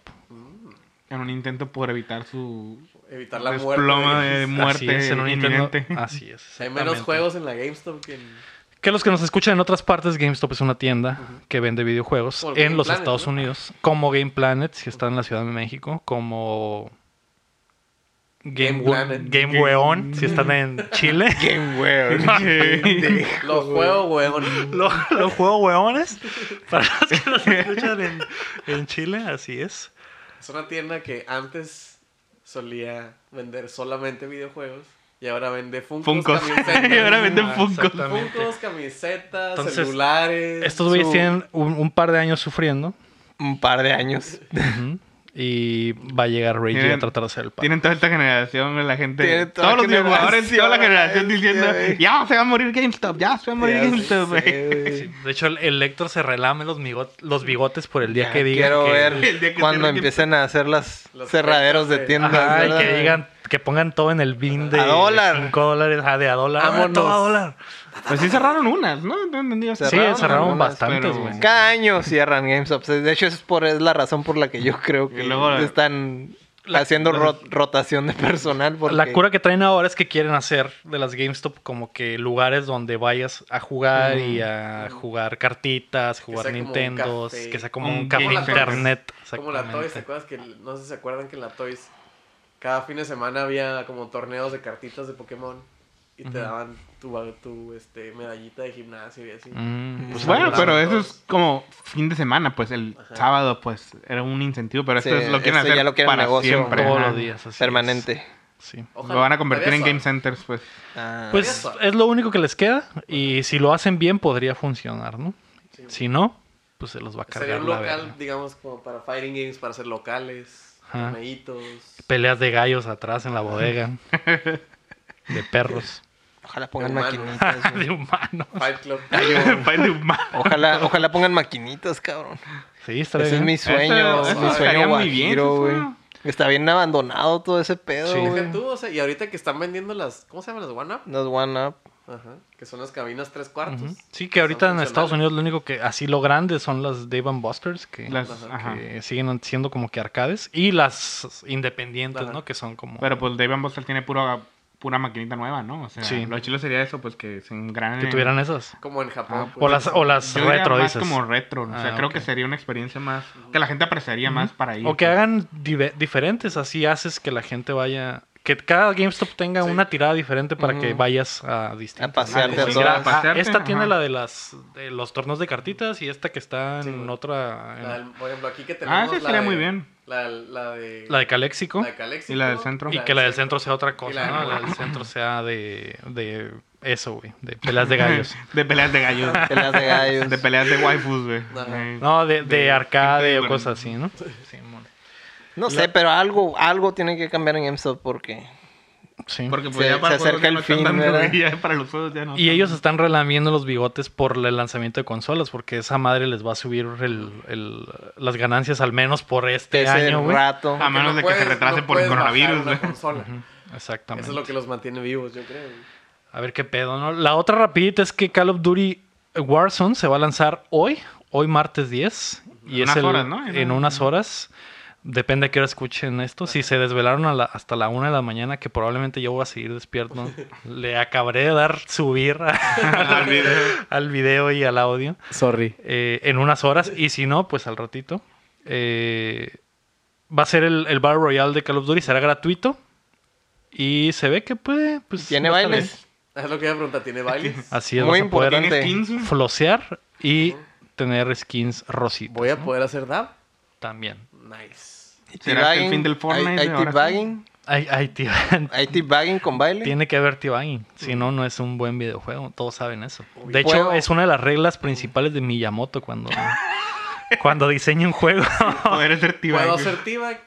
D: En un intento por evitar su
C: Evitar
D: Pues
C: la muerte.
D: desploma
C: de-
D: de muerte
A: así es, en un Nintendo.
D: inminente.
A: Así es.
C: Hay menos
A: exactamente.
C: juegos en la GameStop que en...
A: Que los que nos escuchan en otras partes, GameStop es una tienda que vende videojuegos
C: Como el
A: en
C: Game
A: los
C: Planet,
A: Estados
C: ¿no?
A: Unidos, como Game Planet, si está en la Ciudad de México, como Game,
C: Game
A: Wo-
C: Planet.
A: Game
D: Game-
A: Weón, si están en Chile.
B: Game weón.
C: Los juegos, weón.
A: Lo- Los juegos weones, para los que nos escuchan en, en Chile, así es.
C: Es una tienda que antes solía vender solamente videojuegos y ahora vende Funkos,
D: Funkos.
C: camisetas.
D: Y ahora venden
A: Ah,
D: Funkos.
A: exactamente.
C: Funkos, camisetas,
A: Entonces,
C: celulares.
A: Estos güeyes
C: su-
A: tienen un, un par de años sufriendo
B: Un par de años.
A: ujú, y va a llegar Reggie a
D: Tienen-
A: tratar de hacer el pan.
D: Tienen toda esta generación de la gente.
B: Tienen toda
D: Todos los videojugadores,
B: generación,
D: toda la generación
B: sí,
D: diciendo:
B: güey.
D: Ya se va a morir GameStop, ya se va a morir
B: Ya
D: GameStop, güey".
B: sé, güey.
A: De hecho, el, el Héctor se relame los, migot- los bigotes por el día
B: Ya
A: que digan
B: Quiero
A: que,
D: el día
B: ver
D: que
B: cuando
D: cierren
B: empiecen a hacer las
C: Las
B: cerraderos de
C: puertas de-
B: tiendas.
A: Ajá, y
B: ¿verdad?
A: que digan, que pongan todo en el bin de
B: A dólar.
A: 5 dólares, ah, de a dólar. Ah,
C: Vámonos.
A: todo a dólar.
D: Pues sí cerraron unas, ¿no? No entendí.
A: Sí,
B: Cerraron
A: cerraron
B: algunas,
A: bastantes,
D: pero-
A: güey.
B: Cada año cierran GameStop. De hecho, es, por, es la razón por la que yo creo que
D: Y luego eh, la-
B: están haciendo ro- rotación de personal. Porque
A: La cura que traen ahora es que quieren hacer de las GameStop como que lugares donde vayas a jugar y a jugar cartitas, jugar
C: sea como un
A: Nintendos,
C: café.
A: que sea como
D: Un
A: un café
D: Game
C: Center.
A: internet.
C: Como la Toys, ¿te
A: exactamente.
C: acuerdas que no sé si se acuerdan que en la Toys cada fin de semana había como torneos de cartitas de Pokémon y te
A: Ujú.
C: daban tu, tu este, medallita de gimnasio y así.
A: Mm, pues
D: Bueno,
A: ahora-
D: pero eso
C: todos.
D: es como fin de semana, pues el
C: Ajá.
D: sábado, pues era un incentivo, pero
B: Sí,
D: esto es lo quieren
B: esto
D: hacer
B: ya lo quieren
D: para
B: negocio
D: siempre.
A: todos
D: ajá.
A: los días. así es.
B: permanente.
A: Sí.
D: Lo van a convertir en Game
C: GameSense
D: Centers, pues.
B: Ah,
A: Pues es lo único que les queda y si lo hacen bien podría funcionar, ¿no? Si no, pues se los va a
C: Sería
A: cargar
C: un
A: la
C: local,
A: verga.
C: digamos, como para fighting games, para hacer locales,
A: Ajá.
C: torneitos.
A: Peleas de gallos atrás en la bodega. de perros.
B: ojalá pongan
C: Humano.
B: maquinitas. güey.
A: de humanos.
C: Fight Club.
D: País de humanos.
B: Ojalá, ojalá pongan maquinitas, cabrón.
A: Sí, estaría
B: Ese es
A: bien.
B: mi sueño,
D: eso
B: es mi
D: estaría
B: sueño
D: muy bien,
B: guajiro,
D: eso
B: güey.
D: suena.
B: Está bien abandonado todo ese pedo,
A: Sí.
B: güey.
C: Deja tú, o sea, y ahorita que están vendiendo las, ¿cómo se llaman las One Up?
B: Las one up.
C: Ajá, que son las cabinas tres cuartos.
A: Ujú. Sí, que ahorita
C: Son
A: en Estados
C: funcionales.
A: Unidos lo único que así lo grande son las Dave and Busters, que,
D: Las-
A: que
D: ajá.
A: siguen siendo como que arcades, y las independientes,
C: Ajá.
A: ¿no? Que son como...
D: Pero pues Dave Buster tiene puro, pura maquinita nueva, ¿no? O sea,
A: Sí.
D: lo chilo sería eso, pues que se engranen.
A: que
D: en-
A: tuvieran esas.
C: Como en Japón. pues,
A: O las, o las
D: pues, Yo diría
A: retro,
D: más
A: dices.
D: como retro. O sea,
A: Ah,
D: creo
A: ok.
D: que sería una experiencia más. Que la gente apreciaría más para ir.
A: O que
D: pues.
A: hagan dive- diferentes, así haces que la gente vaya... Que cada GameStop tenga
C: Sí.
A: una tirada diferente para que
B: Ujú.
A: vayas a distintas.
B: A pasearte
A: ¿no?
B: a
A: Sí,
B: todas.
A: la- ah,
D: Pasearte,
A: esta tiene
D: ajá.
A: la de las de los tornos de cartitas y esta que está
C: Sí,
A: en
C: güey.
A: otra... en-
C: La del- por ejemplo, aquí que tenemos.
D: Ah, eso
C: la
D: estaría
C: de-
D: muy bien.
C: La, la de.
A: la de Caléxico.
C: la de Calexico,
D: Y la del centro.
A: Y que la del centro sea otra cosa,
C: Y la del
A: ¿no? La del centro sea de, de eso, güey. De pelas de gallos.
D: De peleas de gallos.
B: Pelas de gallos.
D: de peleas de waifus, güey.
C: Ajá.
D: Eh,
A: No, de, de
D: De-
A: arcade
D: de-
A: o cosas así, ¿no? Sí, mon.
B: No sé, pero algo, algo tiene que cambiar en GameStop porque
A: Sí.
D: Porque pues
B: Se-
D: ya para
B: se
D: los juegos
B: acerca
D: ya
B: el
D: no están
B: fin,
D: dando,
B: ¿verdad?
D: güey, ya para los juegos ya no.
A: Y
D: están
A: ellos
D: dando.
A: están relamiendo los bigotes por el lanzamiento de consolas, porque esa madre les va a subir el, el- las ganancias al menos por este
B: ese
A: año, güey. Ah,
B: rato.
D: A menos de que se retrase por el coronavirus,
C: La
D: güey.
C: consola. Eso
A: Exactamente.
C: es lo que los mantiene vivos, yo creo. güey.
A: A ver qué pedo, ¿no? La otra rapidita es que Call of Duty Warzone se va a lanzar hoy, hoy martes 10. Y es
D: En unas
A: el-
D: horas, ¿no? En
A: En
D: un-
A: unas horas. Depende a qué hora escuchen esto. Si se desvelaron a la- hasta la una de la mañana, que probablemente yo voy a seguir despierto, le acabaré de dar subir a-
D: Al video.
A: al video y al audio
C: Sorry.
A: eh, en unas horas. Y si no, pues al ratito. Eh, va a ser el, el Battle Royale de Call of Duty, será gratuito. Y se ve que puede. Pues,
B: Tiene
A: va a estar
B: bailes.
A: bien.
C: Es lo que iba a preguntar, ¿tiene bailes?
A: Así es,
B: Muy
A: vas a poder
B: importante.
D: Tiene skins, güey.
A: flosear y tener skins rositas.
C: ¿Voy a
A: ¿no?
C: poder hacer dab?
A: También.
C: Nice.
B: Y
D: ¿Será que el
B: T-bagging,
D: fin del Fortnite
B: Hay,
D: de
B: hay
D: ahora sí?
B: T-bagging.
A: Ay, ay, tío.
B: Hay T-bagging con baile.
A: Tiene que haber T-Bagging. Si no, no es un buen videojuego. Todos saben eso. De hecho,
B: Juego.
A: es una de las reglas principales de Miyamoto cuando, cuando diseña un juego.
D: Poder ser T-Bag,
C: ¿Puedo
D: güey.
C: hacer T-Bag?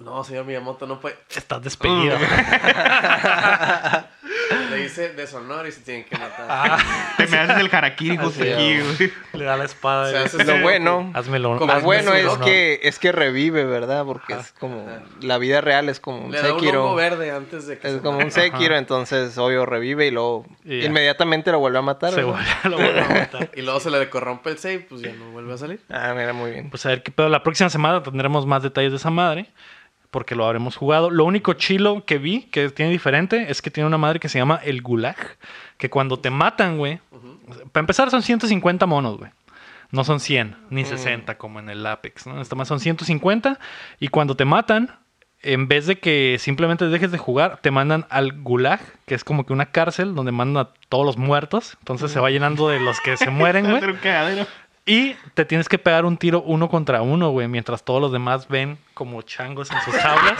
C: No, señor Miyamoto, no puede.
A: Estás despedido.
C: Le dice deshonor y se tienen que matar.
D: Te me haces el harakiri Joseki, güey.
A: Le da la espada.
C: O sea,
A: y-
C: eso
B: Lo bueno,
A: Hazmelo.
C: Como
B: lo
A: hazme
B: bueno
A: su
B: es
A: honor.
B: que es que revive, ¿verdad? Porque es como la vida real es como un
C: Le da un hongo
B: Sekiro.
C: verde antes de que
B: Es
C: se
B: como
C: mate.
B: un Sekiro, entonces obvio revive y luego
A: Y ya.
B: inmediatamente lo vuelve a matar.
A: Se
B: ¿verdad?
A: vuelve- lo vuelve a matar.
C: Y luego se le corrompe el save, pues ya no vuelve a salir.
B: Ah, mira, muy bien.
A: Pues a ver qué pedo. La próxima semana tendremos más detalles de esa madre. Porque lo habremos jugado. Lo único chilo que vi que tiene diferente es que tiene una madre que se llama el gulag. Que cuando te matan, güey. Para empezar, son 150 monos, güey. No son 100 ni 60 como en el Apex, ¿no? Esta más son 150 y cuando te matan en vez de que simplemente dejes de jugar, te mandan al gulag, que es como que una cárcel donde mandan a todos los muertos. Entonces se va llenando de los que se mueren,
D: Está
A: güey.
D: otro cagadero.
A: Y te tienes que pegar un tiro uno contra uno, güey, mientras todos los demás ven como changos en sus tablas.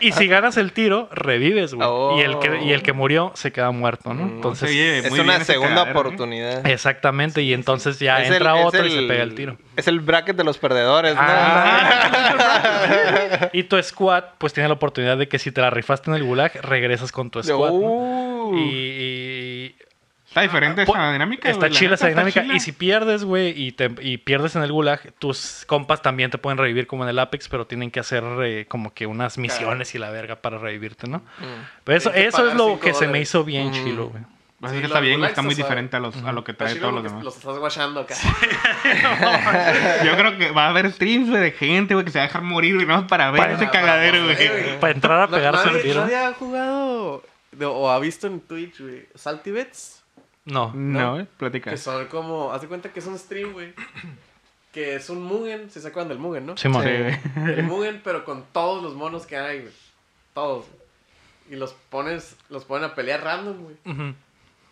A: y si ganas el tiro, revives, güey.
B: Oh. Mm,
A: Y, el que, y el que murió se queda muerto, ¿no? Entonces,
D: oye,
B: Es
D: muy bien
B: una
D: ese
B: segunda
D: cagadero, ¿eh?
B: oportunidad.
A: exactamente. Y entonces ya
B: Es el-
A: entra
B: es
A: otro y
B: el-
A: se pega el tiro.
B: Es el bracket de los perdedores, ¿no?
A: Ah. y tu squad, pues tiene la oportunidad de que si te la rifaste en el gulag, regresas con tu squad. ¿no?
B: Uh.
A: Y- y
D: Está diferente
A: Pues,
D: esa dinámica.
A: Está
D: güey, la
A: chila
D: neta,
A: esa
D: está
A: dinámica.
D: chila.
A: Y si pierdes, güey, y, te- y pierdes en el gulag, tus compas también te pueden revivir como en el Apex, pero tienen que hacer eh, como que unas misiones y la la verga para revivirte, ¿no?
B: Mm.
A: Pero eso,
C: Tienes que
A: eso es
C: pagar
A: lo
C: cinco
A: que se me
C: dólares.
A: hizo bien chilo, güey.
D: Pues
C: Sí,
D: es que
C: los
D: está bien, güey,
C: gulags
D: está muy
C: está suave.
D: diferente a, los, a lo que
C: Está
D: trae
C: chido
D: todos los
C: porque
D: demás.
C: Los estás guachando acá.
D: Yo creo que va a haber streams güey, de gente, güey, que se va a dejar morir, güey, no para ver
A: Para-
D: ese cagadero,
C: para-
D: güey.
C: güey.
A: Para entrar a
C: Na-
A: pegarse el
C: nadie,
A: tiro.
C: nadie ha jugado de- o ha visto en Twitch, güey, Salty Bets,
A: No.
D: No, eh, platica.
C: que son como, haz de cuenta que es un stream, güey, que es un Mugen, si se acuerdan del Mugen, ¿no?
A: Simón.
D: Sí, güey.
C: El Mugen, pero con todos los monos que hay, güey, todos. Y los pones, los ponen a pelear random, güey.
A: Ujú.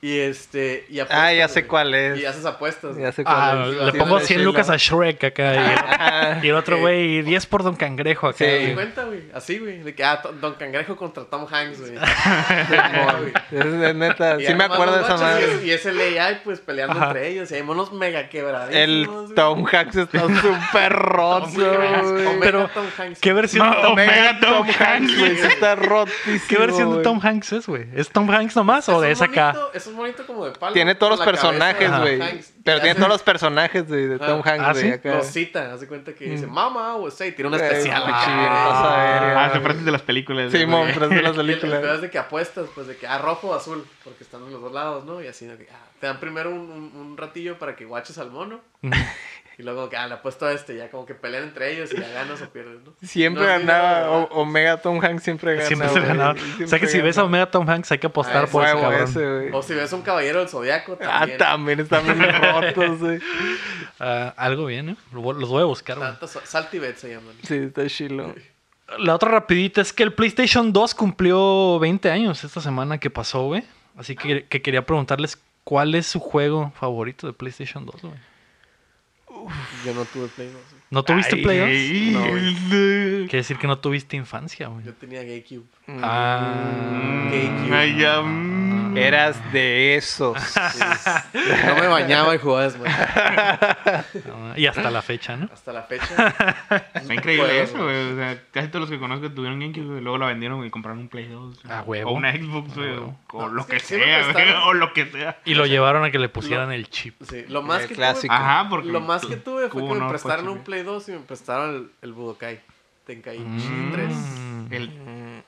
C: Y este, y apuestas,
B: Ah, ya sé
C: güey.
B: cuál es.
C: Y haces apuestas.
B: Ya sé cuál
A: Ah,
B: es.
A: le
B: Sí,
A: pongo
B: sí,
A: 100
B: sí,
A: lucas
B: la-
A: a Shrek acá. y el- Y el otro
C: Eh,
A: güey, 10 por Don Cangrejo acá.
B: Sí.
C: ¿Te
A: güey.
C: das cuenta, güey? Así, güey. De que, ah, to- Don Cangrejo contra Tom Hanks, güey. Simón, güey.
B: Es, es neta,
C: Y
B: sí me
C: además
B: acuerdo de
C: los
B: esa
C: machos
B: madre.
C: Y es, y es el AI, pues peleando
A: Ajá.
C: entre ellos. Y hay monos mega quebradísimos.
B: El
C: güey.
B: Tom Hanks está súper roto,
C: Hanks,
B: güey.
C: Omega
A: Pero-
C: Tom Hanks.
A: ¿Qué versión, de,
D: No,
A: Tom,
D: Omega Tom Hanks,
B: Hanks, güey, sí está rotísimo.
A: ¿qué versión de
B: güey.
A: Tom Hanks es, güey? ¿Es Tom Hanks nomás o
C: un
A: de esa acá?
C: monito- Es un bonito como de palo.
B: Tiene todos los
C: con la cabeza
B: personajes,
C: de Tom
B: güey.
C: Hanks.
B: Pero
C: Y
B: tiene
C: hace-
B: todos los personajes güey, de
C: Ah.
B: Tom
A: ¿Ah,
B: Hanks,
A: sí?
B: güey. acá.
C: Los cita, hace cuenta que dice, mamá, o sea, y tiene una
B: Mm. Güey,
C: especial
B: qué
C: acá.
B: chingada verga,
D: Ah, se
B: güey.
D: frases de las películas. güey.
B: Simón, frases de las
C: Y el- el peor
B: películas.
C: es de que apuestas, pues de que ah, rojo o azul, porque están en los dos lados, ¿no? Y así, de que, ah, te dan primero un, un- un ratillo para que guaches al mono.
A: Ujú.
C: Y luego, como que, ah, le apuesto a este, ya como que pelean entre ellos y ya ganas o pierdes, ¿no?
B: Siempre
C: No, sí,
B: ganaba,
C: no, no.
B: o- Omega Tom Hanks siempre ganaba.
A: Siempre es el ganador. O sea que si ves a Omega Tom Hanks hay que apostar
C: Ah,
A: por ese
B: Huevo
A: cabrón.
B: ese, güey.
C: O si ves un caballero del zodiaco,
B: Ah,
C: también.
B: también están bien rotos, güey.
A: Ah, algo bien, ¿eh? Lo voy- Los voy a buscar. güey.
C: Tantas Saltibet se llaman.
B: Sí, está chilo.
A: La otra rapidita es que el PlayStation 2 cumplió 20 años esta semana que pasó, güey. Así que, que quería preguntarles cuál es su juego favorito de PlayStation 2, güey.
C: Yo no tuve Play 2. güey.
A: ¿No tuviste
D: Ay,
A: Play 2?
D: güey.
C: No,
A: Quiere decir que no tuviste infancia, güey.
C: Yo tenía GameCube.
A: Ah.
C: GameCube.
D: Ay, ya, mm.
B: Eras de esos.
C: No me bañaba y jugaba Smash.
A: Ah, Y hasta la fecha, ¿no?
C: Hasta la fecha.
D: Está increíble eso, güey. O sea, casi todos los que conozco tuvieron GameCube, güey, luego la vendieron y compraron un Play 2. güey.
A: Ah, huevo.
D: O una Xbox, güey, o- O lo
C: Sí,
D: que
C: sí me
D: sea, güey.
C: prestaron.
D: O lo que sea.
A: Y lo llevaron a que le pusieran el chip.
C: Sí, lo más
B: El
C: que
B: clásico.
C: tuve.
D: Ajá, porque.
C: Lo más que tuve fue
D: Cubo
C: que me
D: no pues, fue
C: prestaron un
D: chile.
C: Play 2 y me prestaron el, el Budokai Tenkai
A: Mm.
C: 3.
D: El-
B: Mm.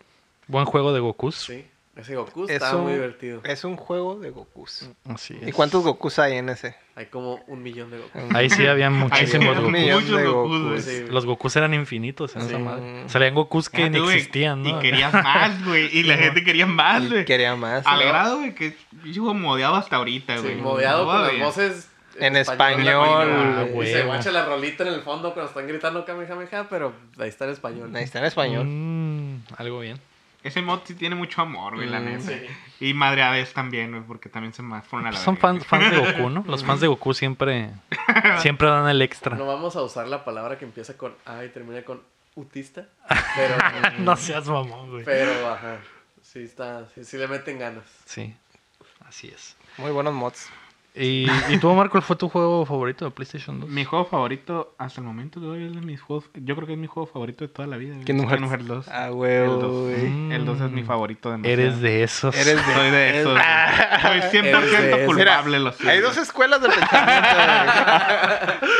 A: Buen juego de Gokus.
C: Sí, ese Goku
B: Es
C: estaba
B: un-
C: muy divertido.
B: Es un juego de Gokus.
A: Así es.
B: ¿Y cuántos Gokus hay en ese?
C: Hay como un millón de
B: Eh,
C: Goku.
A: Ahí sí había muchísimos
D: Muchísimos
A: Gokus.
B: millón
D: Muchos
B: de
D: Gokus,
B: Gokus.
D: güey.
C: Sí, güey.
A: Los Gokus eran infinitos en esa
C: Sí.
A: madre. Salían Gokus que
D: Fíjate,
A: ni
D: Ah, güey,
A: existían, ¿no?
D: Y querías más, güey. Y la gente quería más, güey.
B: Quería más.
D: Al
B: ¿no?
D: grado, güey, que yo modeado hasta ahorita,
C: Sí,
D: güey.
C: modeado
D: No,
C: con las
D: güey.
C: voces eh,
B: En
A: Ah,
B: español.
C: Y
A: güey.
B: güey.
C: se
A: Huevo.
C: guacha la rolita en el fondo cuando están gritando Kamehameha, pero ahí está en español.
B: Ahí está en español.
A: Mm, algo bien.
D: Ese mod sí tiene mucho amor, güey, la
B: Mm.
D: neta.
C: Sí.
D: Y madreades también, güey, porque también se me fueron a la
A: Pues Son
D: verga.
A: fans, fans de Goku, ¿no? Los fans de Goku siempre, siempre dan el extra.
C: No vamos a usar la palabra que empieza con A y termina con utista, pero,
A: No seas mamón, güey.
C: pero ajá, sí, está, sí, sí le meten ganas.
A: Sí, así es.
B: Muy buenos mods.
A: ¿Y, y tú, Marco, cuál fue tu juego favorito de PlayStation 2?
D: Mi juego favorito hasta el momento todavía es de mis juegos. Yo creo que es mi juego favorito de toda la vida. güey.
B: Kingdom Hearts.
D: 2.
B: Ah,
D: el
B: huevo,
D: 2.
B: güey.
A: güey.
D: El 2 es mi favorito de
A: Mm. Eres de esos.
B: Eres de...
D: Soy de esos. güey. Soy 100%
C: Eres de esos.
D: culpable, lo
B: Hay
D: siento.
B: dos escuelas de pensamiento. güey.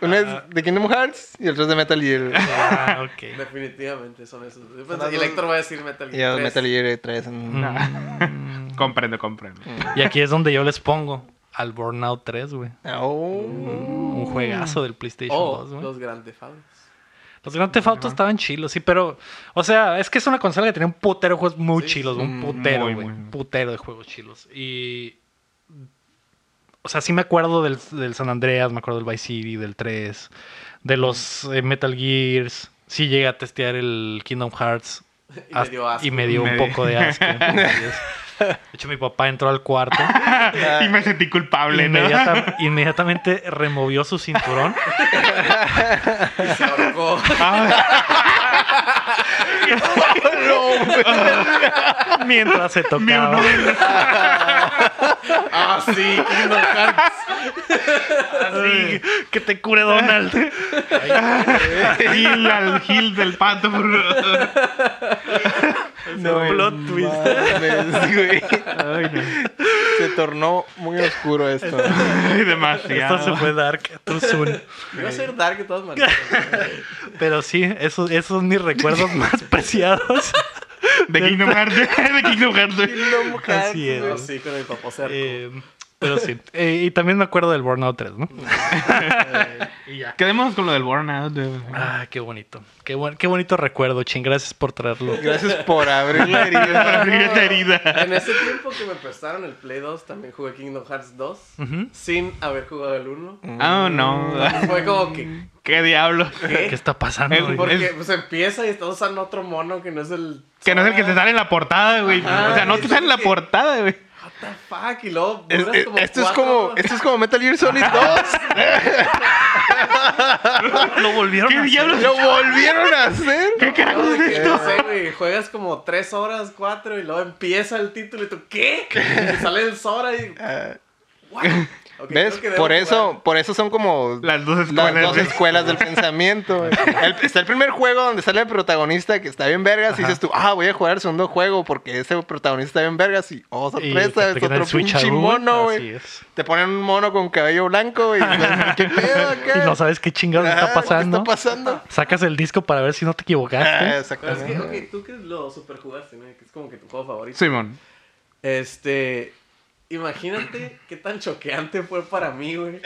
B: Una es de Kingdom Hearts y el otro es de Metal Gear.
A: Ah, ok.
C: Definitivamente son esos. Yo
B: las
C: pensé- Y
B: dos-
C: Lector va a decir Metal
B: Y el
C: Gear.
B: Metal
C: 3.
B: Gear 3. mm.
A: Mm.
D: Comprendo, comprendo.
A: Y aquí es donde yo les pongo al Burnout 3, güey.
B: Ah, oh.
A: Un juegazo del PlayStation
C: O
D: Oh,
A: 2, güey.
C: Oh, los grandes fans.
A: Los Grand Theft Auto estaban chilos, sí, pero. O sea, es que es una consola que tenía un putero de juegos muy
C: Sí,
A: chilos, un
B: mm,
A: putero,
D: muy,
A: güey.
D: muy.
A: Un putero de juegos chilos. Y. O sea, sí me acuerdo del, del San Andreas, me acuerdo del Vice City, del 3, de los eh, Metal Gears. sí llegué a testear el Kingdom Hearts
C: Y me dio asco.
A: Ah, y me dio
D: Me
A: un
D: dio-
A: poco de asco. De hecho, mi papá entró al cuarto.
D: y me sentí culpable, ¿no?
A: Inmediata- inmediatamente removió su cinturón.
C: Y se ahorcó.
A: Mientras se
D: Mira,
A: tocaba.
D: no.
C: ah, sí, Kingdom Hearts.
A: Así, que te cure Donald.
D: Gil al Gil del pato.
A: No, plot twist.
B: Mames, güey.
D: Ay, no.
B: Se tornó muy oscuro esto.
D: Ay,
A: Esto se
D: demasiado.
A: fue dark, too soon.
C: Iba a ser dark de todas maneras.
A: Pero sí, esos, esos son mis recuerdos más preciados.
D: De Kingdom Hearts. De Kingdom Hearts.
B: Kingdom Hearts,
A: Así es.
C: No, sí, con el papá cerco.
A: Eh, pero sí. Eh, y también me acuerdo del Burnout 3, ¿no?
D: Quedémonos con lo del Burnout. de-
A: Ah, qué bonito. Qué, buen- qué bonito recuerdo, ching. Gracias por traerlo.
B: Gracias por abrir la
D: Para
B: herida.
D: abrir esta herida.
C: En ese tiempo que me prestaron el Play 2, también jugué Kingdom Hearts 2
A: Ujú.
C: sin haber jugado el 1.
D: Oh, no.
C: Fue como que.
D: ¿Qué diablos?
C: ¿Qué?
A: ¿Qué está pasando?
D: Eh,
A: güey?
C: Porque
D: Es-
C: pues empieza y está usando otro mono que no es el.
D: Que no es el que te sale en la portada, güey.
C: Ajá,
D: O sea, no te
C: es
D: sale en la
C: que-
D: portada, güey.
C: What the fuck? Y luego.
B: Es-
C: duras
B: es-
C: como
B: esto, es
C: cuatro
B: como,
C: horas.
B: esto es como Metal Gear Solid 2.
A: Lo volvieron
D: ¿Qué
A: a hacer.
D: diablos?
B: Lo volvieron a hacer.
D: ¿Qué carajos
C: No,
D: es
C: de que,
D: esto?
C: no sé, güey, juegas como tres horas, cuatro, y luego empieza el título y tú, ¿qué? Y sale el Sora y...
D: Ah.
C: ¿What? Ok,
B: ¿Ves?
C: creo que debo
B: Por eso,
C: jugar.
B: por eso son como
D: Las dos
B: las
D: escuelas.
B: dos
D: güey.
B: escuelas del pensamiento. güey. El- está el primer juego donde sale el protagonista que está bien vergas y dices tú, ah, voy a jugar el segundo juego porque ese protagonista está bien vergas y, oh,
A: Y
B: sorpresa,
A: te
B: es
A: quitan el
B: otro
A: Switch a
B: pinche
A: Google.
B: mono,
A: Así
B: güey.
A: es.
B: Te ponen un mono con cabello blanco güey, y dices, ¿qué pedo acá?
A: Y no sabes qué chingados
B: Ajá,
A: está pasando.
B: ¿Qué está pasando?
A: Sacas el disco para ver si no te
B: Ah,
A: equivocaste.
C: Pero es
B: exactamente.
C: que, ok, tú que lo superjugaste, ¿no? Que es como que tu juego favorito.
D: Simón.
C: Este... Imagínate qué tan choqueante fue para mí, güey.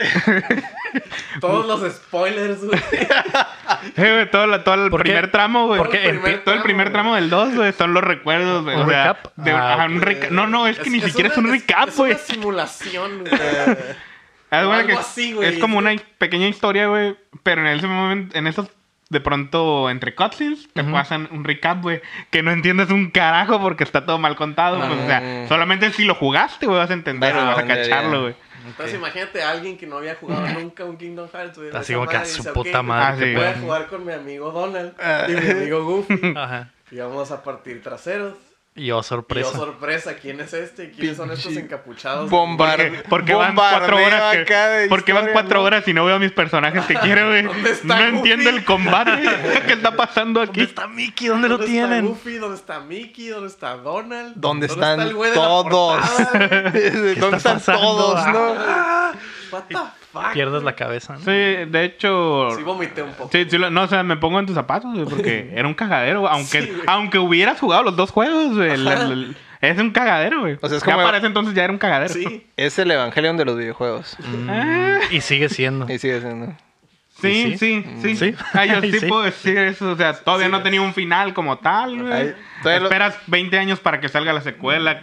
C: Todos los spoilers, güey.
D: Eh, güey, todo, la- todo el
A: ¿Por qué?
D: primer tramo, güey.
A: ¿Por qué?
D: Todo el
C: Primer
D: todo el primer
C: tramo,
D: tramo del 2, güey, son los recuerdos, güey.
A: ¿Un
D: O sea,
A: recap?
D: de-
A: Ah,
D: ajá, un reca- No, no, es que ni siquiera es
C: una-
D: un recap, güey.
C: Es, una simulación, güey.
D: Haz de cuenta
C: algo
D: que
C: así, güey.
D: Es como una pequeña historia, güey. Pero en ese momento, en esos, de pronto, entre cutscenes, te
A: Ujú.
D: pasan un recap, güey. Que no entiendes un carajo porque está todo mal contado.
B: Ah.
D: pues, o sea, solamente si lo jugaste, güey, vas a entender,
B: Vas a
D: güey, vas a
B: entender, ya.
D: cacharlo, güey.
C: Entonces imagínate a alguien que no había jugado nunca un Kingdom Hearts, güey.
A: Así
C: esa
A: como que a
C: madre,
A: su
C: dice,
A: puta
C: "Ok,
A: madre.
D: Ah, sí.
C: Voy
A: güey.
C: a jugar con mi amigo Donald y mi amigo Goofy.
A: Ajá.
C: Y vamos a partir traseros.
A: Y oh,
C: Y oh,
A: sorpresa.
C: sorpresa, ¿quién es este? ¿Quiénes son estos
B: Pinche
C: encapuchados?
B: Bombarde.
D: Porque van cuatro horas. que- porque van cuatro horas y no veo a mis personajes que quiero, güey.
C: ¿Dónde está
D: No
C: Goofy?
D: entiendo el combate. ¿Qué está pasando
A: ¿Dónde
D: aquí?
A: está Mickey? ¿Dónde lo
C: está
A: tienen?
C: Goofy? ¿Dónde está Mickey? ¿Dónde está Donald?
B: ¿Dónde
C: está
B: están
C: el güey de la
B: todos?
C: portada, güey?
B: ¿Dónde
A: está
B: están todos,
A: pasando? Ah.
B: no?
C: What the fuck?
A: Pierdes la cabeza, ¿no?
D: Sí, de hecho.
C: Sí vomité un poco.
D: Sí, sí, lo- no, o sea, me pongo en tus zapatos, güey, porque era un cagadero, güey. aunque,
C: Sí, güey.
D: aunque hubieras jugado los dos juegos, güey. el- el- el- es un cagadero, güey.
B: O sea, es
D: ya
B: como-
D: para ese entonces ya era un cagadero.
C: Sí.
B: Es el Evangelion de los videojuegos.
A: Mm.
D: Ah,
A: Y sigue siendo.
B: Y sigue siendo.
A: ¿Y
D: sí, sí, sí.
A: Sí.
D: Ah, yo sí,
A: Sí.
D: puedo decir eso. O sea, todavía
C: Sí,
D: no
C: güey.
D: tenía un final como tal, güey.
B: Ahí- todavía lo-
D: Esperas 20 años para que salga la secuela.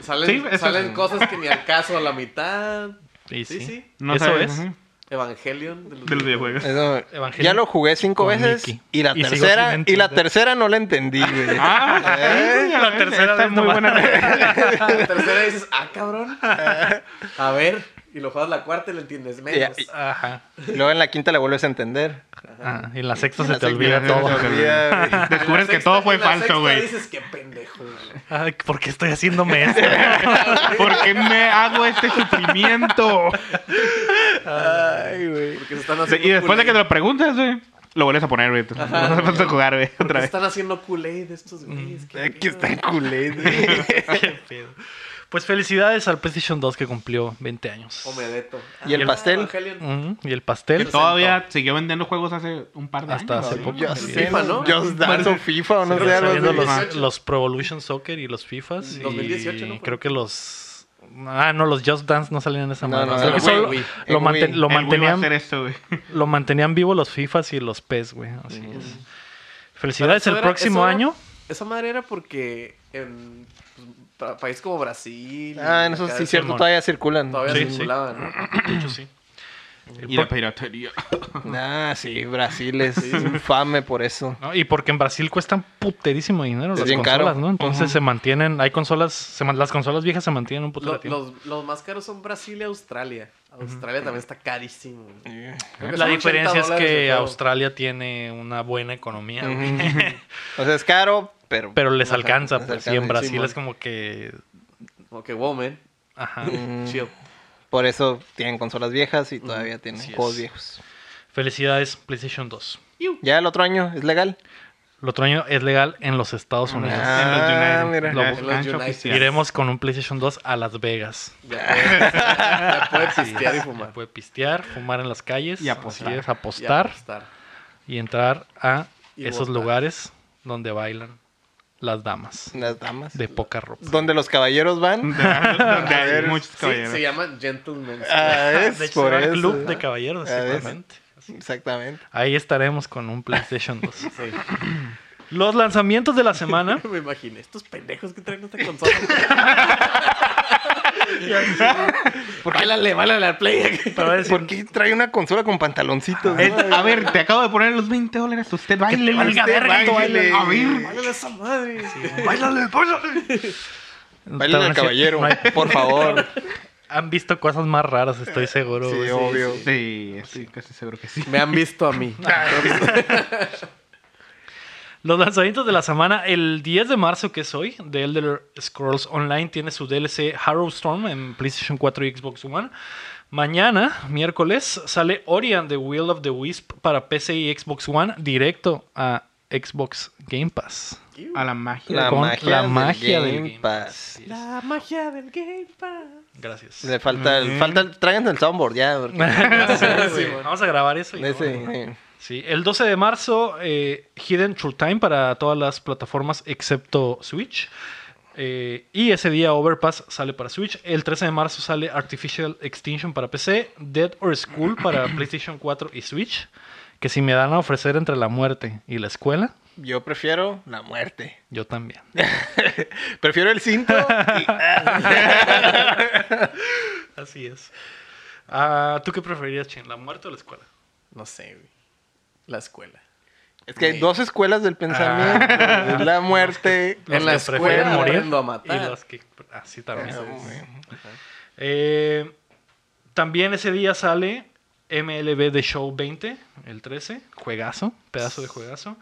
C: Salen,
D: Sí, eso
C: salen
D: sí.
C: cosas que ni al caso a la mitad.
A: Y
C: Sí,
A: sí.
C: sí.
D: No
A: ¿Eso
D: sabes,
A: es?
D: ajá,
C: Evangelion de los
D: De los videojuegos.
B: Eso-
A: Evangelion
B: ya lo jugué cinco
A: con
B: veces
A: Mickey.
B: y la
A: Y sigo sin
B: tercera y la
A: entender.
B: tercera no la entendí, güey.
D: Ah,
B: Eh,
D: sí,
A: la
D: güey,
A: tercera
D: esta
A: vez
D: es muy
A: nomás.
D: buena.
C: La tercera dices, ah, cabrón. A ver. Y lo juegas la cuarta y lo entiendes menos.
B: Ya,
A: Ajá.
B: Y luego en la quinta la vuelves a entender.
A: Ajá. Ah, Y en la sexta
B: En
A: se
B: la
A: te
B: sexta
A: olvida
D: se te
A: todo.
B: Se olvida, güey.
C: En la
D: Descubres que
C: sexta-
D: todo fue
C: en la sexta
D: falso, güey.
C: dices, qué pendejo. güey".
A: Ay, ¿Por qué estoy haciéndome esto?
D: ¿Por qué me hago este sufrimiento?
B: Ay, güey.
C: Porque se están
D: Sí,
C: haciendo
D: y después de que te
C: Kool-Aid.
D: lo preguntas, güey, lo vuelves a poner, güey. No hace falta jugar, güey,
C: Porque
D: otra
C: se
D: vez.
C: están haciendo Kool-Aid estos güeyes. qué
B: Aquí
C: pedo.
B: está culé. güey.
A: Qué pedo. Pues felicidades al PlayStation 2 que cumplió 20 años.
C: Oh, Omedeto.
B: ¿Y el
C: Ah,
B: pastel?
C: Evangelion.
A: Ujú, Y el pastel.
D: Todavía siguió vendiendo juegos hace un par de
A: Hasta
D: años.
A: hace
D: ¿no?
A: poco.
B: Yo
A: Sí.
B: sé,
C: FIFA, ¿no?
B: Just Dance o FIFA o no
C: Sí,
B: sé.
C: pero
B: algo
A: Saliendo
C: saliendo
B: así.
A: los,
C: 2018.
A: los Pro Evolution Soccer y los FIFAs. y
C: 2018, ¿no?
A: Creo que los. Ah, no, los Just Dance no salían en esa
B: No,
A: mano.
B: no,
A: Creo
B: el
A: que solo
B: Wii,
A: lo,
B: el
A: manten-
B: Wii.
A: lo
D: El güey va a
A: mantenían,
D: hacer esto, güey.
A: lo mantenían vivo los FIFAs y los PES, güey. Así es.
C: Pero
A: Felicidades
C: eso
A: el
C: era-
A: próximo
C: eso era-
A: año.
C: Esa madre era porque en pues, pa- país como Brasil.
B: Ah,
C: y
B: en eso
C: acá
B: sí
C: de-
B: cierto,
A: Simón.
B: todavía circulan.
C: Todavía
A: Sí,
C: se
A: sí.
C: circulaban. ¿no?
A: De hecho, sí.
D: Y la piratería.
B: Ah, sí, Brasil es infame por eso.
A: ¿no? Y porque en Brasil cuestan puterísimo dinero
B: Es
A: las
B: bien
A: consolas,
B: caro.
A: ¿no? Entonces se mantienen, hay consolas, se man- las consolas viejas se mantienen un putero
C: Lo-
A: de tiempo.
C: los, los más caros son Brasil y Australia. Australia también está carísimo. güey. Creo que
A: La
C: son 80
A: diferencia es
C: dólares el
A: que
C: juego.
A: Australia tiene una buena economía, güey.
B: O sea, es caro, pero...
A: pero les
B: Ajá,
A: alcanza,
B: les
A: pues,
B: alcanza,
A: y en Brasil
C: Simón.
A: es como que...
C: Como que wow, man.
A: Ajá.
B: Mm,
C: Chill.
B: Por eso tienen consolas viejas y todavía tienen
A: Mm, Así
B: juegos
A: es.
B: viejos.
A: Felicidades, PlayStation 2.
B: Ya el otro año es legal.
A: El otro año es legal en los Estados Unidos.
B: Ah,
D: en los
B: mira.
D: United.
A: Lo-
D: Ya,
A: en
D: es
C: los
D: cancha
C: United.
D: oficial.
A: Iremos con un PlayStation 2 a Las Vegas.
C: Ya puede, ya puede pistear y
A: Ya
C: fumar.
A: puede pistear, fumar en las calles.
D: Y apostar.
A: así es,
C: Ya
A: apostar y entrar a
C: Y
A: esos
C: votar.
A: lugares donde bailan las damas
B: Las damas.
A: de poca ropa.
B: Donde los caballeros van.
D: Donde hay
B: ver,
D: muchos
C: Sí,
D: caballeros.
A: Eh,
C: se llaman gentlemen.
B: Ah, es
A: De hecho,
B: por
A: se llama
B: eso.
A: Club de Caballeros,
B: Ya ves.
A: exactamente.
B: Exactamente.
A: Ahí estaremos con un PlayStation 2.
C: Sí.
A: Los lanzamientos de la semana.
C: Me imaginé, estos pendejos que traen esta consola. Bálale, bálale al play.
A: Pero voy a decir,
B: ¿Por qué trae una consola con
A: Ah,
B: pantaloncitos?
D: Es-
B: no?
D: a ver, te acabo de poner los 20 dólares. Usted baile.
A: valga verga, tú
B: baile.
D: A ver.
C: Bálale a esa madre.
A: "Báilale, báilale". Te
B: Bailen
A: van a decir,
B: al caballero,
A: "No hay-
B: por favor.
A: Han visto cosas más raras, estoy seguro.
B: Sí,
A: güey.
B: obvio.
D: Sí, estoy casi seguro que sí.
C: Me han visto a mí.
A: Los lanzamientos de la semana, el 10 de marzo, que es hoy, de Elder Scrolls Online, tiene su DLC Harrowstorm en PlayStation 4 y Xbox One. Mañana, miércoles, sale Ori and the Will of the Wisp para PC y Xbox One directo a Xbox Game Pass.
D: A la magia.
B: La
A: Con
B: magia,
A: la
B: del
A: magia del
B: Game
A: Game
B: Pass.
C: La magia del Game Pass.
A: Gracias.
B: Le falta el, falta el, tráiganse el soundboard ya. porque-
A: Sí, güey.
C: bueno.
A: Vamos a grabar eso. y
B: ese, eh,
A: lo vamos a-
B: sí.
A: Sí, el 12 de marzo, eh, Hidden True Time para todas las plataformas excepto Switch. Eh, y ese día Overpass sale para Switch. El 13 de marzo sale Artificial Extinction para PC, Dead or School para PlayStation 4 y Switch. Que si me dan a ofrecer entre la muerte y la escuela,
B: Yo prefiero la muerte.
A: yo también.
B: Prefiero el cinto.
A: Así es. Ah, ¿Tú qué preferirías, Chin? ¿La muerte o la escuela?
C: No sé, güey. La escuela.
B: Es que hay
A: Eh,
B: dos escuelas del pensamiento.
A: ah.
B: es la muerte.
A: Los
C: En la
A: que
C: escuela
A: prefieren
C: aprendo a matar.
A: Y los que... Así también. Eh, también ese día sale MLB The Show 20, el 13, juegazo, pedazo de juegazo.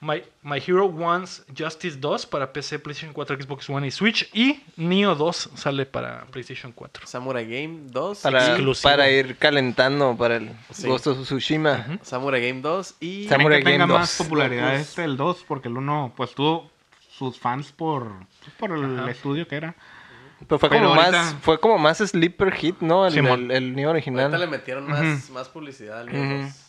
A: My, My Hero Wants Justice 2 para PC, PlayStation 4, Xbox One y Switch. Y Neo 2 sale para PlayStation 4.
C: Samurai Game 2.
B: Para,
C: y-
A: Exclusivo.
B: para ir calentando para el
C: Sí.
B: Ghost of Tsushima.
C: Samurai Game 2 y.
B: Samu- Samurai
D: que tenga
B: Game
D: más
B: 2.
D: popularidad
C: Pues-
D: este, el 2, porque el 1, pues tuvo sus fans por, por el estudio que era.
B: Pero fue
D: Pero
B: como más
D: ahorita-
B: fue como más sleeper hit, ¿no? El,
A: Simón.
B: el, el Neo
C: Ahorita le
B: original.
C: metieron más, más publicidad al Neo
B: Ujú.
C: 2.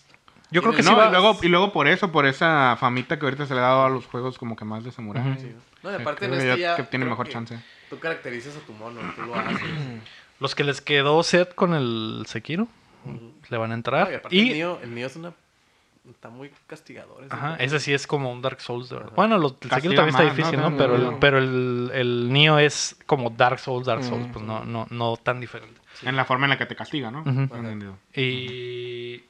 A: Yo creo
C: Y
A: que
C: en
A: sí
C: el-
D: No,
A: va-
D: y, luego, y luego por eso, por esa famita que ahorita se le ha dado a los juegos como que más de samurai.
A: Ujú.
C: Sí. No, y aparte en
D: Creo que
C: este
D: ya
C: ya.
D: que tiene
C: creo
D: mejor chance.
C: Tú caracterizas a tu mono, tú lo haces.
A: Los que les quedó set con el Sekiro
C: Ujú.
A: le van a
C: No, y
A: entrar.
C: aparte
A: Ah, Y,
C: el Neo, el Neo es una. Está muy castigador. ese
A: ajá,
C: juego.
A: ese sí es como un Dark Souls. de verdad. Bueno, los- el Sekiro
D: Castiga
A: también está
D: más, ¿no?
A: difícil, ¿no?
D: También,
A: Pero, el,
B: ¿no?
A: pero el, el Neo es como Dark Souls, Dark Souls.
B: Ujú.
A: Pues no, no, no tan diferente.
D: En la forma en la que te castiga, ¿no?
A: Ujú.
D: Tengo entendido.
A: Y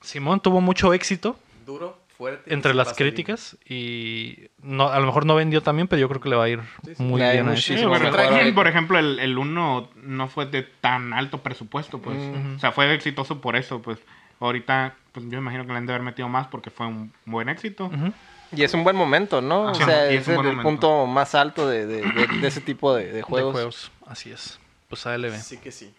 A: Simón tuvo mucho éxito
C: Duro, fuerte. y
A: entre
C: sin
A: las
C: vaselina.
A: críticas y no, a lo mejor no vendió también, pero yo creo que le va a ir
C: Sí, sí.
A: muy
B: Le va a ir
A: bien. a
B: muy
A: ese.
D: Sí,
B: Sí,
D: bueno,
B: mejor
D: por
B: ahorita.
D: ejemplo, por ejemplo, el, el 1 no fue de tan alto presupuesto, pues. O sea, fue exitoso por eso, pues. Ahorita, pues yo imagino que le han de haber metido más porque fue un buen éxito.
A: Ujú.
B: Y es un buen momento,
A: Ah,
B: ¿no?
D: Ajá,
B: o sea,
D: y
B: es,
D: es un
B: el,
D: buen
B: el
D: momento.
B: punto más alto de, de- de- de ese tipo de, de
A: De
B: juegos.
A: juegos, así es. Pues ALB.
C: Sí que sí.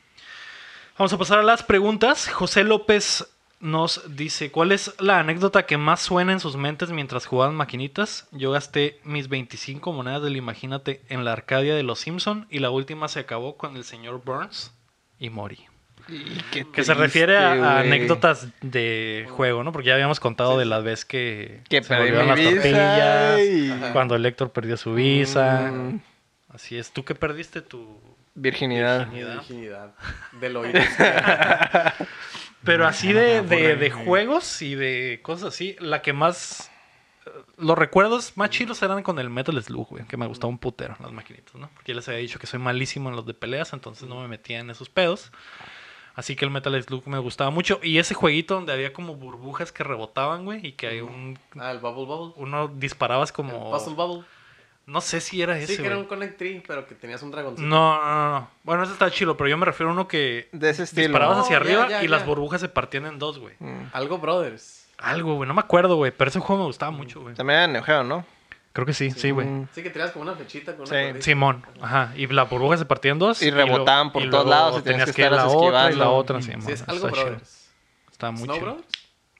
A: Vamos a pasar a las preguntas. José López nos dice, ¿cuál es la anécdota que más suena en sus mentes mientras jugaban maquinitas? Yo gasté mis 25 monedas del Imagínate en la Arcadia de los Simpson y la última se acabó con el señor Burns y Mori.
B: Y qué
A: Que se
B: triste,
A: refiere a, a
B: güey.
A: anécdotas de juego, ¿no? Porque ya habíamos contado de la vez que,
B: Que
A: se
B: perdí
A: volvieron
B: mi
A: las
B: visa.
A: tortillas,
B: y-
C: Ajá.
A: cuando el Héctor perdió su visa.
B: Mm.
A: Así es. ¿Tú que perdiste tu...?
B: Virginidad.
A: Virginidad.
C: La
A: Virginidad.
C: virginidad del oído. izquierdo.
A: Pero así de, de, de
D: borra-
A: juegos y de cosas así, la que más... eh, Los recuerdos más chidos eran con el Metal Slug, güey, que me gustaba un putero, las maquinitas, ¿no? Porque ya les había dicho que soy malísimo en los de peleas, entonces no me metía en esos pedos. Así que el Metal Slug me gustaba mucho. Y ese jueguito donde había como burbujas que rebotaban, güey, y que hay un,
C: Ah, el Bubble Bubble.
A: uno disparabas
C: El
A: como...
C: Puzzle Bubble.
A: No sé si era ese,
C: Sí, que era
A: güey.
C: un Connect Tree, pero que tenías un dragoncito.
A: No, no, no, no. Bueno, ese está chilo, pero yo me refiero a uno que
B: De ese estilo.
A: disparabas
C: No,
A: hacia
C: ya,
A: arriba
C: ya,
A: y
C: ya.
A: las burbujas se partían en dos, güey.
B: Mm.
C: Algo Brothers.
A: Algo, güey. No me acuerdo, güey. Pero ese juego me gustaba mucho, güey.
B: También era de Neo Geo, ¿no?
A: Creo que sí, sí, güey.
B: Mm.
C: Sí, que tenías como una flechita con una
B: Sí.
C: cuerdita.
A: Simón, ajá, y las burbujas se partían en dos
B: Y rebotaban
A: luego-
B: por
A: y
B: todos
A: luego
B: lados y tenías que
A: ir a la
B: estarlas
A: otra y la
B: esquivando.
A: otra, Simón.
C: Mm, Sí, es algo
A: está chido.
C: Brothers.
A: Está muy
C: ¿Snow
A: chido.
C: Brothers?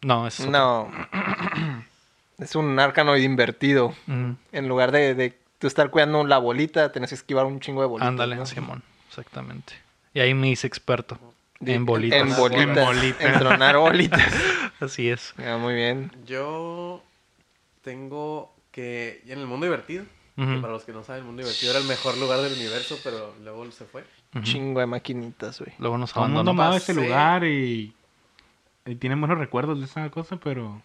A: No, es otro.
B: No. Es un arcanoid invertido.
A: Mm,
B: En lugar de, de tú estar cuidando la bolita, tenés que esquivar un chingo de bolitas.
A: Ándale,
B: ¿no?
A: Simón, exactamente. Y ahí me hice experto
B: Di-
A: en bolitas.
B: En bolitas. En
D: En bolitas.
B: tronar bolitas.
A: Así es.
B: Ya, muy bien.
C: Yo tengo que. y En el mundo divertido.
A: Ujú.
C: que para los que no saben, el mundo divertido era el mejor lugar del universo, pero luego se fue.
A: Ujú.
B: Chingo de maquinitas, güey.
A: Luego nos
D: Todo el mundo
A: abandonó.
D: amaba
C: pasé.
D: ese lugar y, y tiene buenos recuerdos de esa cosa, pero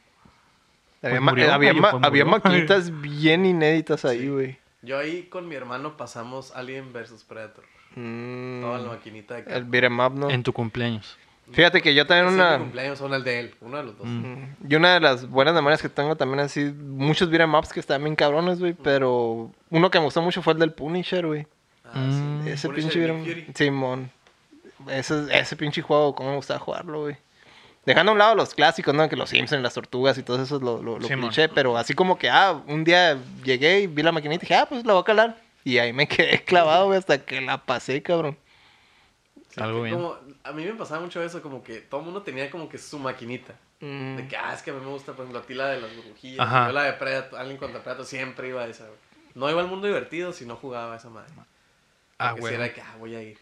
B: Había,
D: Pues
B: ma-
D: murió,
B: había
D: güey,
B: ma-
D: pues
B: había
D: murió.
B: maquinitas bien inéditas ahí,
C: Sí.
B: güey.
C: Yo ahí con mi hermano pasamos Alien vs Predator.
B: Mm,
C: Toda la maquinita de
B: el beat'em up, ¿no?
A: En tu cumpleaños.
B: Fíjate que yo también
C: Ese es mi
B: una...
C: cumpleaños son el de él, uno de los dos.
B: Mm. Y una de las buenas memorias que tengo también así, muchos beat'em ups que están bien cabrones, güey, pero uno que me gustó mucho fue el del Punisher, güey.
C: Ah,
A: Mm.
C: sí.
B: Ese
C: Punisher
B: pinche
C: y Nick
B: beat'em
C: Fury.
B: Simón. Ese, ese pinche juego, cómo me gustaba jugarlo, güey. Dejando a un lado los clásicos, ¿no? Que los Simpsons, las tortugas y todo eso lo, lo, lo
A: Simón.
B: cliché, pero así como que, ah, un día llegué y vi la maquinita y dije, ah, pues la voy a calar. Y ahí me quedé clavado, güey, hasta que la pasé, cabrón.
C: Sí,
A: Algo
C: que
A: bien.
C: como- a mí me pasaba mucho eso, como que todo el mundo tenía como que su maquinita.
B: Mm.
C: De que, ah, es que a mí me gusta, por ejemplo, a ti la de las burbujillas.
A: Ajá.
C: Yo la de Predator, alguien contra Predator, siempre iba a esa. güey. No iba al mundo divertido si no jugaba a esa madre.
A: Ah,
C: Porque si
A: güey.
C: era de que, ah, voy a ir.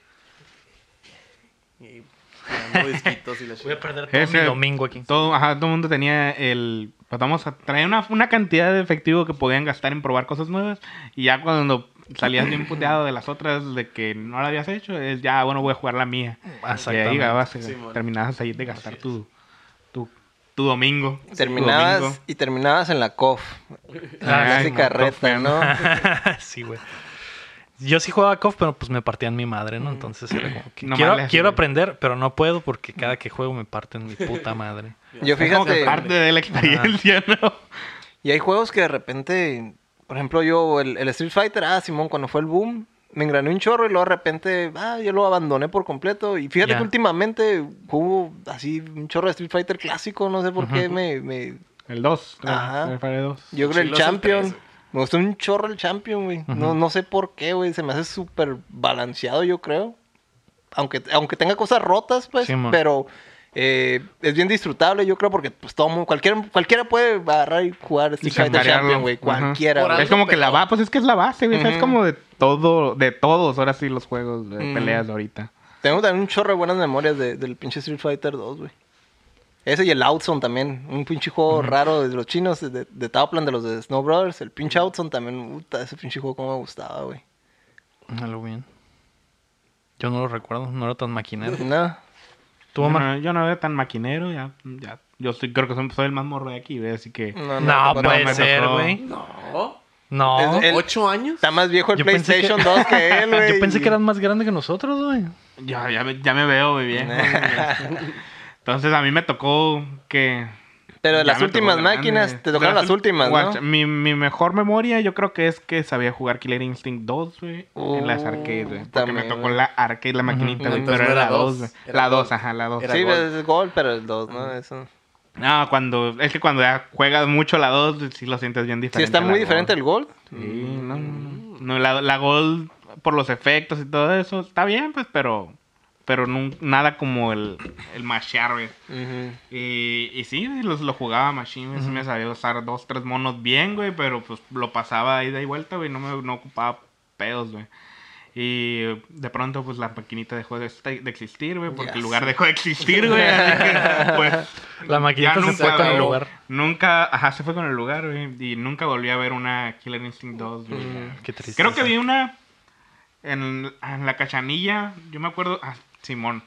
C: Y tirando disquitos y la
A: Voy
C: chingada.
A: a perder todo mi
D: Ese-
A: domingo aquí.
D: todo, ajá, todo el mundo tenía el... Pues vamos a traer una, una cantidad de efectivo que podían gastar en probar cosas nuevas y ya cuando salías bien puteado de las otras de que no la habías hecho, es ya, bueno, voy a jugar la mía. Y ahí
A: Exactamente.
D: acababas,
C: Sí, bueno.
D: terminabas ahí de gastar tu, tu, tu domingo. tu domingo.
B: Terminabas y terminabas en la COF. La
D: Ay,
B: clásica
D: no,
B: reta,
D: Cof,
B: ¿no?
A: sí, güey. Yo sí jugaba COF, pero pues me partían mi madre, ¿no? Entonces era como que
D: Mm. No
A: quiero,
D: males,
A: quiero
D: güey.
A: aprender, pero no puedo porque cada que juego me parten mi puta madre.
B: Yo
D: Es como que
B: fíjate,
D: parte de la experiencia, ¿no?
B: y hay juegos que de repente, por ejemplo, yo, el, el Street Fighter, ah, Simón, cuando fue el boom, me engrané un chorro y luego de repente, ah, yo lo abandoné por completo. Y fíjate
A: Ya.
B: que últimamente hubo así un chorro de Street Fighter clásico, no sé por qué
A: Ujú.
B: me, me-
D: El 2.
B: Ajá.
D: El Fire 2.
B: Yo creo el
C: Chilos el
B: Champion.
C: tres, güey.
B: me gustó un chorro el Champion, güey. no,
A: Ujú.
B: no sé por qué, güey. Se me hace súper balanceado, yo creo. Aunque, aunque tenga cosas rotas, pues.
A: Simón.
B: pero eh, es bien disfrutable, yo creo, porque pues todo mundo, cualquiera, cualquiera puede agarrar y jugar este Street Fighter
D: chambearlo.
B: Champion, güey.
D: Ajá.
B: Cualquiera,
C: Por
B: güey.
C: algo,
D: Es como que la
C: pero-
D: va, pues es que es la base, güey. o sea,
B: Ujú.
D: Es como de todo, de todos, ahora sí, los juegos de
B: Mm.
D: peleas de ahorita.
B: Tengo también un chorro de buenas memorias de- del pinche Street Fighter 2, güey. Ese y el Outzone también. Un pinche juego raro de los chinos, de, de, de Taplan, de los de Snow Brothers. El pinche Outzone también. Puta, ese pinche juego como me gustaba, güey.
D: Mm,
A: Algo bien. Yo no lo recuerdo, no era tan maquinero.
B: No.
A: ¿Tú,
D: Yo
A: mamá?
D: no, yo no era tan maquinero, ya. ya. Yo soy, creo que soy, soy el más morro de aquí, güey. Así que.
A: No,
B: No,
A: pues,
B: no, no,
A: puede
D: me
A: ser,
D: tocó.
A: güey.
C: No.
A: No.
B: Es- El-
C: ¿Ocho años?
B: Está más viejo el
A: Yo pensé
B: PlayStation
A: que-
B: 2 que él, güey.
A: Yo pensé que eran más grandes que nosotros, güey.
D: Ya, ya, me- ya me veo, muy bien. Entonces a mí me tocó que.
B: Pero de
D: ya
B: las
D: me tocó
B: últimas
D: grande.
B: máquinas, te
D: De
B: tocaron las
D: ul-
B: últimas,
D: Guacha,
B: ¿no?
D: Mi, mi mejor memoria yo creo que es que sabía jugar Killer Instinct 2, güey. en las
B: Uh,
D: arcades, güey. Porque me
B: también,
D: tocó
B: güey.
D: la arcade, la maquinita, güey.
C: Entonces no
D: Pero era la
C: era dos,
D: 2, güey.
C: era
D: La
C: dos.
D: 2, ajá, la 2.
C: Era
B: Sí,
C: Gol.
B: pero es Gol, pero el 2, ¿no? Eso.
D: No, cuando. Es que cuando ya juegas mucho la 2, sí lo sientes bien diferente.
B: Sí, está
D: a la
B: muy diferente
D: Gold.
B: el Gold.
D: Sí, no, no, no. No, la, la Gold, por los efectos y todo eso, está bien, pues, pero. Pero nun- nada como el, el mashear, güey.
B: Ujú.
D: Y, y sí, güey, los, lo jugaba Machine, güey. Sí me sabía usar dos, tres monos bien, güey. Pero pues lo pasaba ahí de vuelta, güey. No me no ocupaba pedos, güey. Y de pronto, pues la maquinita dejó de, este- de existir, güey. Porque
B: Ya
D: el lugar dejó de existir, güey. Así que, pues.
A: La maquinita
D: ya
A: se fue con el
D: güey,
A: lugar.
D: Nunca, ajá, se fue con el lugar, güey. Y nunca volví a ver una Killer Instinct 2, güey.
A: Qué triste.
D: Creo que vi una en, en la cachanilla. Yo me acuerdo. Ah, Simón.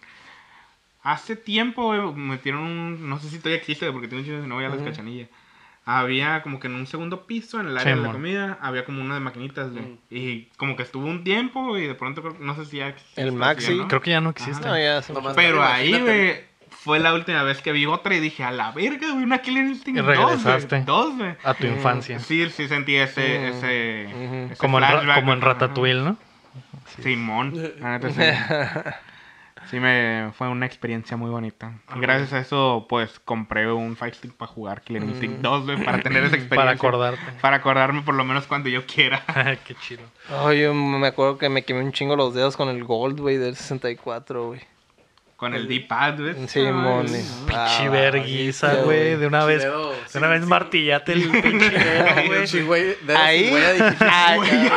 D: Hace tiempo güey, metieron un. No sé si todavía existe porque tengo un chingo de no voy a las cachanillas. había como que en un segundo piso, en el área de la
A: Simón.
D: comida, había como una de maquinitas, güey.
C: Mm.
D: Y como que estuvo un tiempo y de pronto, creo- no sé si ya existe
B: El
D: todavía,
B: Maxi,
D: ¿no? Ah,
A: Creo que ya no existe.
B: No, Ah, ya se me
C: Nomás-
B: fue.
D: Pero ahí,
C: Imagínate.
D: güey, fue la última vez que vi otra y dije, a la verga, güey, una Killer Instinct
A: Y
D: 2, güey,
A: regresaste. Ah,
D: Dos, güey.
A: A tu infancia.
D: Eh, Sí, sí sentí ese,
B: Mm.
D: ese,
B: Ujú.
D: ese
A: Como en, Ra-
D: flashback.
A: como en
D: Ajá.
A: Ratatouille, ¿no?
D: Simón. La neta, sí. Sí me fue una experiencia muy bonita. Y gracias a eso, pues, compré un Fight Stick para jugar Killer Instinct 2, güey, para tener esa experiencia.
A: Para acordarte.
D: Para acordarme por lo menos cuando yo quiera.
A: Qué chido.
B: Ay, yo me acuerdo que me quemé un chingo los dedos con el Gold, güey, del 64, güey.
D: Con el D-pad, güey.
B: Mm, Sí, mon.
A: Este
B: Ah,
A: Pinche verguiza, güey. De una vez,
C: Dedo,
A: de
C: sí,
A: una vez
C: sí.
A: martillate el pinche dedo, güey.
C: Sí, güey, dedos
B: Ahí,
C: sin huella difícil.
B: ahí-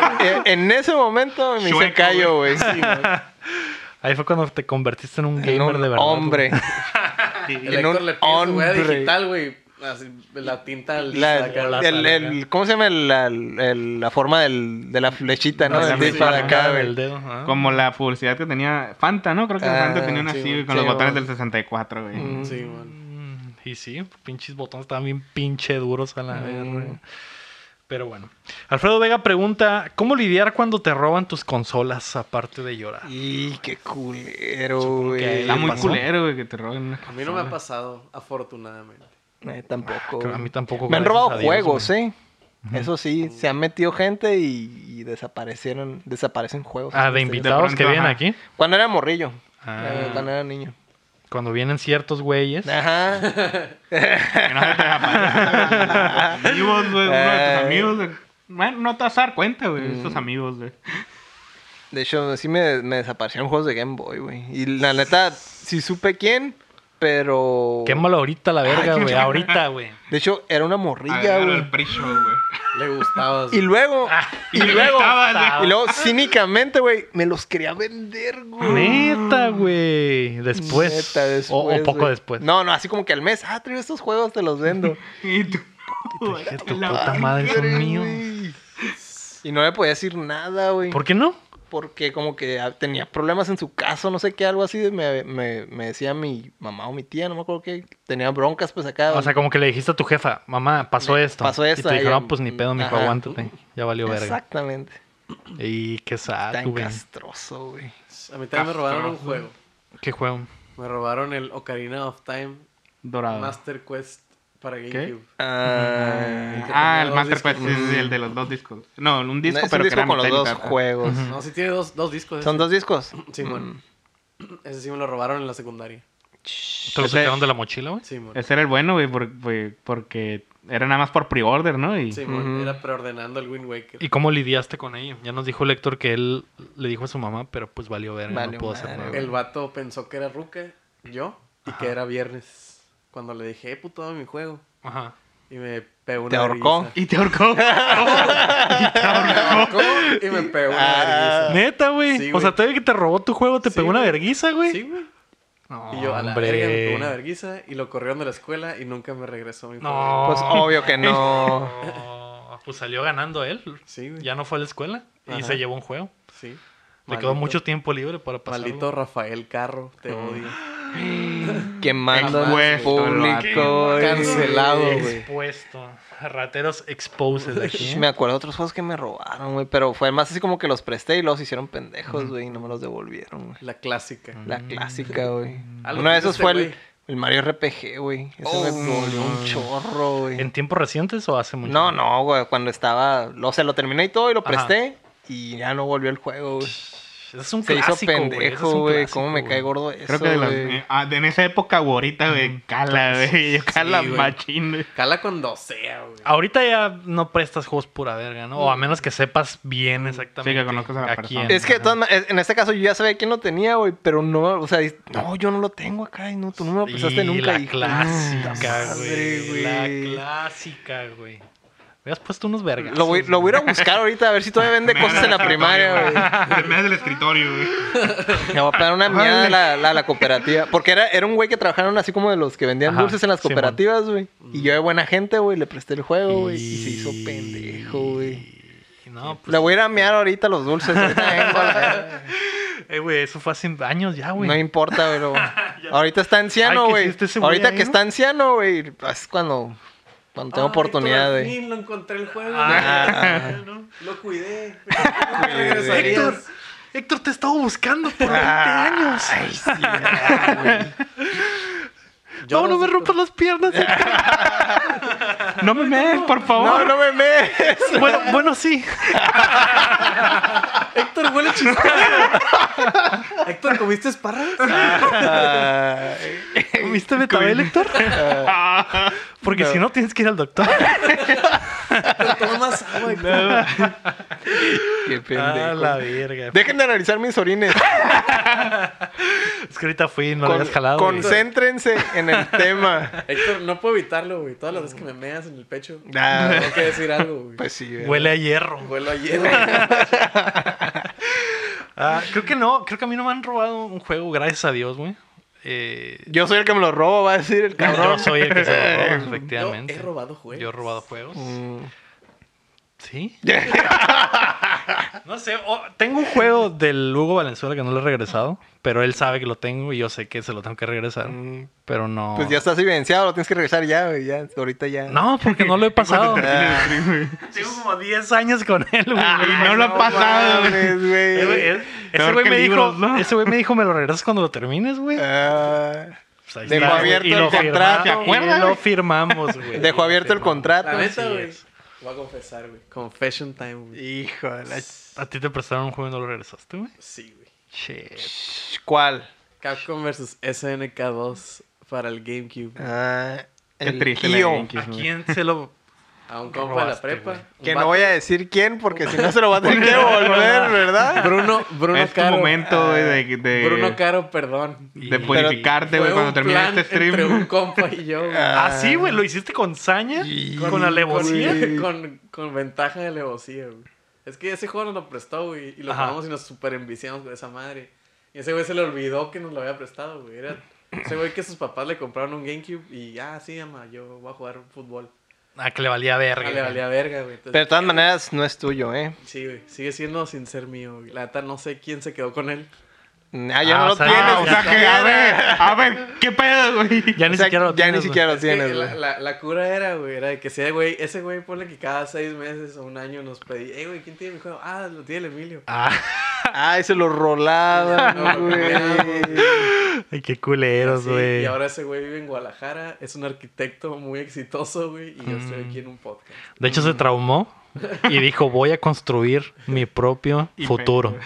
B: en ese momento me hice
D: Chueco,
B: callo, güey.
C: Sí, güey.
A: Ahí fue cuando te convertiste en un
B: En
A: gamer
B: un
A: de verdad.
B: hombre.
C: El
B: En un
C: Héctor le pide su huella
B: hombre.
C: digital, güey. Así, la
B: La,
C: tinta lisa acá.
A: la- ¿eh?
B: el-
A: la-
B: el- ¿Cómo se llama la, el- la forma del- de la flechita,
A: Ah,
B: no?
D: La
B: Del
D: flechita,
B: para
D: ajá,
B: acá,
A: del
B: güey.
A: dedo. ah. ajá.
D: Como la publicidad que tenía Fanta, ¿no? Creo que
B: Ah,
D: Fanta tenía una
B: sí,
D: así,
B: güey.
D: güey, con los
B: Sí,
D: botones
B: güey.
D: del 64, güey.
C: Sí, man.
A: Mm, Y sí, pinches botones estaban bien pinche duros a la
B: Mm.
A: verga. Pero bueno. Alfredo Vega pregunta: ¿Cómo lidiar cuando te roban tus consolas aparte de llorar?
B: Y qué culero,
A: Supongo que
B: güey.
A: ¿Qué
D: Está muy
A: pasó?
D: culero, güey, que te roben una
C: A mí no me ha pasado, afortunadamente.
B: Eh, tampoco.
A: Creo- A
B: güey.
A: mí tampoco.
B: Me han
A: gracias
B: robado
A: a Dios,
B: juegos,
A: güey.
B: ¿eh? Eso sí, se han metido gente y, y desaparecieron, desaparecen juegos.
A: Ah, de
B: Sí.
A: invitados
D: De
A: que
D: pronto,
A: vienen
D: ajá.
A: aquí.
B: Cuando era morrillo.
A: Ah.
B: eh, Cuando era niño.
A: Cuando vienen ciertos güeyes.
B: Ajá.
D: Que no se te aparezcan tus amigos, güey. Uno de
B: Ay.
D: tus amigos, güey. Bueno, no te vas a dar cuenta, güey. Estos
B: Mm.
D: amigos, güey.
B: De hecho, sí me, me desaparecieron juegos de Game Boy, güey. Y la neta, sí supe quién, pero...
A: Quémalo ahorita a la verga,
D: Ay,
A: güey.
D: no.
A: Ahorita, güey.
B: De hecho, era una morrilla,
D: Agrégalo
B: güey.
D: al pre-show, güey.
C: Le gustabas.
B: Y luego...
A: Ah,
D: Y luego ah, estabas, güey.
B: Y luego, cínicamente, güey, me los quería vender, güey.
A: Neta, güey. Después.
B: Neta, después,
A: o, o poco
B: güey.
A: después.
B: No, no, así como que al mes. Ah, traigo estos juegos, te los vendo.
D: Y tú.
A: Dije, tu
D: La
A: puta madre son
B: Madre,
A: míos.
B: güey. Y no le podía decir nada, güey.
A: ¿Por qué no?
B: Porque como que ah, tenía problemas en su casa, no sé qué, algo así. Me, me, me decía mi mamá o mi tía, no me acuerdo qué. Tenía broncas, pues acá.
A: Ah, O sea, como que le dijiste a tu jefa, mamá, pasó esto.
B: pasó
A: Y
B: esto,
A: te dijo,
B: ella-
A: no, pues ni pedo, mijo,
B: Ajá.
A: aguántate. Ya valió verga. Ah,
B: Exactamente.
A: Y qué sad,
B: Tan
A: güey.
B: castroso, güey.
C: A mí también me robaron un juego.
A: Qué juego.
C: Me robaron el Ocarina of Time
D: Dorado.
C: Master Quest para GameCube.
A: Mm.
B: Ah,
D: Ah,
C: tenía
D: el
C: dos
D: Master
C: discos.
D: Quest, sí, sí, sí, el de los dos discos. No, un disco,
B: no, es
D: pero
B: un
D: que
B: disco
D: era
B: con los
D: mitad y
B: dos
D: mitad.
B: juegos.
C: No, sí tiene dos, dos discos.
B: ¿Son Mm.
C: ese.
B: dos discos?
C: Simón. Ese sí me lo robaron en la secundaria.
A: ¿Te lo
D: Ese-
A: sacaron de la mochila, güey?
C: Simón.
D: Ese era el bueno, güey, por- güey, porque era nada más por pre-order, ¿no? Y
C: Simón. Era preordenando el Wind Waker.
A: ¿Y cómo lidiaste con ella? Ya nos dijo Lector que él le dijo a su mamá, pero pues valió verga, no
B: Valió
A: puedo hacer
B: madre,
A: nada.
B: güey.
C: El vato pensó que era Ruca, yo, y que era viernes. Cuando le dije, eh, puto, dame mi juego.
A: Ajá.
C: Y me pegó una
B: ¿Te ahorcó?
C: vergüenza.
D: y te ahorcó.
C: ahorcó y me pegó una
B: Ah.
C: vergüenza.
A: Neta, güey.
C: Sí,
A: o sea,
C: güey.
A: todavía que te robó tu juego, te
C: Sí,
A: pegó una
C: güey.
A: verguiza, güey.
C: Sí, güey.
A: No,
C: Y yo a la
A: hombre.
C: verga me pegó una verguiza y lo corrieron de la escuela y nunca me regresó mi
A: No.
B: Pues obvio que
A: Eh.
B: no.
A: No, Pues salió ganando él.
C: Sí, güey.
A: Ya no fue a la escuela y
C: Ajá.
A: se llevó un juego.
C: Sí.
A: Le quedó
C: Maldito-
A: mucho tiempo Mm. libre para pasarlo.
C: Maldito Rafael Carro, te odio.
B: Quemando al
D: Expuesto, el vato.
B: público. güey.
C: Cancelado, güey.
A: Expuesto. Rateros exposes aquí.
B: Me acuerdo de otros juegos que me robaron, güey. Pero fue más así como que los presté y los hicieron pendejos, güey. Y no me los devolvieron, güey.
C: La clásica.
A: Mm.
B: La clásica, güey.
C: Ah, lo
B: Uno de
C: que
B: esos
C: hizo este
B: fue el,
C: güey.
B: el Mario RPG, güey. Ese
C: Oh,
B: me volvió un chorro, güey.
A: ¿En tiempos recientes o hace mucho?
B: No, no, güey. Cuando estaba. O sea, lo terminé y todo y lo
A: Ajá.
B: presté. Y ya no volvió el juego, güey.
A: Ese Es un
B: Se hizo
A: clásico, güey. Ese es un
B: pendejo, güey.
A: clásico,
B: ¿Cómo me
A: güey.
B: cae gordo eso?
D: Creo que de, las-
B: güey. Mm.
D: eh, ah, de en esa época güey, ahorita, güey, cala, güey. Yo cala
C: güey.
D: machín, güey.
C: Cala cuando sea, güey.
B: Ah,
A: Ahorita ya no prestas juegos pura verga, ¿no? O a menos que sepas bien exactamente.
D: Sí, que conozcas a la persona.
A: quién.
B: Es que de todas ma- en este caso yo ya sabía quién lo tenía, güey, pero no, o sea, dices, no, yo no lo tengo acá y no, tú no me lo prestaste
A: Y
B: nunca.
A: La
B: y- Ah,
A: clásica,
B: madre,
A: güey.
B: güey.
A: La clásica, güey. Me has puesto unos vergas.
B: Lo voy, lo voy a ir a buscar ahorita a ver si todavía vende cosas en la primaria, güey.
D: Me das el escritorio, güey.
B: Me voy a pegar una mierda a la, la, la cooperativa. Porque era, era un güey que trabajaron así como de los que vendían
A: Ajá,
B: dulces en las
A: Simón.
B: cooperativas, güey. Y yo de buena gente, güey, le presté el juego, güey. Y... se hizo pendejo, güey.
A: No, pues.
B: Le voy a ir a mear ahorita los dulces. ahorita vengo, la-
A: Eh, güey, eso fue hace años ya, güey.
B: No importa, güey. lo- Ahorita está
A: Ay,
B: anciano,
A: que
B: güey.
A: hiciste ese güey
B: Ahorita
A: ahí,
B: que
A: ¿no?
B: está anciano, güey. Es cuando Cuando tengo oportunidad,
C: de.
B: güey.
C: lo encontré el juego.
A: Ah.
C: güey. Lo cuidé. No me regresarías.
A: Héctor, Héctor te he estado buscando por 20 años.
C: Yo
A: no, no
C: los-
A: me rompas las piernas. Héctor.
D: No me mees, por
B: No,
D: favor.
B: no me mees.
A: bueno, bueno, sí.
C: Héctor huele chistoso. Héctor, ¿comiste espárragos?
A: Ah.
B: Ay,
A: ¿Viste Betabel, Héctor? Porque si no, tienes que ir al doctor.
C: Pero toma más agua, Héctor.
B: Qué
A: Ah,
B: pendejo.
A: la verga.
B: Dejen de analizar mis orines.
A: Es que ahorita fui, no lo
B: Con-
A: habías jalado. güey.
B: concéntrense en el tema.
C: Héctor, no puedo evitarlo, güey. Todas las veces que me meas en el pecho,
B: Ah,
C: tengo que decir algo, güey.
B: pues sí, güey.
A: Huele a hierro.
C: Vuelo a hielo.
A: Ah, creo que no, creo que a mí no me han robado un juego, gracias a Dios, güey. Eh,
B: Yo soy el que me lo robo, va a decir el
A: yo
B: cabrón.
A: soy el que se lo roba,
C: Yo
A: efectivamente.
C: he robado juegos.
A: Yo he robado juegos.
B: Mm.
A: Sí. no sé, o- tengo un juego del Hugo Valenzuela que no lo he regresado, pero él sabe que lo tengo y yo sé que se lo tengo que regresar,
B: Mm.
A: pero no.
B: Pues ya estás evidenciado, lo tienes que regresar ya, güey. Ya, ahorita ya.
A: No, porque no lo he pasado.
B: Ah,
A: Tengo como 10 años con él, güey.
D: Y no lo ha pasado. güey.
B: mames, güey.
A: Eh, güey, es- Ese
D: Peor
A: güey
D: que
A: me dijo,
D: libros, ¿no?
A: ese güey me dijo, me lo regresas cuando lo termines, güey.
B: Ah,
A: Pues ahí
B: Dejó
A: está, güey.
B: abierto
A: Y lo
B: el
A: firma-
B: contrato.
D: ¿Te acuerdas?
A: y lo firmamos, güey.
B: dejó abierto el
C: La
B: contrato.
C: neta,
A: Así
C: güey.
A: es.
C: Voy a confesar, güey. Confession time, güey.
B: Hijo de la ch-
A: A ti te prestaron un juego y no lo regresaste, güey.
C: Sí, güey.
A: Shit.
B: ¿Cuál?
C: Capcom vs SNK 2 para el GameCube.
B: Ah,
D: Qué
B: el
D: triste.
B: Kio.
A: ¿A quién se lo
C: A un compa de la
A: robaste,
C: prepa.
A: güey?
C: un
B: Que
C: vato-
B: no voy a decir quién, porque si no se lo va a tener que volver, ¿verdad?
C: Bruno, Bruno
D: Es tu
C: Caro.
D: este momento, güey, de,
C: Bruno
D: de,
C: Caro, perdón.
D: de
A: Pero-
D: purificarte, güey,
C: Fue
D: cuando
C: un
D: termine
C: plan
D: este
C: Entre un
D: stream.
C: compa y yo, güey.
B: Ah,
A: Ah, sí, güey, lo hiciste con saña,
B: Y-
A: con alevosía.
B: güey.
C: Con, con, con ventaja de alevosía, güey. Es que ese juego nos lo prestó, güey. Y lo
A: Ajá.
C: jugamos y nos super enviciamos con esa madre. Y ese güey se le olvidó que nos lo había prestado, güey. Era ese güey que sus papás le compraron un GameCube y, ah, sí, ama, yo voy a jugar fútbol.
A: Ah, que le valía
C: Ah,
A: verga.
C: le valía verga, güey.
B: Pero de
C: Entonces,
B: todas maneras, no es tuyo, ¿eh?
C: sí, güey. Sigue siendo sin ser mío, güey. La neta, no sé quién se quedó con él.
B: Ah, ya
A: Ah,
B: no
A: o
B: lo
A: sea,
B: tienes.
D: Ah, o sea que, a ver, a ver, ¿qué pedo, güey?
A: Ya ni
B: O sea,
A: siquiera lo
B: ya
A: tienes.
B: ni
A: güey.
B: siquiera lo
C: Es que
B: tienes,
C: la,
B: güey.
C: la- la cura era, güey, era de que ese güey, ese güey, ponle que cada seis meses o un año nos pedía, hey, güey, ¿quién tiene mi juego? Ah, lo tiene el Emilio.
A: Ah,
B: Ay, se lo rolaban, güey.
A: ay, qué culeros,
C: Sí,
A: güey.
C: y ahora ese güey vive en Guadalajara, es un arquitecto muy exitoso, güey, y yo estoy aquí en un podcast.
A: De hecho, se traumó y dijo, voy a construir mi propio
D: Y
A: futuro.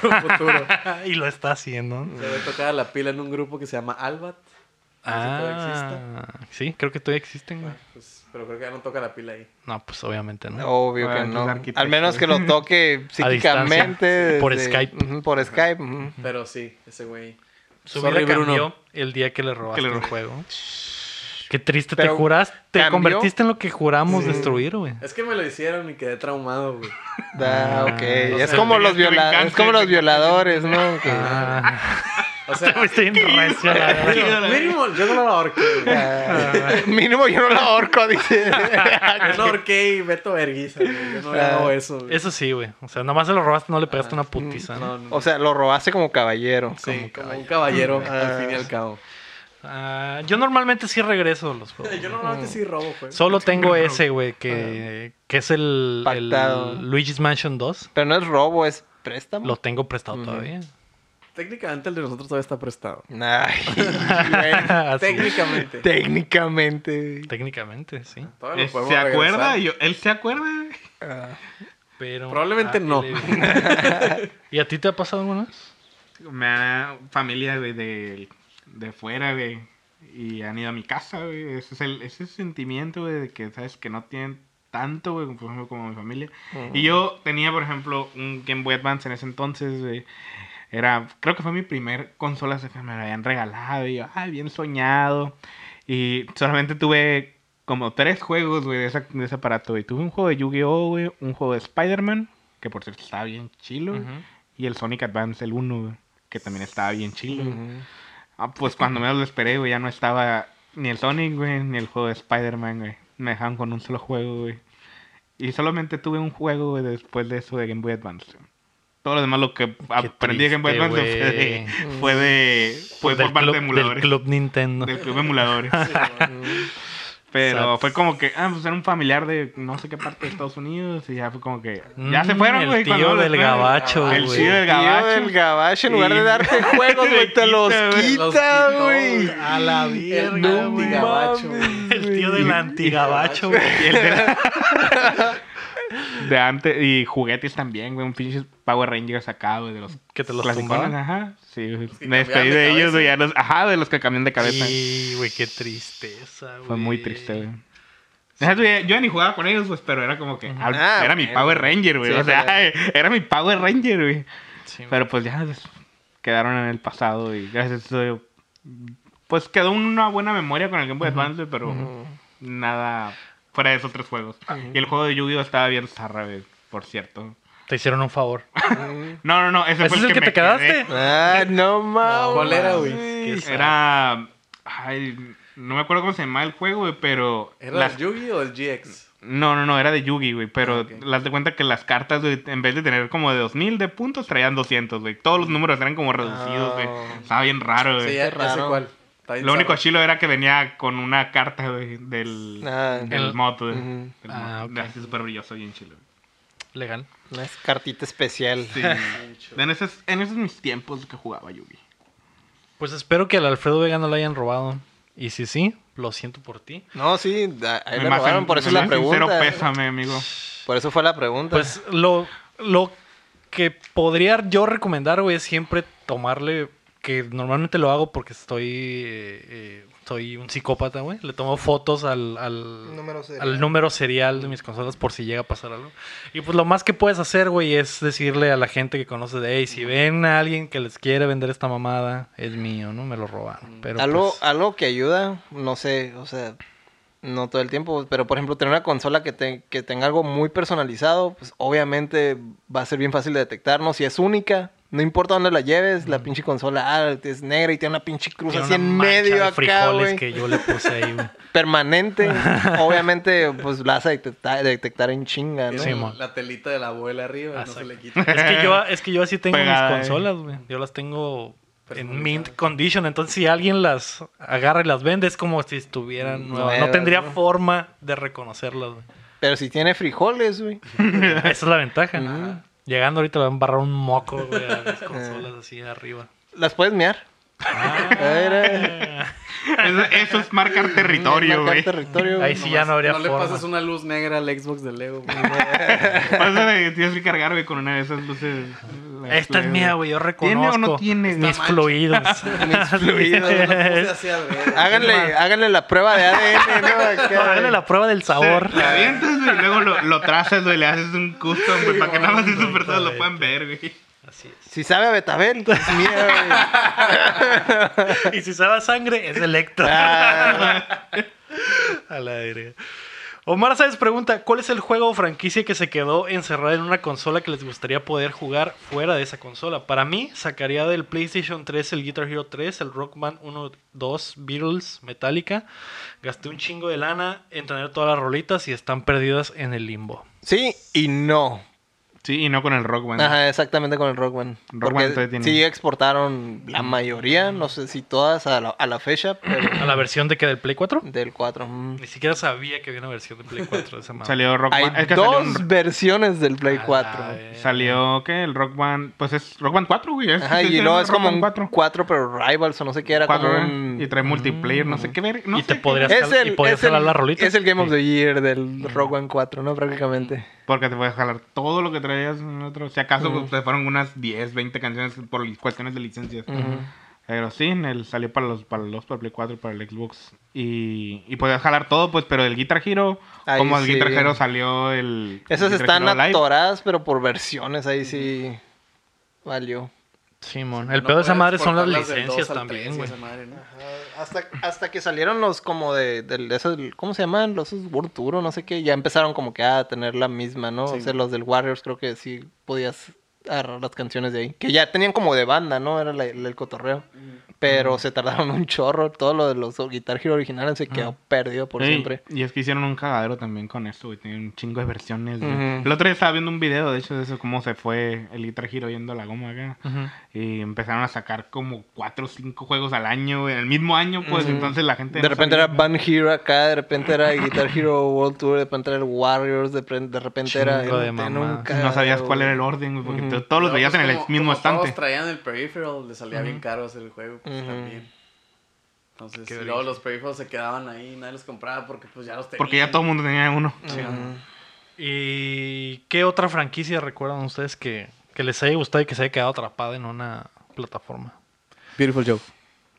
C: futuro.
A: y lo está haciendo.
C: Se le tocaba la pila en un grupo que se llama Albat.
A: Ah, sí, creo que todavía existen, güey.
C: Pues, pero creo que ya no toca la pila ahí.
A: No, pues obviamente no.
B: Obvio
D: Ah,
B: que
D: entonces
B: no.
D: arquitecto.
B: Al menos que lo toque psíquicamente.
A: distancia, por
B: desde-
A: Skype.
B: Ujú, por Skype. ujú.
C: Pero sí, ese güey.
A: Su
C: Sorry,
A: vida
C: Bruno.
A: cambió el día que le robaste
D: Que le
A: el
D: robé.
A: juego. Qué triste, te
B: Pero,
A: juraste, te
B: ¿cambió?
A: convertiste en lo que juramos
B: Sí.
A: destruir, güey.
C: Es que me lo hicieron y quedé traumado, güey.
B: Ah, ok.
A: O
B: es,
A: sea,
B: como los
D: tenías tu
B: viola- es
D: venganza
B: como
D: y
B: los
D: te-
B: violadores, ¿no? Que-
A: Ah,
C: O sea,
A: estoy bien recio, la verdad.
C: mínimo, mínimo, yo no lo ahorqué, güey.
B: Ah, Mínimo yo no la ahorco, dice.
C: Yo lo ahorqué y Beto Verguiza, güey. Yo no hago eso, güey.
A: Eso sí, güey. O sea, nomás se lo robaste, no le pegaste una putiza. ¿no?
C: No, no.
B: o sea, lo robaste como caballero.
C: Sí, como un caballero, al fin y al cabo.
A: Ah, yo normalmente sí regreso los juegos.
C: Yo normalmente sí robo, pues. güey.
A: Solo tengo ese, güey, que, que es el, el
B: Pactado.
A: Luigi's Mansion 2.
B: Pero no es robo, es préstamo.
A: Lo tengo prestado todavía.
C: Técnicamente el de nosotros todavía está prestado.
B: Ay,
A: Así es.
C: Técnicamente.
B: técnicamente.
A: Técnicamente, sí.
C: Todavía
D: Es-
C: lo podemos
D: ¿Se acuerda?
C: regresar.
D: Yo- ¿Él se acuerda? güey?
A: Pero,
C: Probablemente
A: Ah,
C: no.
A: y le- ¿Y a ti te ha pasado alguna vez?
D: Me ha familia, güey, de, de fuera, güey. Y han ido a mi casa, güey. Ese, es el, ese sentimiento, güey, de que, ¿sabes? Que no tienen tanto, güey, por ejemplo, como mi familia. Y yo tenía, por ejemplo, un Game Boy Advance en ese entonces, güey. Era, creo que fue mi primer consola así que me la habían regalado. Y yo, ay, bien soñado. Y solamente tuve como tres juegos, güey, de, esa- de ese aparato, güey. Tuve un juego de Yu-Gi-Oh, güey. Un juego de Spider-Man, que por cierto estaba bien
B: Ah.
D: chilo, güey.
A: Ujú.
D: Y el Sonic Advance, el 1, güey, que también estaba bien chido. güey. Ah, pues cuando menos lo esperé, güey, ya no estaba ni el Sonic, güey, ni el juego de Spider-Man, güey. Me dejaron con un solo juego, güey. Y solamente tuve un juego, güey, después de eso de Game Boy Advance. güey. Todo lo demás lo que aprendí de Game Boy
A: triste, Pues
D: Advance fue de, fue de- fue
A: Del
D: por parte
A: club,
D: de
A: del
D: emuladores.
A: club Nintendo.
D: Del club de emuladores. Pero
A: Sad.
D: fue como que, ah, pues era un familiar de no sé qué parte de Estados Unidos y ya fue como que, ya
A: Mm,
D: se fueron,
A: el
D: güey.
A: tío
D: cuando-
A: del gabacho,
D: El
A: güey.
D: tío del gabacho.
B: Tío, el gabacho, en lugar
D: Y-
B: de darte juegos, güey, te
D: Le
B: los
D: quita, güey,
C: los
B: quita,
C: quitó,
B: güey.
C: güey.
A: A la
C: El
A: verga,
C: no
A: güey.
C: gabacho.
A: El tío del antigabacho, güey.
D: Y el de, de antes, y juguetes también, güey. Un pinche Power Rangers acá, güey, de los
A: Que te los
D: clasicones,
A: tumbaban.
D: Ajá, sí. güey.
C: que
D: Me despedí
C: cambiaban de
D: de
C: cabeza.
D: ellos, güey. ya los- Ajá, de los que cambian de cabeza.
A: Sí, güey, qué tristeza, güey.
D: Fue muy triste, güey. Deja tú, Yo ya ni jugaba con ellos, pues, pero era como que. al-
B: Ah,
D: era mi
B: bueno.
D: Power Ranger, güey.
B: Sí,
D: o sea, era mi Power Ranger, güey.
A: Sí, güey.
D: Pero pues ya pues, quedaron en el pasado y gracias a eso. Pues quedó una buena memoria con el Game Boy Advance, pero nada fuera de esos tres juegos.
A: Ah,
D: Y el juego de Yu-Gi-Oh! estaba bien zarra, güey, por cierto.
A: Te hicieron un favor.
D: No, no, no, ese,
A: ¿Ese
D: fue
A: es el que,
D: me
A: te quedaste?
D: quedé.
B: Ah, no mames.
C: ¿Cuál era, güey?
A: Qué sad.
D: Era. Ay, no me acuerdo cómo se llamaba el juego, güey, pero.
C: ¿Era
D: las-
C: el Yugi o el GX?
D: No, no, no, era de Yugi, güey, pero
C: Ah, ok.
D: las de cuenta que las cartas, güey, en vez de tener como de 2000 de puntos, traían 200, güey. Todos
B: Mm.
D: los números eran como reducidos, güey.
B: Ah.
D: Estaba bien raro, güey.
C: Sí, ya,
B: qué
C: ya sé
B: raro.
C: cuál. Está bien
D: Lo único
C: zarra.
D: chilo era que venía con una carta, güey, del,
B: Ah,
D: del
A: El-
D: mod, güey.
B: Ujú.
D: Del mod.
A: Ah, ok.
D: Así súper brilloso, bien chilo.
A: Legal.
B: Una cartita especial.
D: Sí. en, esos, en esos mis tiempos que jugaba Yugi.
A: Pues espero que al Alfredo Vega no lo hayan robado. Y si sí, lo siento por ti.
B: No, sí, a- ahí me
D: más
B: robaron,
D: sin-
B: por eso
D: me
B: la
D: más sincero
B: pregunta. ¿eh?
D: pésame, amigo.
B: Por eso fue la pregunta.
A: Pues lo, lo que podría yo recomendar, güey, es siempre tomarle, que normalmente lo hago porque estoy, eh, eh, soy un psicópata, güey. Le tomo fotos al, al,
B: Número serial.
A: al número serial de mis consolas por si llega a pasar algo. Y pues lo más que puedes hacer, güey, es decirle a la gente que conoce de, hey, si ven a alguien que les quiere vender esta mamada, es mío, ¿no? Me lo robaron. Pero
B: algo,
A: pues,
B: algo que ayuda, no sé, o sea, no todo el tiempo, pero por ejemplo, tener una consola que, te- que tenga algo muy personalizado, pues obviamente va a ser bien fácil de detectar, ¿no? Si es única, no importa dónde la lleves, la pinche consola ah, es negra y tiene una pinche cruz
A: tiene
B: así
A: una
B: en
A: mancha
B: medio
A: de
B: acá,
A: frijoles
B: güey.
A: que yo le puse ahí, güey.
B: Permanente, obviamente, pues la vas a detectar, detectar en chinga, ¿no?
A: Sí,
C: Tiene
A: mo.
C: La telita de la abuela arriba, no se
A: Exacto.
C: le quita.
A: Es que yo, es que yo así tengo
D: Pegada,
A: mis
D: eh.
A: consolas, güey. Yo las tengo en
B: Pues
C: Personalizadas.
A: mint condition. Entonces, si alguien las agarra y las vende, es como si estuvieran nuevas. No
B: Nuevas,
A: tendría
B: ¿no?
A: forma de reconocerlas, güey.
B: Pero si tiene frijoles, güey.
A: Esa es la ventaja. Llegando ahorita le van a embarrar un moco, güey, a mis consolas así arriba.
B: Las puedes mear.
A: Ah.
D: Eso, eso es marcar territorio,
B: Marcar
D: güey.
B: territorio,
A: Ahí
B: güey.
A: sí ya no habría
C: No le
A: forma.
C: pasas una luz negra al Xbox de Lego. güey.
D: Pásale, tienes que cargar, güey, con una de esas luces. las
A: Esta es
D: LED,
A: mía, güey. Yo reconozco.
D: ¿Tiene o no tiene, güey?
A: Mis fluidos.
B: Mis fluidos,
C: No la puse así al revés.
B: Háganle, háganle la prueba de ADN, ¿no? Acá.
A: Háganle la prueba del sabor.
D: Le avientas, güey, y luego lo, lo trazas, güey, le haces un custom, güey, para que nada más esas
A: Exactamente.
D: personas lo puedan ver, güey.
A: Así es.
B: Si sabe a Betabel, pues mira, güey.
A: Y si sabe a sangre, es electro.
B: Ah.
A: A la verga. Omar Sáenz pregunta: ¿Cuál es el juego o franquicia que se quedó encerrada en una consola que les gustaría poder jugar fuera de esa consola? Para mí, sacaría del PlayStation 3 el Guitar Hero 3, el Rock Band 1, 2, Beatles, Metallica. Gasté un chingo de lana en tener todas las rolitas y están perdidas en el limbo.
B: Sí y no.
D: Sí, y no con el rock, güey.
B: Ajá, exactamente con el Rock Band.
D: Rock
B: Porque
D: Band todavía tiene.
B: sí exportaron la mayoría, no sé si todas a la, a la fecha, pero
A: ¿A la versión de que del Play 4?
B: del 4. mm.
A: Ni siquiera sabía que había una versión de Play 4 de esa madre.
D: Salió Rock
B: Hay
D: Band. Es que salió,
B: dos
D: un-
B: versiones del Play
A: A la
B: 4.
A: verga.
D: salió, ¿qué? El Rock Band. Pues es Rock Band 4, güey. es-
B: Ajá,
D: sí,
B: y
D: sí,
B: luego
D: el
B: es
D: Rock
B: como
D: Band
B: un 4. pero Rivals o no sé qué, era
D: Cuatro,
B: como
D: güey,
B: un... Mm.
D: Y trae multiplayer, no sé qué ver. No
A: y
D: sé
A: te
D: qué-
A: podrías,
B: Es
A: cal-
B: el,
A: y podrías
B: es, el,
A: jalar las rolitas.
B: es el Game of the Year del Rock Band 4, ¿no? Prácticamente.
D: Porque te puedes jalar todo lo que traías en el otro. Si acaso
B: Mm.
D: pues, te fueron unas 10, 20 canciones por li- cuestiones de licencias. Pero sí, en el, salió para los, para los para Play 4 y para el Xbox. Y, y podías jalar todo, pues, pero el Guitar Hero,
B: Ahí
D: como el
B: sí.
D: Guitar Hero salió el.
B: Esas
D: el Guitar
B: están
D: Hero Live.
B: atoradas, pero por versiones, ahí sí valió.
A: Simón, el
C: No
A: pedo de esa
C: puedes
A: madre son las
C: exportarlas del
A: licencias
C: 2 al
A: también,
C: 3 y
A: güey.
C: esa madre, ¿no?
B: Hasta, hasta que salieron los como de, del- esos- ¿cómo se llaman? Los esos World Tour o no sé qué, ya empezaron como que a tener la misma, ¿no?
C: Sí.
B: O sea, los del Warriors creo que sí podías agarrar las canciones de ahí. Que ya tenían como de banda, ¿no? Era la- la- el cotorreo. Pero se tardaron un chorro. Todo lo de los Guitar Hero originales se quedó perdido por
D: Sí,
B: siempre.
D: Y es que hicieron un cagadero también con esto, güey. Tienen un chingo de versiones. güey.
B: Ujú.
D: El otro día estaba viendo un video, de hecho, de eso, cómo se fue el Guitar Hero yendo a la goma acá. Y empezaron a sacar como cuatro o cinco juegos al año, güey, en el mismo año, pues.
B: Ujú.
D: Entonces la gente.
B: De
D: no
B: repente era
D: sabía.
B: Van Hero acá, de repente era Guitar Hero World Tour, de repente era el Warriors, de, pre- de repente era.
A: Chingo de
B: era un
A: mamadas.
B: cagadero,
D: No sabías cuál era el
B: güey.
D: orden, güey, porque
B: Ujú.
D: to- todos los
C: No,
D: veías
C: pues
D: en el
C: como-
D: mismo
C: como
D: estante.
C: Todos traían el peripheral, le salía bien
D: Ujú.
C: caro hacer el juego, pues
B: Ujú.
C: también. Entonces,
A: Qué
C: y luego
A: brillo.
C: los peripherals se quedaban ahí, nadie los compraba porque pues ya los tenían.
D: Porque ya todo el mundo tenía uno.
B: Ujú.
A: ¿Y qué otra franquicia recuerdan ustedes que, que les haya gustado y que se haya quedado atrapada en una plataforma?
C: Beautiful Joe.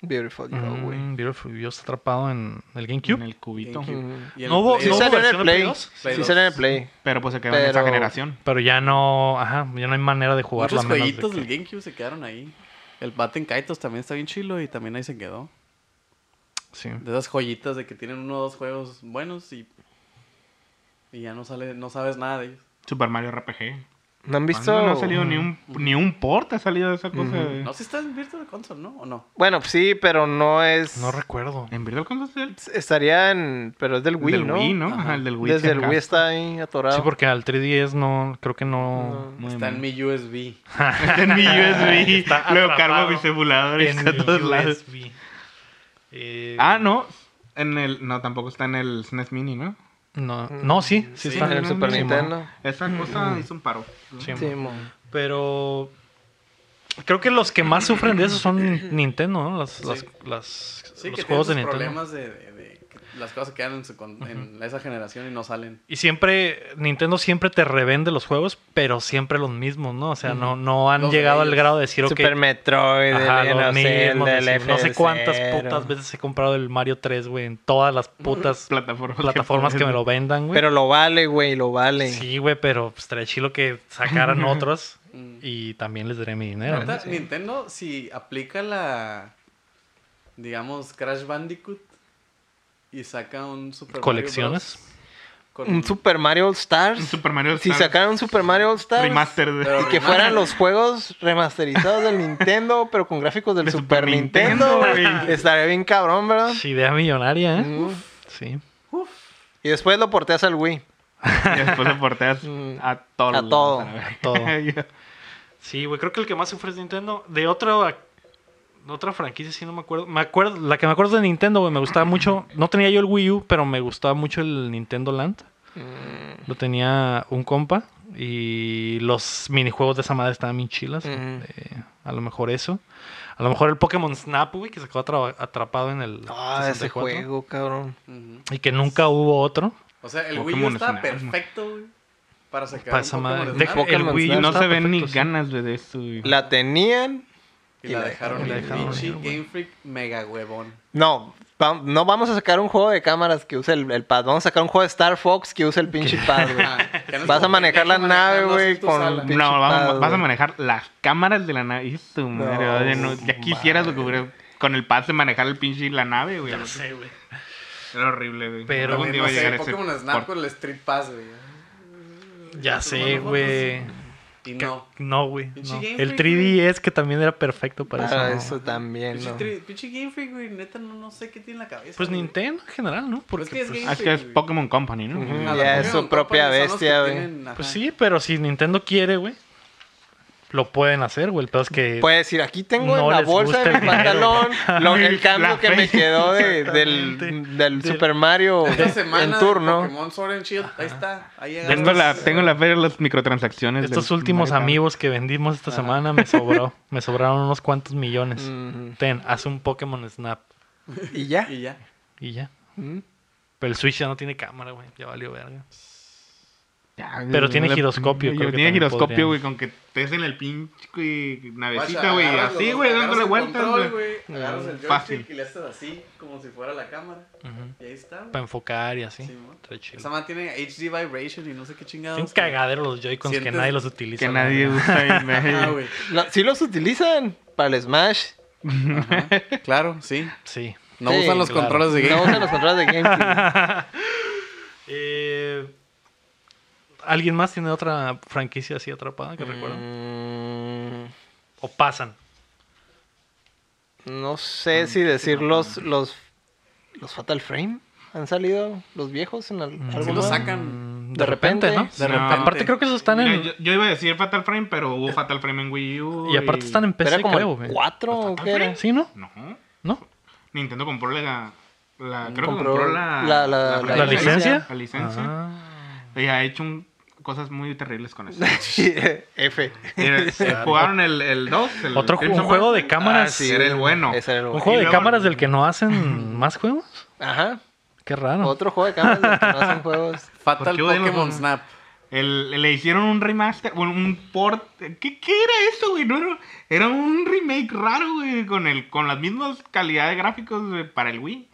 B: Beautiful, Joe,
A: Mm,
B: güey.
A: Beautiful Joe está atrapado en el
D: En
A: GameCube.
D: el cubito.
C: GameCube.
B: Ujú.
C: Y el
A: No hubo-
C: Play-
B: Sí
A: no hubo-
B: sale
A: versión
B: en el
A: de
B: Play.
A: Play dos?
C: Play
B: Sí sale en el
C: dos.
B: Play.
D: Pero pues se quedó en esa
B: Pero-
D: generación.
A: Pero ya no, ajá, ya no hay manera de jugarlo.
C: Muchos
A: a menos de
C: jueguitos
A: que-
C: del GameCube se quedaron ahí. El Batten Kaitos también está bien chilo y también ahí se quedó.
A: Sí.
C: De esas joyitas de que tienen uno o dos juegos buenos y, y ya no sale, no sabes nada de ellos.
D: Super Mario RPG.
B: ¿No han visto?
D: ¿Cuándo No ha salido ni un, ni un port, ha salido de esa cosa.
B: Ujú.
D: de-
C: No sé si está en Virtual Console, ¿no? ¿O no?
B: Bueno, sí, pero no es.
A: No recuerdo.
D: En Virtual Console salió el
B: Estaría en. Pero es del Wii,
D: del
B: ¿no?
D: Wii, ¿no?
C: Ajá.
D: Ajá, el del Wii.
B: Desde
D: si
B: el
D: acaso.
B: Wii está ahí atorado.
A: Sí, porque al 3DS no, creo que no.
B: No.
D: Muy
C: está en
D: mal.
C: mi USB.
D: Está en mi USB.
A: Está
D: Luego
A: atrapado
D: cargo a mi celulador y
A: en
D: está a todos lados.
A: USB. Eh,
D: Ah, no. En el, no, tampoco está en el SNES Mini, ¿no?
A: no, no, sí, sí,
C: Sí,
A: está.
B: en el Super
D: Sí,
B: Nintendo.
D: mo. Esa cosa hizo un paro.
A: Sí,
B: Sí,
A: mo.
B: mon.
A: Pero creo que los que más sufren de eso son Nin- Nintendo, ¿no? Las, las, las-
C: Sí,
A: los
C: que
A: juegos de
C: tiene sus
A: Nintendo.
C: problemas de, de- de que las cosas se quedan en, su con- en esa generación y no salen.
A: Y siempre, Nintendo siempre te revende los juegos, pero siempre los mismos, ¿no? O sea, no, no han
C: Los de
A: llegado al
C: ellos.
A: grado de decir, ok,
B: Super Metroid,
A: ajá,
B: el
A: los
B: Innocent,
A: mismos,
B: el
A: decir, no sé
B: FF0.
A: cuántas putas veces he comprado el Mario 3, güey, en todas las putas
D: Plataformas.
A: plataformas que me lo vendan, güey.
B: Pero lo vale, güey, lo vale.
A: Sí, güey, pero pues, estaría chilo que sacaran otros
C: Mm.
A: y también les daré mi dinero.
C: Neta,
A: ¿no?
C: Nintendo, si aplica la, digamos, Crash Bandicoot y saca un Super Mario
A: ¿Colecciones?
C: Bros. con-
B: Un Super Mario All Stars.
D: Un Super Mario
B: Si
D: Stars
B: sacaran un Super Mario All Stars.
D: Remaster de-
C: Pero-
B: Y que fueran los juegos remasterizados del Nintendo, pero con gráficos del
D: De
B: Super,
D: Super
B: Nintendo,
D: Nintendo,
B: güey.
D: güey.
B: Estaría bien cabrón, ¿verdad?
A: Sí, idea millonaria, ¿eh?
B: Mm.
A: Sí.
B: Y después lo porteas al Wii.
D: Y después lo porteas
B: Mm.
D: a todos.
B: A todo.
D: lados,
A: A todo.
D: verga.
A: Sí, güey, creo que el que más sufre es Nintendo. De otra, de otra franquicia, sí, no me acuerdo. Me acuerdo, la que me acuerdo es de Nintendo, güey, me gustaba mucho. No tenía yo el Wii U, pero me gustaba mucho el Nintendo Land. Lo tenía un compa y los minijuegos de esa madre estaban bien chilas.
B: Ujú.
A: Eh, a lo mejor eso. A lo mejor el Pokémon Snap, güey, que se quedó atra- atrapado en el
B: Ah, ese
A: 64.
B: juego, cabrón.
C: Ujú.
A: Y que nunca hubo otro.
C: O sea, el Wii U
D: Pokémon
C: estaba
D: Snap.
C: perfecto, güey, para sacar
A: Para
C: un
A: esa
C: Pokémon
A: madre.
C: Snap,
A: Deja- el
B: Pokémon
A: Wii U
B: Snap.
D: No
A: está
D: se ven ni
A: perfecto, sí.
D: ganas güey, de esto. güey.
B: La tenían.
C: y la dejaron
A: la
C: en
A: dejaron
C: pinche
A: ir, güey.
C: Game Freak mega huevón.
B: No, va- no vamos a sacar un juego de cámaras que use el, el pad. Vamos a sacar un juego de Star Fox que use el pinche pad, güey.
C: Ah, que no es
B: Vas a
C: como
B: manejar la
C: pendejo
B: nave,
C: manejando así
B: güey,
C: en tu
B: con-
C: sala.
B: pinche
D: No, vas, a-
B: pad,
D: vas a
B: güey.
D: manejar las cámaras de la nave. Y su madre,
B: No,
D: oye, no, ya quisieras lo que hubiera- con el pase manejar el pinche y la nave, güey.
A: güey.
D: Era horrible, güey.
A: Pero-
D: Algún
C: También,
D: día
C: no
D: iba a
C: sé,
D: llegar ese
C: Pokémon
D: port.
C: Snap con el Street Pass, güey.
A: Ya sé, güey.
C: Y no.
A: No, güey.
C: Pinche
A: no.
C: Game
A: El
C: Freak,
A: 3DS que también era perfecto para eso.
B: Ah,
A: ¿no?
B: eso también,
C: Pinche
B: ¿no?
C: tri- Pinche Game Freak, güey, neta, no, no sé qué tiene en la cabeza.
A: Pues
C: güey.
A: Nintendo en general, ¿no? Porque,
C: Pues que es
A: pues,
C: Game
D: Ah, Es que es
C: güey.
D: Pokémon Company, ¿no?
B: Ujú.
C: A la
B: Ya es
C: Pokémon
B: su propia
C: Company son los
B: bestia,
C: que
B: güey.
C: tienen, ajá.
A: pues sí, pero si Nintendo quiere, güey, lo pueden hacer, güey. El pedo es que
B: Puedes decir, Pues, aquí tengo
A: No
B: en la
A: les
B: bolsa
A: gusta
B: de
A: el
B: mi pantalón lo- el
D: La
B: cambio que me
D: fe-
B: quedó de- del,
A: Exactamente.
B: del Super Mario
C: Esta semana
B: en
C: turno.
B: turno.
C: Pokémon Sword and Shield, ahí está, ahí
D: Tengo
C: agarras.
D: la, tengo la fe de las microtransacciones.
A: estos
D: del
A: últimos
D: Mario Kart. Ah.
A: amigos que vendimos esta semana me sobró. me sobraron unos cuantos millones.
D: Mm.
B: Ujú.
A: Ten, haz un Pokémon Snap
B: Y ya.
C: Y ya.
A: y ya.
B: Mm.
A: Pero el Switch ya no tiene cámara, güey. Ya valió verga.
D: Ya,
A: Pero
D: güey,
A: tiene
D: la-
A: giroscopio,
D: yo-
A: creo que
D: tiene
A: también podrían.
D: giroscopio, güey, con que estés en el pinche güey, navecita,
C: Guacha,
D: güey,
C: agarras
D: así,
C: los-
D: güey,
C: agarras
D: dándole
C: el
D: vueltas,
C: control,
D: güey. Mm,
C: güey. Agarras el
D: Fácil.
C: joystick y le haces así, como si fuera la cámara. Y ahí está, güey.
A: Para enfocar y así.
C: Sí, mo.
A: Está chido.
C: Esa madre tiene HD vibration y no sé qué chingados.
A: Es un cagadero los Joy-Cons que
C: Sientes
A: nadie los utiliza.
D: Que
A: la
D: nadie
A: verdad.
D: usa y
C: Ah,
D: nadie.
C: güey.
B: Lo- sí los utilizan para el Smash.
C: Ajá. Claro, sí.
A: Sí.
C: No
B: Sí,
C: usan los
A: claro.
C: controles de
B: No
C: game.
B: usan los controles de GameCube.
A: Eh, ¿Alguien más tiene otra franquicia así atrapada que recuerdan?
B: Mm,
A: ¿O pasan?
B: No
D: Ah,
B: sé si decir los, los, los Fatal Frame. ¿Han salido los viejos en
A: Mm,
B: el,
C: Sí
B: algo
C: lo
B: nuevo?
C: sacan.
A: De repente, ¿no?
C: De repente.
A: Aparte creo que esos están
D: Mira,
A: en...
D: yo, yo iba a decir Fatal Frame, pero hubo Fatal Frame en Wii U.
A: Y aparte están en
B: Pero
A: PC,
B: era como
A: creo,
B: el
A: güey.
B: 4 o
D: ¿Fatal
B: qué era.
D: Frame?
A: Sí, ¿no?
D: No.
A: ¿No?
D: Nintendo compró la. la- creo que
B: Compró
D: compró la.
B: la- la-
A: ¿La licencia?
D: La licencia.
A: Ah.
D: Y ha hecho un- cosas muy terribles con eso.
B: F.
D: Mira, se jugaron el, el 2. el
A: Otro ju-
D: Crimson
A: un juego
D: War.
A: de cámaras.
D: Ah, sí, era el bueno.
B: Ese era el
A: Un
B: bueno.
A: juego
D: Y
A: de
D: luego-
A: cámaras del que no hacen más juegos.
B: Ajá.
A: Qué raro.
B: Otro juego de cámaras del que no hacen juegos.
C: Fatal
D: qué odian los
C: Pokémon
D: monos?
C: Snap.
D: El- le hicieron un remaster, bueno, un port. ¿Qué, qué era eso, güey? No era, era un remake raro, güey, con, el, con las mismas calidades de gráficos güey, para el Wii.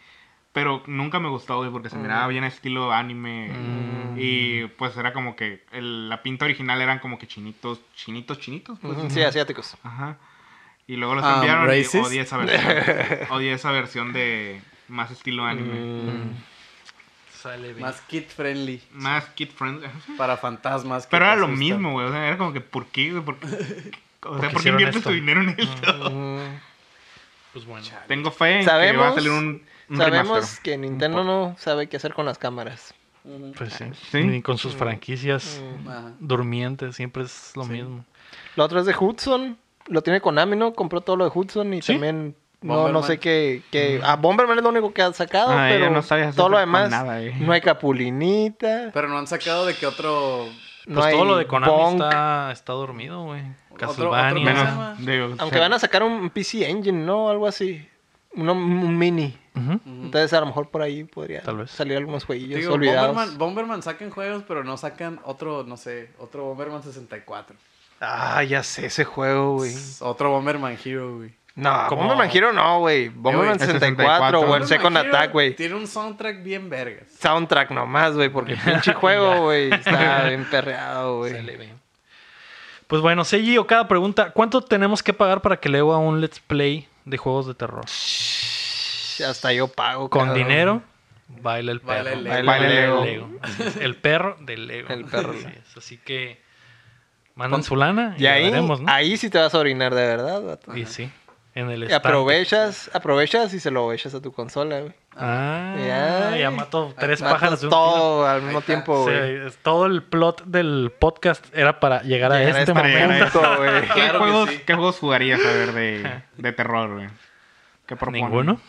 D: Pero nunca me gustó, güey,
B: Mm.
D: porque se miraba bien estilo anime. Y pues era como que el- la pinta original eran como que chinitos, chinitos, chinitos. Pues,
B: Sí, asiáticos.
D: Ajá. Y luego los
B: Ah,
C: Um,
D: cambiaron y
C: racist.
D: odié esa versión. odié esa versión de más estilo
B: Mm.
D: anime.
A: Sale bien.
C: Más kid friendly.
D: Más kid friendly. ajá.
C: Para fantasmas. que
D: Pero
C: te
D: era lo
C: asustan.
D: mismo, güey. O sea, era como que, ¿por qué? güey? ¿Por qué? O sea, ¿por qué
A: hicieron
D: inviertes
A: esto?
D: tu dinero en esto?
B: Mm.
A: Pues bueno.
D: Mm. Tengo fe en que va a
B: Sabemos,
D: salir un, un
B: sabemos
D: remaster.
B: que Nintendo no sabe qué hacer con las cámaras.
A: Pues sí.
D: Sí.
A: Ni con sus franquicias
B: Mm.
D: Mm.
C: Ajá.
A: durmientes, siempre es lo mismo.
B: La otra es de Hudson. Lo tiene Konami, ¿no? Compró todo lo de Hudson y
A: ¿Sí?
B: también... No,
C: Bomberman.
B: no sé qué, qué... Ah, Bomberman es lo único que ha sacado,
D: Mm. Ah, ella
B: pero
D: no sabe hacer
B: todo lo
D: con
B: demás...
D: nada, eh.
B: No hay Capulinita,
C: Pero no han sacado de que otro.
B: no
A: pues
B: hay
A: todo lo de Konami
B: Bonk.
A: está, está dormido, güey.
C: Otro- otro
A: Castlevania.
C: ¿Cómo se
D: Menos,
C: llama?
D: digo,
B: Aunque
D: sí.
B: van a sacar un PC Engine, ¿no? Algo así. Uno, un mini.
A: Ujú.
B: Entonces a lo mejor por ahí podría
A: Mm. Tal vez.
B: salir algunos jueguillos
C: Digo,
B: olvidados.
C: Bomberman, Bomberman sacan juegos, pero no sacan otro, no sé, otro Bomberman 64.
B: Ah, ya sé ese juego, güey.
C: Otro Bomberman Hero, güey.
B: No,
A: Como-
B: Bomberman Hero no, güey. Bomberman
D: el
B: 64 o el
D: Bomberman
B: Second
C: Hero
B: Attack, güey.
C: Tiene un soundtrack bien vergas.
B: Soundtrack nomás, güey, porque pinche juego, güey. Está bien perreado,
A: Sale
B: güey.
A: bien. Pues bueno, Seiji Okada pregunta, ¿cuánto tenemos que pagar para que le haga un let's play de juegos de terror?
B: Hasta yo pago.
A: Con
B: cabrón.
A: dinero, baila el perro.
C: Baila el
B: Baila
D: Baila
B: el
D: Lego.
A: El Lego. Así es, el perro del Lego.
B: El perro.
A: Así es, Así que mandan su lana y,
B: Y ahí,
A: la veremos, ¿no?
B: ahí sí te vas a orinar de verdad, vato.
A: Y sí, en el
B: Y
A: estante.
B: aprovechas, aprovechas y se lo echas a tu consola, güey.
A: Ah,
B: Ya.
A: ya mató tres
B: Matas
A: pájaros de un tiro.
B: todo al
C: Ahí
B: mismo
C: está.
B: tiempo,
A: Sí,
B: güey.
A: es- todo el plot del podcast era para llegar a
B: Llegar a
A: este
B: este
A: momento.
D: ¿eh?
B: punto, güey.
D: ¿Qué,
C: Claro que
D: juegos,
C: sí.
D: ¿Qué juegos jugarías, a ver, de, de terror, güey? ¿Qué propones?
A: Ninguno.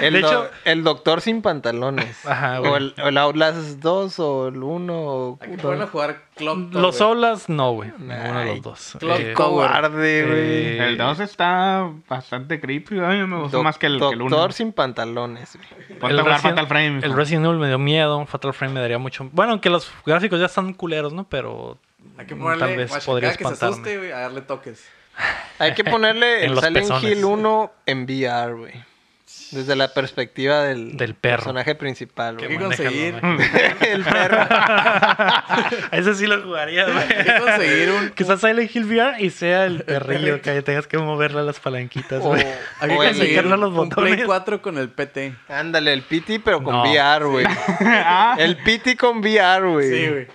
B: El,
A: De
B: do-
A: hecho-
B: el doctor sin pantalones.
A: Ajá,
B: o,
A: güey.
B: el, o el Outlast 2 o el 1. O...
C: Aquí pueden jugar Clock Tower.
A: Los Olas, no, güey. Ninguno de
B: Ay,
A: los dos.
C: Clock
A: Eh,
C: Tower.
B: Cobarde, güey.
A: Eh,
D: El 2 está bastante creepy, güey. a mí me gustó
B: Doc-
D: más que el 1.
B: doctor sin pantalones, güey.
A: el
D: Falta jugar
A: Resident-
D: Fatal Frame.
A: El Resident Evil me dio miedo. Fatal Frame me daría mucho. Bueno, aunque los gráficos ya están culeros, ¿no? Pero
C: Hay que
A: mm,
C: ponerle.
A: tal vez
C: guacha,
A: podría
C: cada que se asuste,
A: espantarme.
C: güey, a darle toques.
B: Hay que ponerle
A: En
B: el
A: los
B: Silent
A: pezones.
B: Hill 1 en VR, güey. Desde la perspectiva del,
A: Del perro.
B: personaje principal,
C: Hay
B: güey.
C: que
A: bueno,
C: conseguir,
A: déjalo,
B: el perro.
A: Ese sí lo jugaría,
C: hay
A: güey.
C: que conseguir un.
A: Que sea Silent Hill VR y sea el perrillo que tengas que moverle a las palanquitas,
B: O,
A: güey.
C: Hay que
B: o
C: conseguir
B: el,
A: aplicarle a los
C: un Play
A: botones.
C: 4 con el PT.
B: ándale, el PT, pero con
A: No.
B: VR, güey.
D: Ah,
B: El PT con VR, güey.
C: Sí, güey.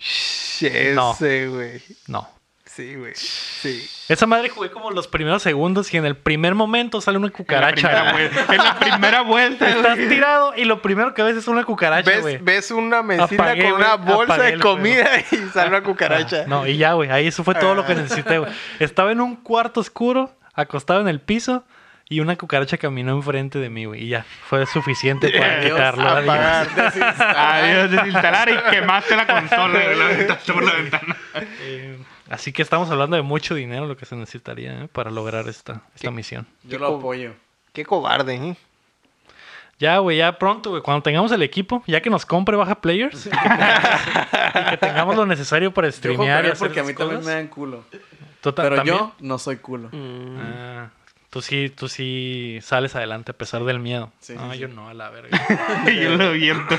B: Sh-
A: No.
B: Ese, güey.
A: No.
B: Sí, güey. Sí.
A: Esa madre jugué como los primeros segundos y en el primer momento sale una
D: en la primera
A: cucaracha. güey.
D: vuelta- en la primera vuelta.
A: Estás tirado y lo primero que ves es una cucaracha, güey.
B: ¿Ves, ves una mesita
A: Apagué,
B: con
A: güey,
B: una bolsa
A: apagué
B: de
A: el
B: comida y sale una cucaracha.
A: Ah, no, y ya, güey. Ahí eso fue todo lo
C: Ah.
A: que necesité, güey. Estaba en un cuarto oscuro, acostado en el piso, y una cucaracha caminó enfrente de mí, güey. Y ya, fue suficiente para
C: Adiós,
A: quitarlo. adiós.
B: apagar.
D: Adiós, desinstalar y quemaste la consola y la aventaste por la ventana.
A: Eh, así que estamos hablando de mucho dinero, lo que se necesitaría ¿eh? para lograr esta, esta misión.
C: Yo lo apoyo.
B: Qué cobarde, ¿eh?
A: Ya, güey, ya pronto, güey. Cuando tengamos el equipo, ya que nos compre baja players y que tengamos, y que tengamos lo necesario para
C: Yo juego con
A: streamear y
C: él
A: hacer
C: porque a
A: las
C: mí también me
A: cosas.
C: dan culo.
A: Tú ta-
C: Pero
A: también-
C: yo no soy culo.
B: Mm.
A: Ah, tú sí, tú sí sales adelante a pesar del miedo.
C: Sí,
A: no,
C: sí,
A: yo no, a la verga.
D: Y yo lo viento.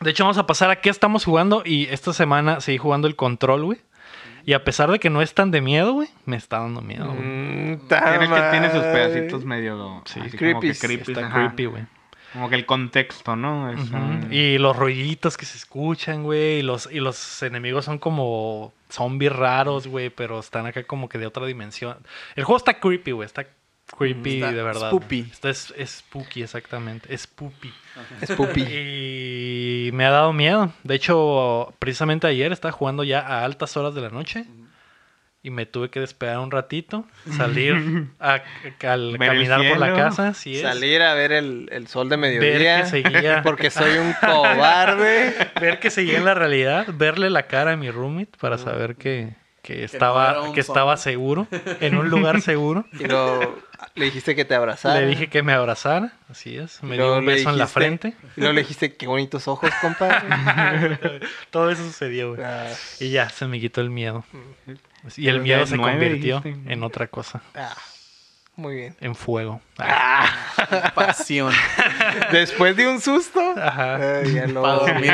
A: De hecho, vamos a pasar a qué estamos jugando. Y esta semana seguí jugando el control, güey. Y a pesar de que no es tan de miedo, güey, me está dando miedo, güey.
B: Mm,
D: Tiene,
B: ta
D: que, tiene sus
B: madre.
D: pedacitos medio.
A: Sí,
D: así como que
B: creepies.
D: creepies,
A: está
D: ajá.
A: creepy, güey.
D: Como que el contexto, ¿no? Es, ah,
A: Y los rollitos que se escuchan, güey. Y los, y los enemigos son como zombies raros, güey. Pero están acá como que de otra dimensión. El juego está creepy, güey. Está creepy
C: Está
A: de verdad.
C: spooky.
A: güey. Está es, es spooky, exactamente. Es spooky.
B: Es pupi.
A: Y me ha dado miedo. De hecho, precisamente ayer estaba jugando ya a altas horas de la noche. Y me tuve que despegar un ratito. Salir a- al
D: Ver el
A: caminar por la
D: cielo.
A: casa. así es.
B: Salir a ver el, el sol de
A: Ver
B: mediodía.
A: que seguía.
B: Porque soy un cobarde.
A: ver que seguía en la realidad, verle la cara a mi roommate para saber que, que
C: no era
A: estaba,
C: un
A: que estaba seguro, en un lugar seguro.
B: Y luego le dijiste que te abrazara.
A: Le dije que me abrazara, así es, me
B: Y
A: dio
B: luego
A: un
B: le
A: beso en la
B: dijiste-
A: frente.
B: Y luego le dijiste, qué bonitos ojos, compadre.
A: Todo eso sucedió, güey.
B: Ah,
A: Y ya, se me quitó el miedo. Y el
D: Pero ya
A: miedo
D: es
A: se
D: nueve,
A: convirtió
D: dijiste.
A: en otra cosa,
B: ah, muy bien.
A: en fuego. Ah.
C: Pasión.
B: Después de un susto.
A: Ah. Ajá.
B: ay, ya no.
C: Para dormir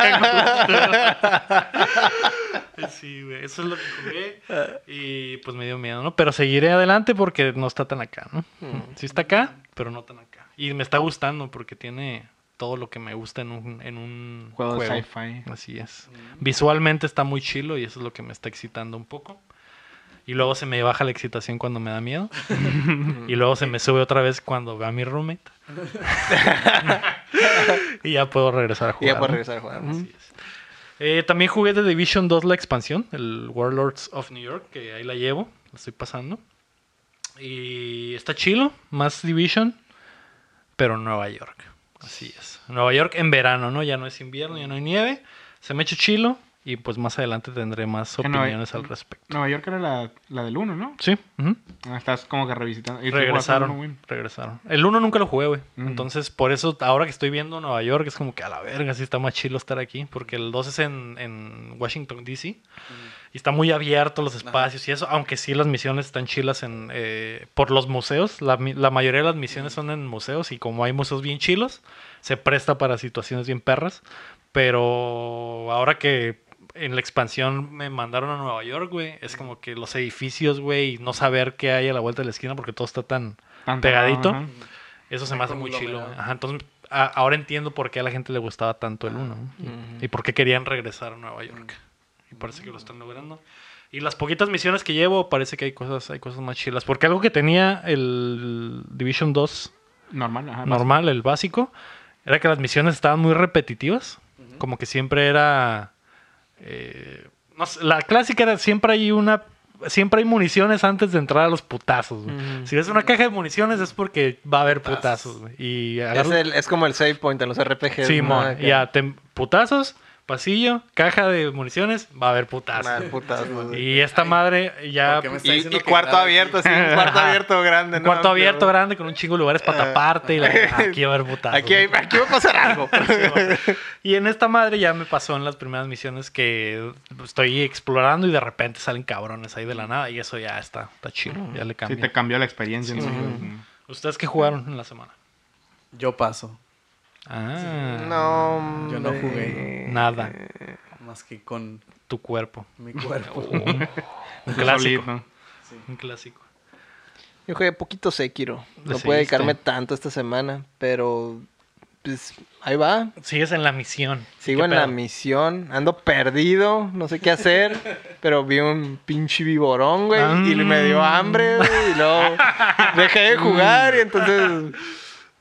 C: a gusto.
A: Sí, güey, eso es lo que jugué y pues me dio miedo, ¿no? Pero seguiré adelante porque no está tan acá, ¿no?
D: Mm.
A: Sí está acá, pero no tan acá. Y me está gustando porque tiene todo lo que me gusta en un, en un
D: Juego
A: juego.
D: de sci-fi.
A: Así es. Visualmente está muy chilo y eso es lo que me está excitando un poco. Y luego se me baja la excitación cuando me da miedo. y luego se me sube otra vez cuando veo a mi roommate. y ya puedo regresar a
B: Y
A: jugar.
B: ya puedo
A: ¿no?
B: regresar a jugar.
A: Así es. Eh, también jugué The Division 2 la expansión, el Warlords of New York, que ahí la llevo, la estoy pasando. Y está chilo, más Division, pero Nueva York. Así es. Nueva York en verano, ¿no? Ya no es invierno, ya no hay nieve. Se me ha hecho chilo y pues más adelante tendré más
D: Que Nueva-
A: opiniones al respecto.
D: Nueva York era la, la del 1, ¿no?
A: Sí, ujú.
D: Ah, Estás como que revisitando. Y tú
A: regresaron.
D: jugaste uno, güey.
A: regresaron. El 1 nunca lo jugué, güey.
D: Mm.
A: Entonces, por eso, ahora que estoy viendo Nueva York, es como que a la verga, sí está más chilo estar aquí. Porque el 2 es en, en Washington, D.C. Y está muy abierto los espacios y eso. Aunque sí, las misiones están chilas en, eh, por los museos. La, mi- la mayoría de las misiones son en museos. Y como hay museos bien chilos, se presta para situaciones bien perras. Pero ahora que en la expansión me mandaron a Nueva York, güey, es como que los edificios, güey, y no saber qué hay a la vuelta de la esquina porque todo está tan
D: Tan-
A: pegadito.
D: ajá.
A: Eso se me hace muy chilo.
C: Conglomerado.
A: güey. Ajá, entonces, a- ahora entiendo por qué a la gente le gustaba tanto el 1 ¿no? y, y por qué querían regresar a Nueva York. Y parece que lo están logrando. Y las poquitas misiones que llevo, parece que hay cosas, hay cosas más chilas. Porque algo que tenía el Division 2
D: Normal,
B: Ah,
D: ajá.
A: normal, el básico, era que las misiones estaban muy repetitivas. Como que siempre era. eh, no sé, la clásica era siempre hay una. Siempre hay municiones antes de entrar a los putazos. güey. Si ves una caja de municiones es porque va a haber putazos. güey. Y
B: Es,
A: agarras-
B: el- es como el save point en los RPGs.
A: Sí,
B: ¿no?
A: mon,
B: Acá.
A: ya, te- putazos, pasillo, caja de municiones, va a haber
B: Mal, pues,
A: putazos.
B: putazos. Y,
A: Y esta madre ya.
C: ¿por qué me está
B: y
C: diciendo que
B: cuarto
C: nada
B: abierto, sí, un cuarto abierto grande.
A: Un
B: ¿no?
A: cuarto
B: Amplio.
A: abierto grande con un chingo de lugares para taparte. Y la, aquí va a haber putazos.
B: Eh, Aquí, hay- aquí va a pasar algo.
A: Y en esta madre ya me pasó en las primeras misiones que estoy explorando y de repente salen cabrones ahí de la nada y eso ya está, está chido, ya le
D: Sí,
A: cambia.
D: te cambió la experiencia. ¿no? Ujú.
A: ¿Ustedes qué jugaron en la semana?
C: Yo paso.
A: Ah,
B: no, Eh.
C: Yo no
B: hombre.
C: jugué.
A: nada,
C: Más que con
A: tu cuerpo.
C: mi cuerpo.
A: Un
D: Tú
A: clásico,
D: solito.
A: un clásico.
B: Yo jugué poquito Sekiro.
A: Le
B: No pude
A: seguiste.
B: dedicarme tanto esta semana, pero pues ahí va.
A: Sigues en la misión.
B: Sigo
A: ¿Qué
B: en la
A: pedo?
B: misión, ando perdido, no sé qué hacer, pero vi un pinche viborón, güey, y me dio hambre,
A: Mm.
B: güey, y luego dejé de jugar y entonces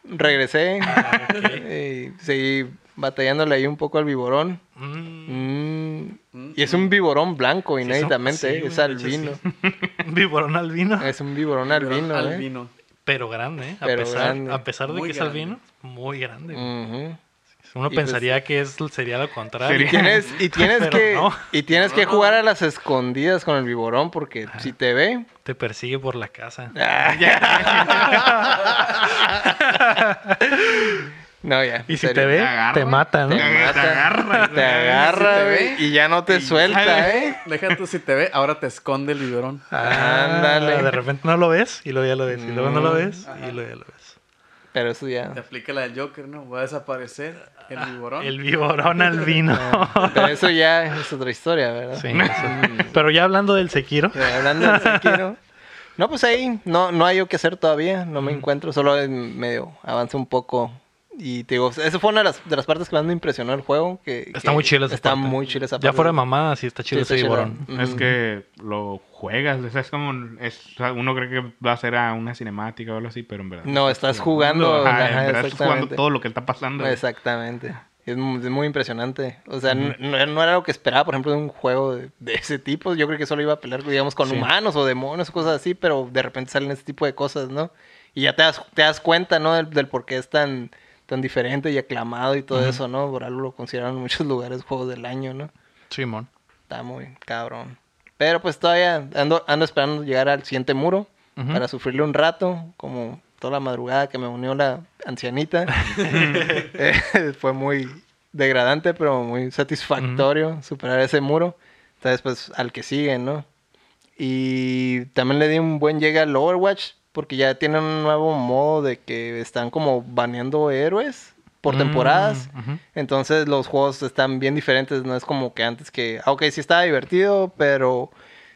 B: regresé
A: Ah,
B: y seguí batallándole ahí un poco al viborón.
A: Mm,
B: Mm, Y es un viborón blanco,
A: son-
B: inéditamente,
A: sí,
B: ¿eh?
A: güey,
B: es
A: de hecho,
B: albino.
A: un Viborón albino,
B: Es un viborón albino,
C: Al
B: ¿eh?
C: vino.
A: pero grande, ¿eh? A,
B: Pero
A: pesar,
B: grande.
A: a pesar de
C: Muy
A: que es
C: grande.
A: albino, muy grande. güey.
B: Ujú.
A: Uno
B: Y pues-
A: pensaría que es, sería lo contrario.
D: Sería-
B: Tienes, y tienes
A: Pero
B: que,
A: no.
B: y tienes que jugar a las escondidas con el viborón porque si te ve, ah.
A: Te persigue por la casa.
B: no ya.
A: Y si
B: en serio.
A: te ve,
D: agarra,
A: te mata, ¿no?
D: Te agarra.
B: Te
D: Te agarra,
B: Te agarra,
C: Si te
B: güey,
C: ve,
B: y ya no te suelta,
D: sale.
B: ¿eh?
C: Deja tú si te ve, ahora te esconde el biberón.
A: Ah,
B: Ándale. Mm.
A: De repente no lo ves y luego ya lo ves. Y luego no lo ves
C: Ajá.
A: y luego ya lo ves.
B: Pero eso ya.
C: Te aplica la del Joker, ¿no? Va a desaparecer el biberón.
A: El viborón albino.
B: Pero eso ya es otra historia, ¿verdad?
A: sí. Pero ya hablando del Sekiro,
B: Eh, Hablando del Sekiro, No, pues ahí no, no hay yo que hacer todavía, no me encuentro, solo en medio avance un poco. Y te digo, esa fue una de las, de las partes que más me impresionó el juego. Que,
A: Está
B: que
A: muy chila esa
B: Está
A: parte.
B: muy chila esa
A: Ya
B: parte.
A: fuera de mamá, sí está chido
B: Sí, está
A: ese
B: chila.
A: tiburón.
B: Ujú.
D: Es que lo juegas, o sea, es como. es- o sea, uno cree que va a ser a una cinemática o algo así, pero en verdad.
B: No, estás jugando. ajá,
D: Ajá, en verdad estás jugando
B: exactamente.
D: todo lo que está pasando. güey.
B: Exactamente. Es mu- es muy impresionante. O sea, no- no, no era lo que esperaba, por ejemplo, de un juego de, de ese tipo. Yo creo que solo iba a pelear, digamos, con
D: Sí.
B: humanos o demonios, cosas así, pero de repente salen ese tipo de cosas, ¿no? Y ya te das, te das cuenta, ¿no? Del, del por qué es tan, tan diferente y aclamado y todo eso, ¿no? Por algo lo consideran en muchos lugares juegos del año, ¿no?
A: Simón.
B: Está muy cabrón. Pero pues todavía ando, ando esperando llegar al siguiente muro
A: Ujú.
B: para sufrirle un rato, como toda la madrugada que me unió la ancianita. Eh, fue muy degradante, pero muy satisfactorio superar ese muro. Entonces, pues al que sigue, ¿no? Y también le di un buen llegue al Overwatch, porque ya tienen un nuevo modo de que están como baneando héroes por
A: Mm,
B: temporadas.
A: ujú.
B: Entonces los juegos están bien diferentes, no es como que antes que, ah, ok, sí estaba divertido, pero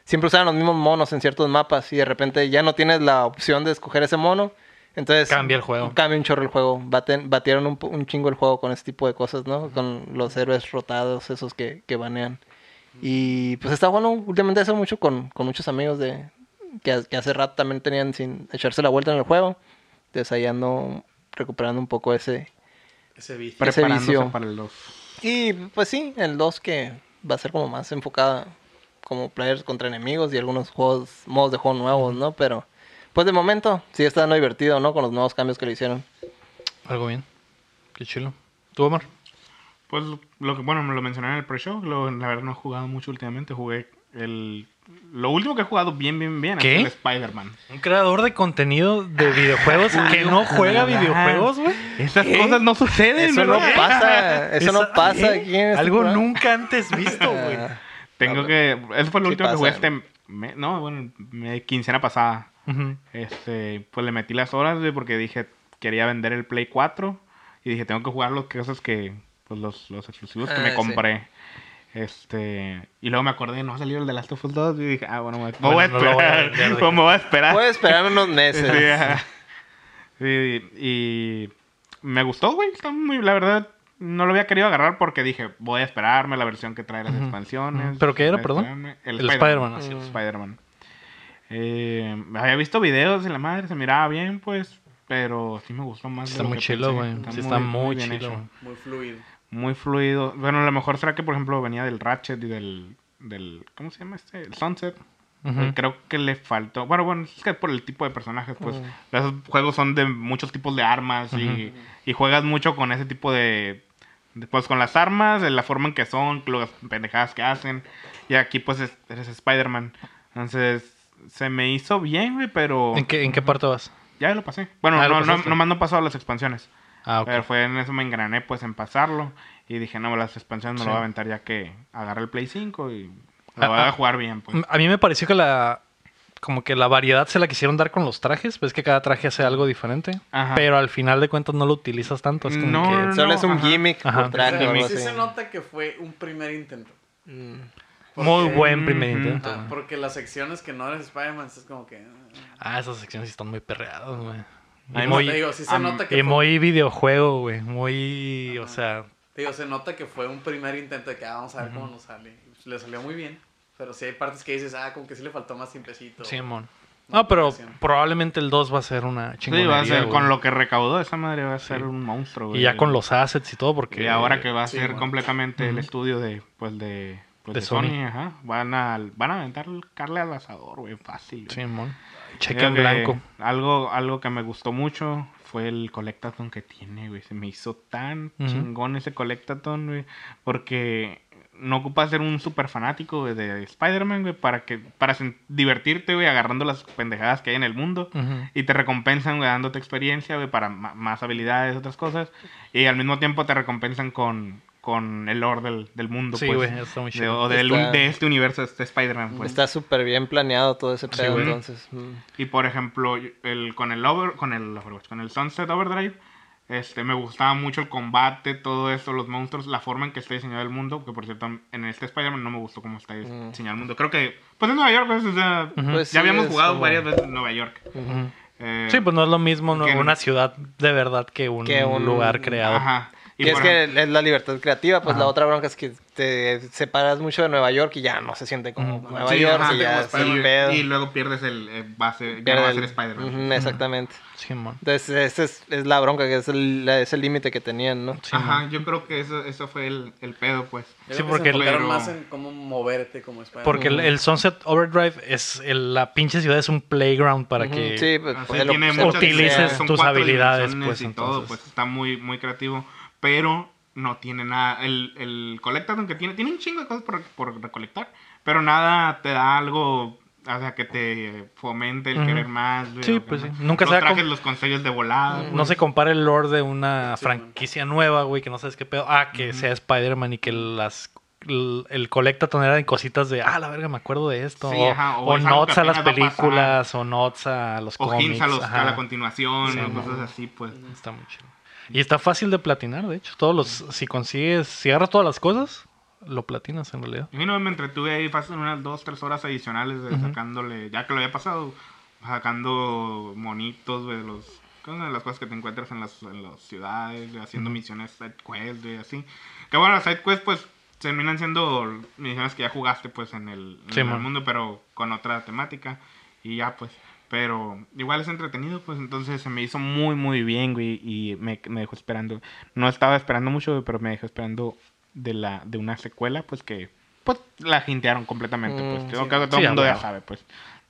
B: siempre usaban los mismos monos en ciertos mapas y de repente ya no tienes la opción de escoger ese mono. Entonces
A: Cambia el juego.
B: Cambia un chorro el juego. Baten- batieron un, po- un chingo el juego con ese tipo de cosas, ¿no? Con los héroes rotados, esos que, que banean. Y pues está bueno, últimamente eso mucho con, con muchos amigos de que, ha- que hace rato también tenían sin echarse la vuelta en el juego. Entonces ahí ando recuperando un poco ese,
C: Ese bici.
B: Pero- ese
D: Preparándose
B: vicio.
D: para los.
B: y pues sí, el 2 que va a ser como más enfocada como players contra enemigos y algunos juegos, modos de juego nuevos, ¿no? Pero pues de momento sí está no divertido, ¿no? Con los nuevos cambios que le hicieron.
A: Algo bien. Qué chilo. ¿Tú, Omar?
D: Pues lo que, bueno, me lo mencioné en el pre-show. lo- La verdad no he jugado mucho últimamente. Jugué el. Lo último que he jugado bien, bien, bien
A: ¿Qué?
D: es el Spider-Man.
A: Un creador de contenido
B: Ah,
A: de videojuegos que no juega videojuegos, güey.
D: Esas cosas no suceden,
B: Eso no
D: ¿verdad?
B: pasa, eso no
A: Esa-
B: pasa
A: ¿eh?
B: aquí en este
A: Algo
B: programa.
A: nunca antes visto, güey.
B: Ah,
D: Tengo que. Eso fue lo
B: Sí
D: último que jugué
B: pasa.
D: este. me- no, bueno, me- quincena pasada.
A: Ujú.
D: Este, pues le metí las horas, güey, porque dije, quería vender el Play 4. Y dije, tengo que jugar los cosas que. Pues los, los exclusivos que
B: Ah,
D: me
B: sí.
D: compré. Este. Y luego me acordé, no ha salido el de Last of Us 2. Y dije, ah, bueno, me voy a,
A: Bueno,
D: me voy a
A: no lo voy a
D: esperar.
A: vender, dije.
D: pues me voy a esperar.
B: Puede esperar unos
D: Sí,
B: meses.
D: ajá. Sí, y me gustó, güey. Está muy, la verdad, no lo había querido agarrar porque dije, voy a esperarme la versión que trae las
A: Ujú,
D: expansiones.
A: ujú. ¿Pero qué era,
D: voy a
A: perdón?
D: esperarme.
A: El Spider-Man, así
D: El
A: es.
D: Spider-Man. Eh, había visto videos de la madre, se miraba bien, pues, pero sí me gustó más. de
A: Está
D: lo
A: muy
D: que
A: chilo,
D: pensé.
A: güey. Sí, está muy
D: bien
A: chilo.
D: hecho.
C: Muy fluido.
D: Muy fluido. Bueno, a lo mejor será que, por ejemplo, venía del Ratchet y del... del ¿Cómo se llama este? El Sunset.
A: Ujú.
D: Eh, Creo que le faltó. Bueno, bueno, es que por el tipo de personajes, pues. Los juegos son de muchos tipos de armas y, y juegas mucho con ese tipo de. de, Pues con las armas, de la forma en que son, las pendejadas que hacen. Y aquí, pues, es- eres Spider-Man. Entonces, se me hizo bien, güey, pero.
A: ¿En qué, ¿En qué parte vas?
D: Ya lo pasé. Bueno,
A: Ah, lo
D: no, no,
A: pasaste.
D: nomás no pasó a las expansiones.
A: Ah, ok.
D: Pero fue en eso me engrané, pues, en pasarlo. Y dije, no, las expansiones me
A: Sí.
D: lo voy a aventar ya que agarré el Play 5 y
A: Ah,
D: lo voy
A: ah.
D: a jugar bien, pues.
A: A mí me pareció que la. Como que la variedad se la quisieron dar con los trajes. Ves que cada traje hace algo diferente.
D: Ajá.
A: Pero al final de cuentas no lo utilizas tanto. Es como
D: No,
A: que-
D: no, no.
B: Solo es un
D: ajá.
B: gimmick
A: Ajá.
B: por traje
C: O
B: o
C: sea,
B: algo
C: sí
B: así.
C: se nota que fue un primer intento.
B: Mm.
A: Muy
C: Porque-
A: buen primer
D: Ujú.
A: intento.
C: Ah,
A: güey.
C: porque las secciones que no eres Spider-Man es como que.
A: Ah, esas secciones sí están muy perreadas, güey.
D: A mí
A: Y
D: me-
A: muy,
C: te digo, sí se
D: am-
C: nota que.
A: y
C: fue-
A: muy videojuego, güey. Muy. O
C: Ajá.
A: sea.
C: te digo, se nota que fue un primer intento de que ah, vamos a ver cómo nos sale. Y pues, Le salió muy bien. Pero sí hay partes que dices, ah, como que sí le faltó más tiempecito.
A: Simón.
C: Una
A: No, pero
C: aplicación.
A: probablemente el 2 va a ser una
D: Sí,
A: chingonería.
D: va a ser
A: güey.
D: con lo que recaudó esa madre, va a ser un monstruo, güey.
A: Y ya con los assets y todo, porque.
D: Y ahora que va a
C: Sí,
D: ser
C: bueno.
D: completamente el
A: Ujú.
D: estudio de, pues, de, pues,
A: De
D: de,
A: Sony.
D: Sony. ajá. Van a, van a aventar carle al asador, güey, fácil. güey.
A: Simón. Cheque
D: Creo
A: en
D: que
A: blanco.
D: Algo, algo que me gustó mucho fue el Collectathon que tiene, güey. Se me hizo tan
A: Ujú.
D: chingón ese Collectathon, güey. Porque no ocupas ser un super fanático güey, de Spider-Man, güey, para, que, para sen- divertirte, güey, agarrando las pendejadas que hay en el mundo.
A: Ujú.
D: Y te recompensan, güey, dándote experiencia, güey, para ma- más habilidades, otras cosas. Y al mismo tiempo te recompensan con, con el lore del, del mundo,
A: Sí,
D: pues.
A: güey, está muy
D: de,
A: chido.
D: o del-
B: Está-
D: de este universo, de este Spider-Man, pues.
B: Está súper bien planeado todo ese pedo,
D: güey.
B: entonces. mm.
D: Y por ejemplo, el, con el over, con el Overwatch, con el Sunset Overdrive, Este, me gustaba mucho el combate, todo esto, los monstruos, la forma en que está diseñado el mundo, que por cierto, en este Spider-Man no me gustó cómo está diseñado el mundo. Creo que, pues en Nueva York, pues, o sea, ya
B: Pues Mm. sí,
D: habíamos
B: es
D: jugado
B: como-
D: varias veces en Nueva York. Eh,
A: Sí, pues no es lo mismo ¿no?
D: Que-
A: una ciudad de verdad que un,
B: Que un-
A: lugar creado.
D: Ajá. Y
B: Y es
D: por-
B: que es la libertad creativa, pues la otra bronca es que te separas mucho de Nueva York y ya no se siente como
A: Ujú.
B: Nueva
D: sí,
B: York,
D: ajá,
B: y ya es
D: y-
B: un
D: y,
B: pedo.
D: luego pierdes el eh, base, ya no
B: Pierde
D: va a
B: el-
D: ser Spider-Man.
B: Ujú, Exactamente.
A: Simón.
B: Entonces, esa es, es la bronca, que es el la- es el límite que tenían, ¿no?
A: Simón.
D: Ajá, yo creo que eso, eso fue el, el pedo, pues.
A: Sí,
C: Sí,
A: porque
C: porque
A: el-
C: se enfocaron
D: Pero-
C: más en cómo moverte como Spider-Man.
A: Porque el, el Sunset Overdrive es el- la pinche ciudad es un playground para
B: Ujú,
A: que
B: sí, pues,
D: O sea,
B: pues, lo-
D: tiene
B: sea lo que
D: muchas
A: utilices
D: ideas,
B: sea.
D: son
A: tus
D: cuatro
A: habilidades,
D: dimensiones
A: pues,
D: y todo,
A: entonces.
D: pues está muy, muy creativo, pero no tiene nada. El, el Collectathon que tiene, tiene un chingo de cosas por, por recolectar, pero nada te da algo. O sea, que te fomente el
A: Ujú.
D: querer más. güey,
A: Sí,
D: o que
A: pues,
D: no-
A: sí. Nunca
D: los
A: se da
D: trajes,
A: com-
D: los consejos de volada. pues,
A: no se compara el lore de una
C: Sí,
A: franquicia nueva, güey, que no sabes qué pedo. Ah, que sea Spider-Man y que las l- el colecta tonelada en cositas de, ah, la verga, me acuerdo de esto.
D: Sí,
A: o
D: ajá, o
A: o
D: es algo
A: notes
D: que
A: a las
D: apenas va a pasar.
A: películas, o notes a los
D: o
A: cómics.
D: hints a, los- a
A: ajá.
D: la continuación,
A: Sí,
D: o
A: no.
D: cosas así, pues.
A: Mm, Está muy chido. Y está fácil de platinar, de hecho. Todos los, si consigues, si agarras todas las cosas, lo platinas en realidad.
D: A mí no me entretuve ahí, pasan unas dos, tres horas adicionales de
A: Ujú.
D: sacándole, ya que lo había pasado, sacando monitos, güey, de los... que es Una de las cosas que te encuentras en las, en las ciudades, güey, haciendo
A: Ujú.
D: misiones side quest, güey, así. Que bueno, las side quest, pues, terminan siendo misiones que ya jugaste, pues, en el, en
A: Sí,
D: el
A: man.
D: mundo, pero con otra temática. Y ya, pues, pero igual es entretenido, pues, entonces se me hizo muy, muy bien, güey, y me, me dejó esperando. No estaba esperando mucho, güey, pero me dejó esperando de la de una secuela, pues que pues la jintearon completamente, pues.
B: Mm,
D: Yo creo que todo
A: Sí,
D: el mundo
A: a
D: ya
A: huevo.
D: sabe, pues.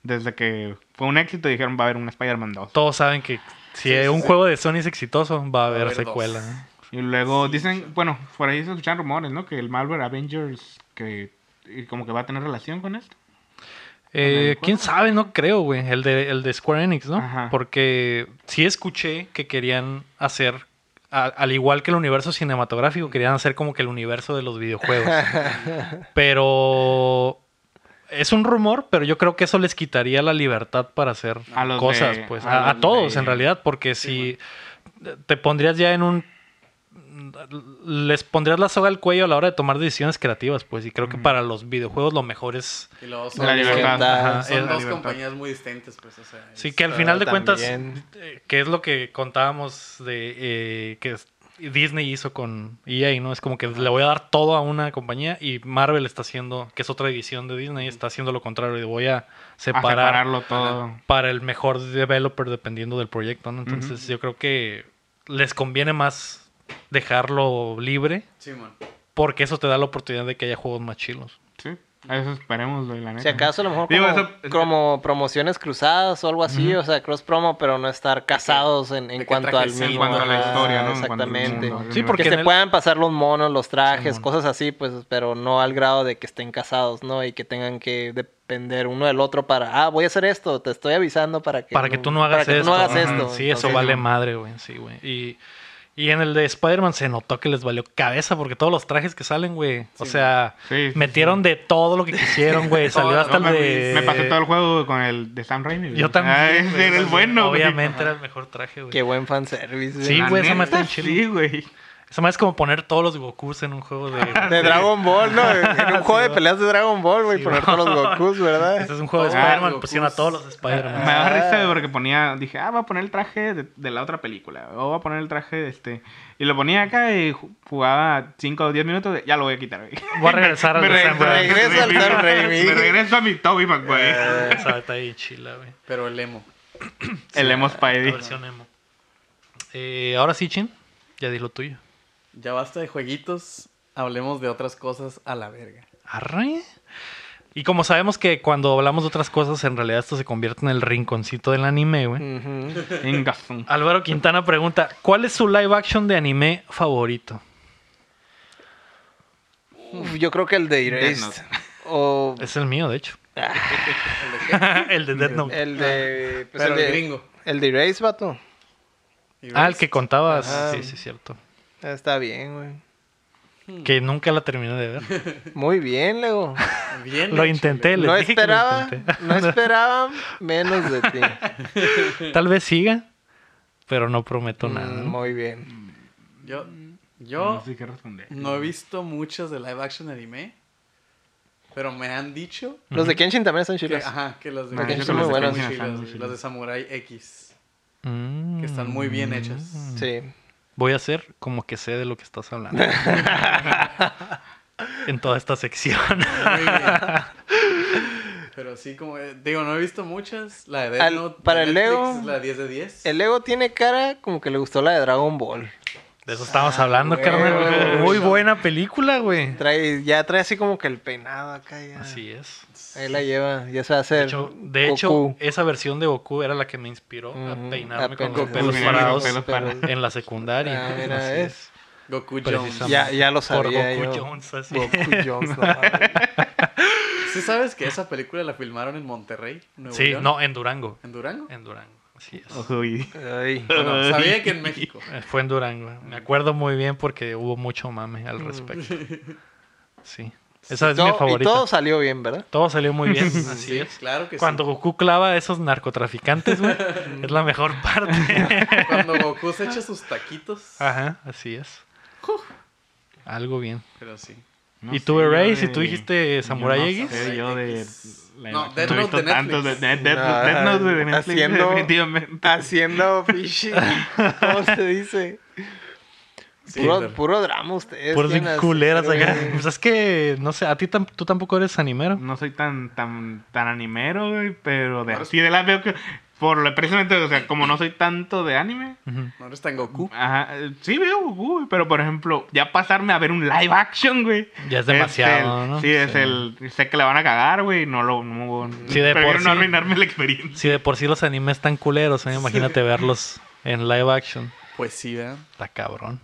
D: Desde que fue un éxito dijeron va a haber un Spider-Man 2.
A: Todos saben que si
C: Sí, sí,
A: un
C: sí.
A: juego de Sony es exitoso, va a haber,
C: haber dos.
A: secuela. ¿no?
D: Y luego
C: Sí,
D: dicen,
C: sí.
D: bueno, por ahí se escuchan rumores, ¿no? Que el Marvel Avengers que y como que va a tener relación con esto.
A: Eh,
D: ¿Con el
A: ¿Quién
D: juego?
A: sabe? No creo, güey. El de, el de Square Enix, ¿no?
D: Ajá.
A: Porque sí escuché que querían hacer, a- al igual que el universo cinematográfico, querían hacer como que el universo de los videojuegos. pero es un rumor, pero yo creo que eso les quitaría la libertad para hacer
D: A los
A: cosas,
D: de-
A: pues.
D: a
A: A, a
D: los
A: todos,
D: de-
A: en realidad, porque si
C: Sí,
A: te pondrías ya en un les pondrías la soga al cuello a la hora de tomar decisiones creativas, pues, y creo que
D: Ujú.
A: para los videojuegos lo mejor es
C: Y luego son,
D: La libertad.
B: libertad.
A: Ajá,
C: son
A: Ah, es-
C: dos
D: libertad.
C: compañías muy distintas, pues, o sea.
A: Sí,
C: es-
A: que al final de cuentas,
B: también.
A: eh, que es lo que contábamos de eh, que es- Disney hizo con EA, ¿no? Es como que le voy a dar todo a una compañía y Marvel está haciendo, que es otra división de Disney, está haciendo lo contrario y voy a
D: A
A: separar
D: separarlo todo.
A: para el mejor developer dependiendo del proyecto, ¿no? Entonces yo creo que les conviene más dejarlo libre
C: Sí, man.
A: porque eso te da la oportunidad de que haya juegos más chilos.
D: Sí. A eso esperemos, güey, la neta.
B: Si acaso a lo mejor
D: Digo,
B: como,
D: eso- eh,
B: como promociones cruzadas o algo así, o sea, cross promo, pero no estar casados en, en
C: de que
B: cuanto al
C: trajecito,
B: mismo.
D: en cuanto a la
B: ajá,
D: historia, ¿no? En cuanto al
B: Exactamente.
D: mundo, al
A: Sí, porque
B: que
A: en
B: se
A: el-
B: puedan pasar los monos, los trajes,
A: Simón.
B: cosas así, pues, pero no al grado de que estén casados, ¿no? Y que tengan que depender uno del otro para, ah, voy a hacer esto, te estoy avisando para que...
A: para que tú no hagas
B: para que
A: esto.
B: tú no hagas
A: Ajá.
B: esto.
A: Sí, eso
B: Entonces,
A: vale madre, güey. Sí, güey. Y, y en el de Spider-Man se notó que les valió cabeza porque todos los trajes que salen, güey. o
C: Sí.
A: sea,
D: Sí, sí,
A: metieron de todo lo que quisieron, güey. Salió
C: Todo,
A: hasta el
D: me,
A: de.
D: me pasé todo el juego con el de Sam Raimi. güey.
A: Yo también.
D: Ah, ese
A: güey,
D: era el bueno, güey.
A: Obviamente era el mejor traje, güey.
B: Qué buen fanservice. ¿eh?
A: Sí,
D: La
A: güey, esa madre está bien
D: neta,
A: chida.
D: Sí, güey.
A: Esa madre es como poner todos los Gokus en un juego de.
B: De Dragon Ball, ¿no? En un juego de peleas de Dragon Ball, güey,
A: Ah, Sí,
B: poner
A: güey.
B: todos los Gokus, ¿verdad?
A: Este es un juego de
C: Todos
D: Ah,
C: los
A: Spider-Man,
C: Gokus.
A: pusieron a todos los Spider-Man.
D: Me da risa güey, porque ponía, dije, ah, voy a poner el traje de, de la otra película, o voy a poner el traje de este. Y lo ponía acá y ju- jugaba 5 o 10 minutos, de, ya lo voy a quitar. güey".
A: Voy a regresar al
D: Me
A: de Sam
D: regreso,
A: Raimi.
B: Regreso al Sam Raimi.
D: Me regreso a mi Toby McGuire.
A: Esa está bien chila, güey.
C: Pero el emo.
D: el Emo
A: La
D: Spidey.
A: versión emo. Eh, ahora sí, Chin. Ya di lo tuyo.
C: Ya basta de jueguitos, hablemos de otras cosas a la verga.
A: Arre. Y como sabemos que cuando hablamos de otras cosas, en realidad esto se convierte en el rinconcito del anime,
C: Mm.
A: güey.
B: Ujú.
D: Ingasun.
A: Álvaro Quintana pregunta: ¿Cuál es su live action de anime favorito?
B: Uf, yo creo que el de
D: Death
B: Erased.
D: Note.
B: O
A: Es el mío, de hecho.
C: ¿El de qué?
A: el de Death Note.
B: el de... pues,
C: Pero
B: el,
C: el
B: de
C: gringo.
B: El de Erased, vato.
A: Ah, el que contabas.
B: Ajá.
A: Sí, sí, cierto.
B: Está bien, güey.
C: Mm.
A: Que nunca la terminé de ver.
B: Muy bien, Lego.
C: Bien
A: Lo
C: hecho.
A: intenté, les
B: No
A: dije que lo
B: esperaba,
A: intenté.
B: no esperaba menos de ti.
A: Tal vez siga. pero no prometo nada.
B: Mm, Muy bien.
C: Yo,
D: No
C: yo
D: sé qué responder.
C: no he visto muchas de live action anime, pero me han dicho
B: Los de Kenshin también están
C: que,
B: chilos.
C: ajá, que los de,
D: Ah,
B: yo creo
C: son
B: que
C: muy
B: las de
C: buenos,
D: Kenshin
C: chilos,
D: están muy
C: güey,
D: chilos.
C: los de Samurai X,
A: Mm.
C: que están muy bien hechas.
B: Sí.
A: Voy a hacer como que sé de lo que estás hablando. en toda esta sección.
C: Muy bien. Pero sí, como eh, digo, no he visto muchas. La de Death
B: Al-
C: Note de
B: para el
C: Netflix
B: Leo-
C: es la 10 de 10.
B: El Ego tiene cara como que le gustó la de Dragon Ball.
A: De eso estábamos hablando,
B: Ah, güey,
A: carnal.
B: güey.
A: Muy buena película, güey.
B: Trae, ya trae así como que el peinado acá ya.
A: Así es.
B: Ahí la lleva, ya se va a hacer.
A: De hecho, de hecho,
B: Goku.
A: esa versión de Goku era la que me inspiró
B: Ujú.
A: a peinarme con los
B: Apenas.
A: pelos
D: Goku,
A: parados
D: mira, los pelos parados.
A: en la secundaria.
B: Ah, mira,
A: Así
B: es.
C: Goku
A: Precisamente.
C: Jones.
B: Ya, ya lo
A: Por
B: sabía
A: Goku
B: yo.
A: Jones, así.
B: Goku Jones. no mames.
C: ¿Sí sabes que esa película la filmaron en Monterrey? Nuevo
A: Sí,
C: León?
A: no, en Durango.
C: ¿En Durango?
A: En Durango. Así es.
D: Uy.
B: Ay.
C: Bueno, sabía que en México.
A: Eh, Fue en Durango. Me acuerdo muy bien porque hubo mucho mame al respecto. Sí. Esa es
B: Todo-
A: mi favorita.
B: Mm. Y todo salió bien, ¿verdad?
A: Todo salió muy bien. Así
C: Sí,
A: es.
C: claro que
A: Cuando Goku clava a esos narcotraficantes, güey, es la mejor parte.
C: sí. Cuando Goku se echa sus taquitos.
A: Ajá, así es. Algo bien.
C: Pero sí.
A: ¿Y tú, Erase? ¿Y tú dijiste Samurai
D: Yo no
A: X?
D: sé, yo de... la-
C: No,
D: he
C: Death
D: visto
C: Note de
D: tantos
C: Netflix.
D: de- de- Death
B: No,
D: Death Note de Netflix,
B: haciendo-
D: definitivamente.
B: Haciendo fishy. ¿Cómo se dice?
C: Sí,
B: Puro,
C: pero-
B: puro drama ustedes.
A: Por
B: tienen
A: de
B: así,
A: culeras
B: güey.
A: acá. Pues es que, no sé, a ti tam- tú tampoco eres animero.
D: No soy tan, tan, tan animero, güey, pero de
C: Ahora
D: así de la veo que... Por lo- precisamente, o sea, como no soy tanto de anime,
A: Ujú.
C: No eres tan Goku.
D: Ajá, eh, sí veo Goku, güey, pero por ejemplo, ya pasarme a ver un live action, güey.
A: Ya es
D: el-
A: demasiado, ¿no?
D: Sí, es el. Sé que la van a cagar, güey, no lo. No,
A: Sí, de
D: prefiero
A: por
D: no
A: sí.
D: arruinarme la experiencia.
A: Si de por sí los animes están culeros, ¿eh? imagínate verlos en live action.
C: Pues sí, ¿verdad?
A: Está cabrón.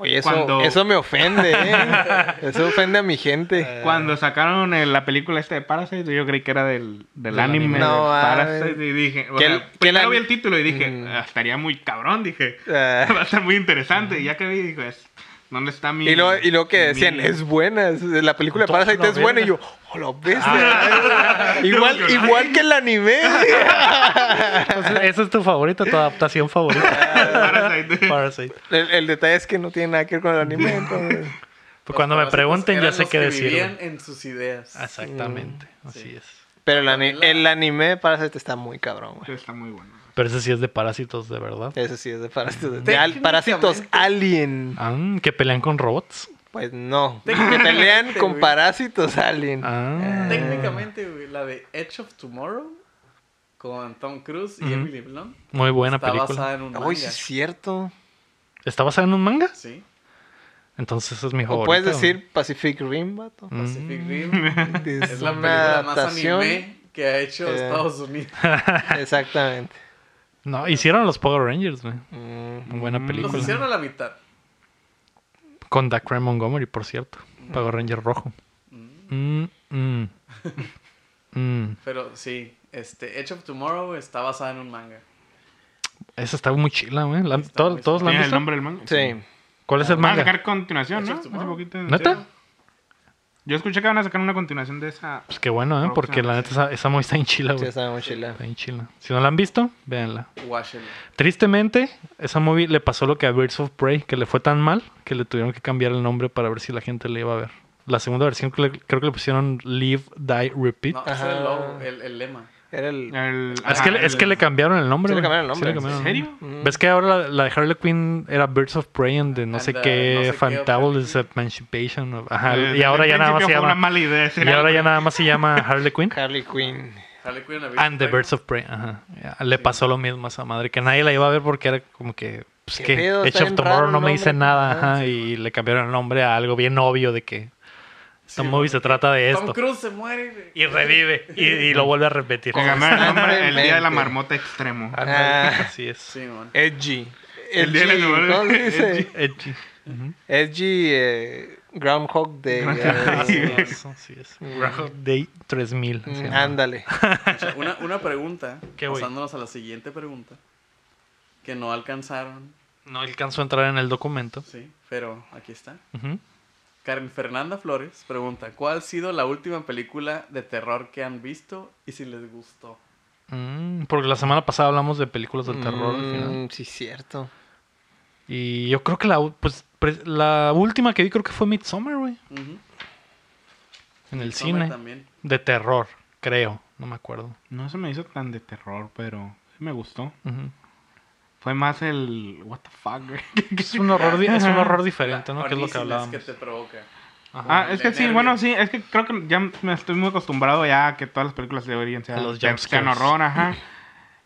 B: Oye, eso,
D: Cuando-
B: eso me ofende, ¿eh? Eso ofende a mi gente.
D: Cuando sacaron el- la película esta de Parasite, yo creí que era del, del
A: Del
D: anime
A: anime.
D: de
B: No, ah, a
D: Parasite
B: ver.
D: y dije, o
B: ¿Qué-
D: sea,
B: qué
D: primero
B: la-
D: vi el título y dije,
B: Mm.
D: "Ah, estaría muy cabrón, dije,
B: Ah,
D: va a estar muy interesante. Y ya que vi, dije, "Es- ¿dónde está mi...?
B: y, lo, y lo que
D: mi-
B: decían, es buena. es- la película de
A: Toda
B: Parasite
A: la
B: es buena. Y yo,
A: verga.
B: oh, la bestia. igual, igual que el anime.
A: Entonces, esa es tu favorita, tu adaptación favorita.
D: Parasite.
A: Parasite.
B: El, el detalle es que no tiene nada que ver con el anime. entonces.
A: Pues cuando me
C: Los parásitos
A: pregunten, yo
C: eran
A: sé
C: los
A: qué
C: que
A: decir.
C: Vivían Mm,
A: güey. Ah,
C: en sus ideas.
A: Exactamente, así es.
B: Pero el, ani- el anime de Parasite está muy cabrón, güey.
D: Está muy bueno.
A: Pero ese sí es de parásitos, de verdad.
B: Eso sí, es de parásitos. de al- parásitos alien.
A: Ah, que pelean con robots.
B: Pues no. Que
C: Técnicamente,
B: pelean con
C: güey.
B: parásitos alien.
A: Ah.
C: Técnicamente, güey, la de Edge of Tomorrow con Tom Cruise y
A: Ujú.
C: Emily Blunt
A: Muy buena
C: está
A: película.
C: basada en un manga.
B: Uy, sí es cierto.
A: ¿Está basada en un manga?
C: Sí.
A: Entonces esa es mi
B: O
A: favorita.
B: puedes
A: güey.
B: decir Pacific Rim, vato.
A: Mm.
C: Pacific Rim
B: Es,
C: es la
B: una
C: película más
B: adaptación.
C: anime que ha hecho
B: Eh.
C: Estados Unidos.
B: Exactamente.
A: No, hicieron los Power Rangers, güey.
B: Mm.
A: Muy Buena
D: Mm.
C: Los
A: película.
C: hicieron a la mitad.
A: Con Dacre Montgomery, por cierto. Power Ranger rojo. Mm, mm. Mm.
C: Pero sí, este Edge of Tomorrow está basada en un manga.
A: Esa está muy chila, güey. La-
C: Está
A: ¿tod-
C: muy
A: ¿Todos la han
D: ¿Tiene el
A: visto?
D: nombre del manga?
B: Sí.
A: ¿Cuál es el
D: Van a
A: manga?
D: sacar continuación, ¿no?
C: Except
D: Hace
C: Tomorrow.
D: poquito.
A: ¿Neta?
D: Sí. Yo escuché que van a sacar una continuación de esa.
A: Pues qué bueno, ¿eh? Porque la neta esa, esa movie está en chila,
B: Sí,
A: güey.
B: está muy chila.
A: Está en chila. Si no la han visto, véanla.
C: Washington.
A: Tristemente, esa movie le pasó lo que a Birds of Prey, que le fue tan mal que le tuvieron que cambiar el nombre para ver si la gente le iba a ver. La segunda versión que le- creo que le pusieron Live, Die, Repeat.
C: No, ese es
B: Ajá.
C: el, logo, el, el lema.
B: Era el.
A: Ah.
D: el-
A: es, que,
D: ajá,
A: le- es que
D: el-
A: le cambiaron el nombre.
B: Sí le
A: güey.
B: cambiaron el nombre.
A: Sí le cambiaron
D: ¿En
A: el
D: serio?
B: Mm.
A: ¿Ves que ahora la, la de Harley Quinn era Birds of Prey and de no
C: And
A: sé
B: uh,
C: the no
A: qué
C: sé qué
A: Fantabulous
C: otra
A: Emancipation? of- Ajá,
D: Desde
A: y ahora
D: el
A: ya nada más
D: Eh, principio
A: se
D: fue una
A: llama.
D: mala idea.
A: Y ahora ya nada más se llama Harley Quinn.
B: Harley Quinn.
C: Harley Quinn and the
A: And the
C: Prey.
A: Birds of Prey, ajá. Ya, Le pasó lo mismo a esa madre, que nadie la iba a ver porque era como que. Pues
B: ¿Qué
A: que
B: pedo? Está
A: Edge of
B: bien
A: Tomorrow
B: raro el
A: no me dice
B: nombre.
A: nada,
B: Ah,
A: ajá. Y le cambiaron el nombre a algo bien obvio de que esta
C: Sí,
A: movie se trata de
C: Tom
A: esto.
C: Cruise se muere. güey.
A: Y revive, y, y lo vuelve a repetir.
D: Le cambiaron el nombre el día de la
B: Constantemente.
D: marmota extremo.
A: Ah,
B: Ah.
A: Así es.
C: Sí, man.
B: Edgy.
D: El día de la novela.
B: ¿Cómo se dice?
A: Edgy.
B: Edgy eh, Groundhog Day.
A: Así
B: eh,
A: es, así es. Groundhog Day 3000. se
B: mm,
A: llama.
B: Ándale.
C: Escucha, Una, una pregunta,
A: ¿Qué, güey?
C: pasándonos a la siguiente pregunta, que no alcanzaron,
A: No alcanzó a entrar en el documento.
C: sí, pero aquí está.
A: Ujú.
C: Karen Fernanda Flores pregunta, ¿cuál ha sido la última película de terror que han visto y si les gustó?
A: Mm, porque la semana pasada hablamos de películas del terror al final.
B: Mm, sí, cierto.
A: Y yo creo que la, u- pues, pre- la última que vi creo que fue Midsommar, güey.
C: Ujú.
A: En el
C: Midsommar
A: cine.
C: También.
A: De terror, creo. No me acuerdo.
D: No se me hizo tan de terror, pero sí me gustó.
A: Ujú.
D: Fue más el. ¿What the fuck, güey?
A: Es un horror, di- es un horror diferente,
C: La
A: ¿no? Que es lo que
C: parálisis
A: hablábamos.
C: que te provoca.
D: Ah, es que
C: de
D: sí,
C: nervio.
D: bueno, sí, es que creo que ya me estoy muy acostumbrado ya a que todas las películas de origen sean,
A: A los
D: sean-
A: jumpscares.
D: sean horror, ajá.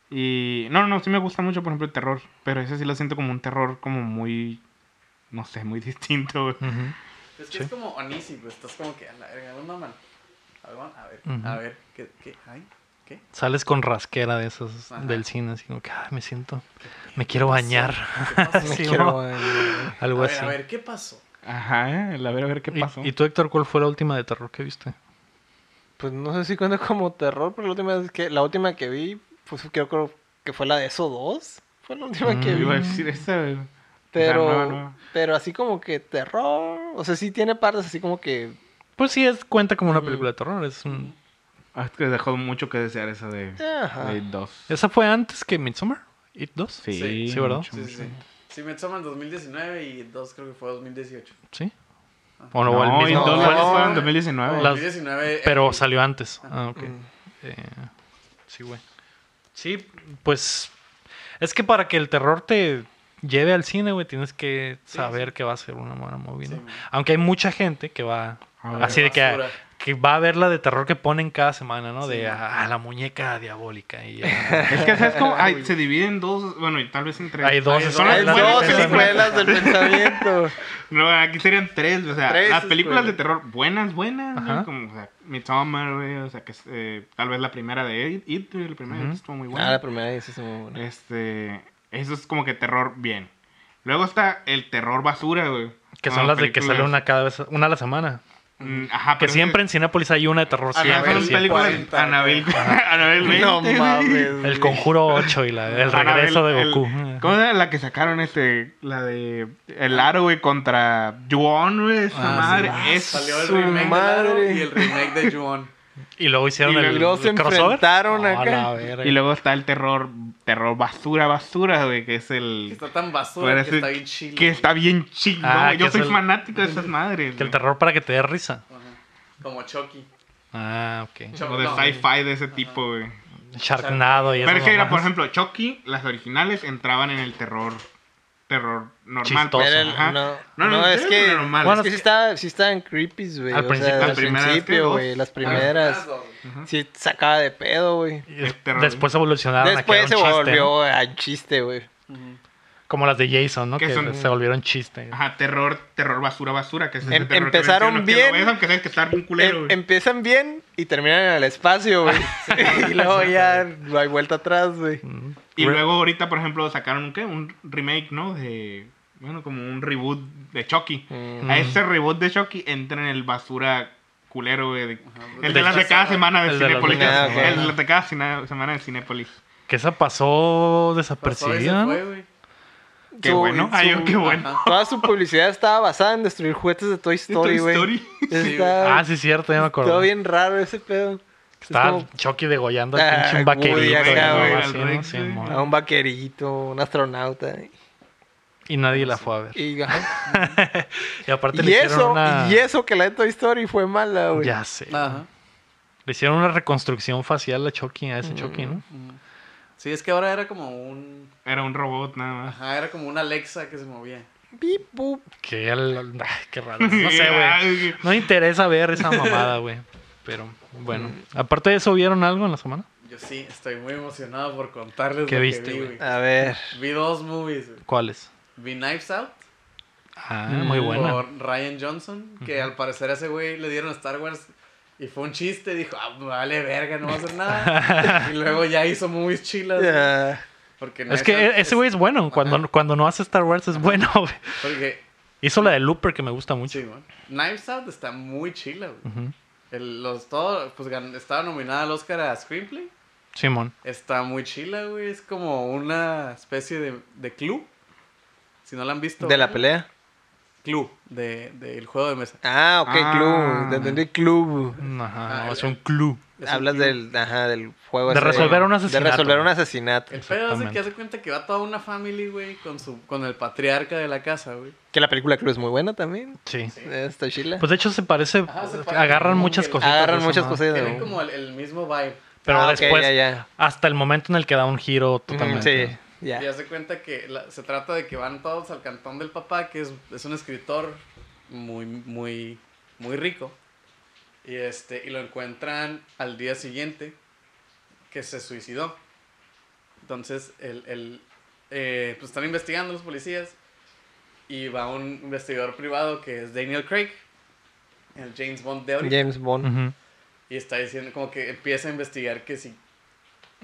D: Y no, no, sí me gusta mucho, por ejemplo, el terror, pero ese sí lo siento como un terror como muy, no sé, muy distinto. güey.
A: Ujú.
C: Es que
A: Sí.
C: es como Anisi, pues estás como que a la verga, no mames. A ver, a ver,
A: Ujú.
C: a ver, ¿qué, qué hay? ¿Qué?
A: Sales con rasquera de esas
C: Ajá.
A: del cine, así como que, ay, me siento, me quiero bañar.
C: ¿Qué pasó?
B: Me
A: Sí,
B: quiero,
A: ¿no?
B: güey.
C: a
A: Algo
C: ver,
A: así.
C: a ver, ¿qué pasó?
D: Ajá, el a ver, a ver qué
A: Y-
D: pasó.
A: ¿Y, tú, Héctor, cuál fue la última de terror que viste?
B: Pues no sé si cuenta como terror, pero la última vez que, la última que vi, pues creo, creo que fue la de eso 2. Fue la última que
A: Mm,
B: vi.
D: Iba a decir esa, güey.
B: Pero,
D: Ajá, nueva, nueva.
B: pero así como que terror. O sea, sí tiene partes así como que.
A: Pues sí, es, cuenta como una
C: Mm.
A: película de terror. Es un-
D: Ah, es que dejó mucho que desear esa de,
B: Ajá. Mm.
D: de dos.
A: Esa fue antes que Midsommar, It 2.
D: Sí,
C: Sí,
A: sí, ¿verdad?
D: mucho,
C: Sí, sí,
D: mucho.
C: sí. Sí, me toman 2019 y dos creo que fue 2018.
A: ¿Sí?
C: Ah.
A: O no,
D: No,
A: o el
D: y
A: mismo.
D: dos
B: No,
A: fue-
D: las fueron en
C: O
D: 2019.
A: Las-
C: 2019.
A: Pero
C: eh,
A: salió antes. Ah, ok.
B: Mm.
A: Eh, sí, güey. Sí, pues. Es que para que el terror te lleve al cine, güey, tienes que saber que va a ser una buena movie, ¿no?
C: Sí, güey.
A: Aunque hay mucha gente que va.
D: A ver.
A: así de que,
C: Basura.
A: que va a ver la de terror que ponen cada semana, ¿no?
C: Sí,
A: de
C: güey.
A: "Ah, la muñeca diabólica. Y, ah,
D: Es que, ¿sabes cómo? Ay, se dividen dos, bueno, y tal vez entre...
A: hay dos,
C: Hay
A: escuelas
B: Hay
D: dos
A: del
B: dos
A: pensamiento.
B: escuelas del pensamiento.
D: No, aquí serían tres, o sea,
B: Tres
D: las películas de
B: escuelas.
D: terror buenas, buenas, güey,
A: Ajá.
D: como, o sea, Midsommar, güey, o sea, que es, eh, tal vez la primera de It, It, güey, la primera de It
A: Ujú.
D: estuvo muy
B: Ah,
D: buena.
B: la primera vez es muy buena.
D: Este, eso es como que terror bien. Luego está el terror basura, güey.
A: Que
D: Como
A: son las de que
D: películas-
A: sale una cada vez, una a la semana.
D: Mm, Ajá,
A: Que
D: pero
A: siempre en Cinépolis hay una de terror.
D: Ajá,
A: siempre,
D: son
C: Anabel
A: siempre.
D: películas
C: 40,
D: Anabel, Anabel 20,
B: No
D: güey.
B: mames. güey.
A: El conjuro 8 y la, el
D: Anabel,
A: regreso de
D: el-
A: Goku.
D: ¿Cómo era la que sacaron este? La de El Aro, güey, contra Yuon, güey. Esa
A: Ah,
D: madre.
A: sí.
D: es
C: Salió el
D: su
C: remake
B: madre.
C: de Laro y el remake de Juon.
A: Y luego hicieron
D: Y
A: el,
D: luego-
B: Y luego se
A: el crossover.
B: enfrentaron
A: Oh, a
B: acá.
A: la verga.
D: Y luego está el terror, terror basura, basura, güey, que es
C: Que
D: el...
C: está tan basura
D: Parece
C: que está bien chilo.
D: Que está bien chingón,
A: Ah,
D: güey. Yo
A: que
D: soy
A: es el-
D: fanático de esas madres,
A: Que el
D: güey.
A: terror para que te dé risa.
C: güey. Ajá. Como Chucky.
A: Ah, ok.
C: Chucky
D: O de
C: no,
D: sci-fi de ese tipo, güey.
A: Sharknado y eso.
D: Pero es que, mira, por ejemplo, Chucky, las originales entraban en el terror, terror normal.
A: Chistoso.
D: pues,
B: Pero el-
D: ajá.
B: no,
D: No,
B: no,
D: no,
B: es
D: es
B: que,
D: normal.
B: bueno,
A: es
B: es que sí, está, sí estaban creepies, güey.
A: Al
B: o sea,
A: principio, las
B: al
D: primeras, ¿qué?
B: principio,
D: Dos. Ah.
B: güey. Las
C: Las
B: primeras
C: dos, güey.
B: sí sacaba de pedo, güey.
A: Y
D: terror.
A: Después evolucionaron a que era
B: Después
A: un
B: se
A: chiste, ¿no?
B: volvió a chiste, güey.
C: Ujú.
A: Como las de Jason, ¿no?
D: Que
A: Que,
D: son-
A: se volvieron chiste.
D: Ajá, terror, terror basura, basura, que es ese
B: Em-
D: terror que
B: empezaron
D: menciono, que lo
B: bien.
D: ves, aunque sabes que está bien culero,
B: Em-
D: güey.
B: empiezan bien y terminan en el espacio, güey.
A: Ah,
B: y luego ya no hay vuelta atrás, güey.
A: Mm.
D: Y
A: Re-
D: luego ahorita, por ejemplo, sacaron un, ¿qué? un remake, ¿no? De, bueno, como un reboot de Chucky.
B: Mm.
D: A ese reboot de Chucky entra en el basura culero, güey. de- el de
A: De-
D: las de cada semana de
A: el de las
D: Cinépolis.
B: de cada
D: El
B: semana.
D: de cada sina- semana de Cinépolis.
A: Que esa pasó
C: Pasó y se
A: desapercibida. ¿no?
C: fue, güey.
D: Qué
B: Su-
D: bueno. Ay, yo,
B: su-
D: qué bueno.
C: Ajá.
B: Toda su publicidad estaba basada en destruir juguetes de Toy Story,
D: Toy
B: güey.
D: Story.
C: Sí,
B: Está
A: Ah, sí, cierto, ya me
B: todo
A: acuerdo.
B: bien raro ese pedo. Es
A: Estaba
B: como
A: Chucky degollando al
B: Ah,
A: pinche un
B: Woody
A: vaquerito. y
B: acá,
A: algo
B: güey,
A: así,
D: al
A: ¿no?
D: Rex,
A: Sí,
D: güey.
A: mo-
B: a un vaquerito, un astronauta.
A: Y nadie la fue a ver.
B: Y, ajá.
A: Y aparte
B: Y
A: le hicieron
B: eso,
A: una...
B: y eso que la de Toy Story fue mala, güey.
A: Ya sé.
C: Ajá.
A: Le hicieron una reconstrucción facial a Chucky, a
B: Mm.
A: ese Chucky, ¿no?
C: Ujú. Sí, es que ahora era como un.
D: Era un robot nada más.
C: Ajá, era como una Alexa que se movía.
B: Bip, bup.
A: Que al- ay, qué raro. No sé, güey.
D: Ay,
A: No me interesa ver esa mamada, güey. Pero bueno. Aparte de eso, ¿vieron algo en la semana?
C: Yo sí, estoy muy emocionado por contarles
A: ¿Qué
C: lo
A: viste,
C: que vi,
A: güey?
C: güey.
B: A ver.
C: Vi dos movies, güey.
A: ¿Cuáles?
C: Vi Knives Out
A: Ah, muy buena.
C: por Ryan Johnson, que al parecer a ese güey le dieron Star Wars y fue un chiste, dijo, ah, me vale verga, no va a hacer nada. y luego ya hizo movies chilas. güey,
B: Ya.
C: Porque
A: Es
C: Knives
A: que
C: Out
A: e- ese güey es bueno. Cuando, cuando no hace Star Wars es bueno, güey.
C: Porque,
A: Hizo la de Looper que me gusta mucho.
C: sí, güey. Knives Out está muy chila, güey.
A: Ujú.
C: El- los todos, pues gan- estaba nominada al Oscar a Screenplay.
A: Simón.
C: Está muy chila, güey. Es como una especie de, de club. Si no la han visto.
B: De la
C: véanla.
B: pelea.
C: Clue, de, del juego de mesa.
B: Ah, ok,
D: Ah.
B: club. Te entendí club.
A: Ajá,
C: Ah,
A: no, es
C: ya.
A: un clue.
C: Es un
B: Hablas
C: clue.
B: del, ajá, del juego
A: De
B: ese
A: resolver un asesinato.
B: De resolver un asesinato.
C: El pedo es de
A: Exactamente.
C: que hace cuenta que va toda una family, güey, con, su, con el patriarca de la casa, güey.
B: Que la película Club es muy buena también.
A: Sí.
B: Eh, Está chila.
A: Pues de hecho se parece.
C: Ajá, Ah, se parece
A: agarran
C: como
A: muchas
C: que-
A: cositas.
B: Agarran
A: de esa
B: muchas
A: madre.
B: cosas de
C: Tienen como el, el mismo vibe.
A: Pero
B: Ah, ok,
A: después,
B: ya, ya.
A: hasta el momento en el que da un giro
B: Ujú,
A: totalmente.
B: Sí, ya.
C: Y hace cuenta que la- se trata de que van todos al cantón del papá, que es, es un escritor muy, muy, muy rico. Y, este, y lo encuentran al día siguiente, que se suicidó. Entonces, el, el, eh, pues están investigando los policías. Y va un investigador privado que es Daniel Craig, el James Bond de ahorita.
B: James Bond.
A: Ujú.
C: Y está diciendo, como que empieza a investigar que sí.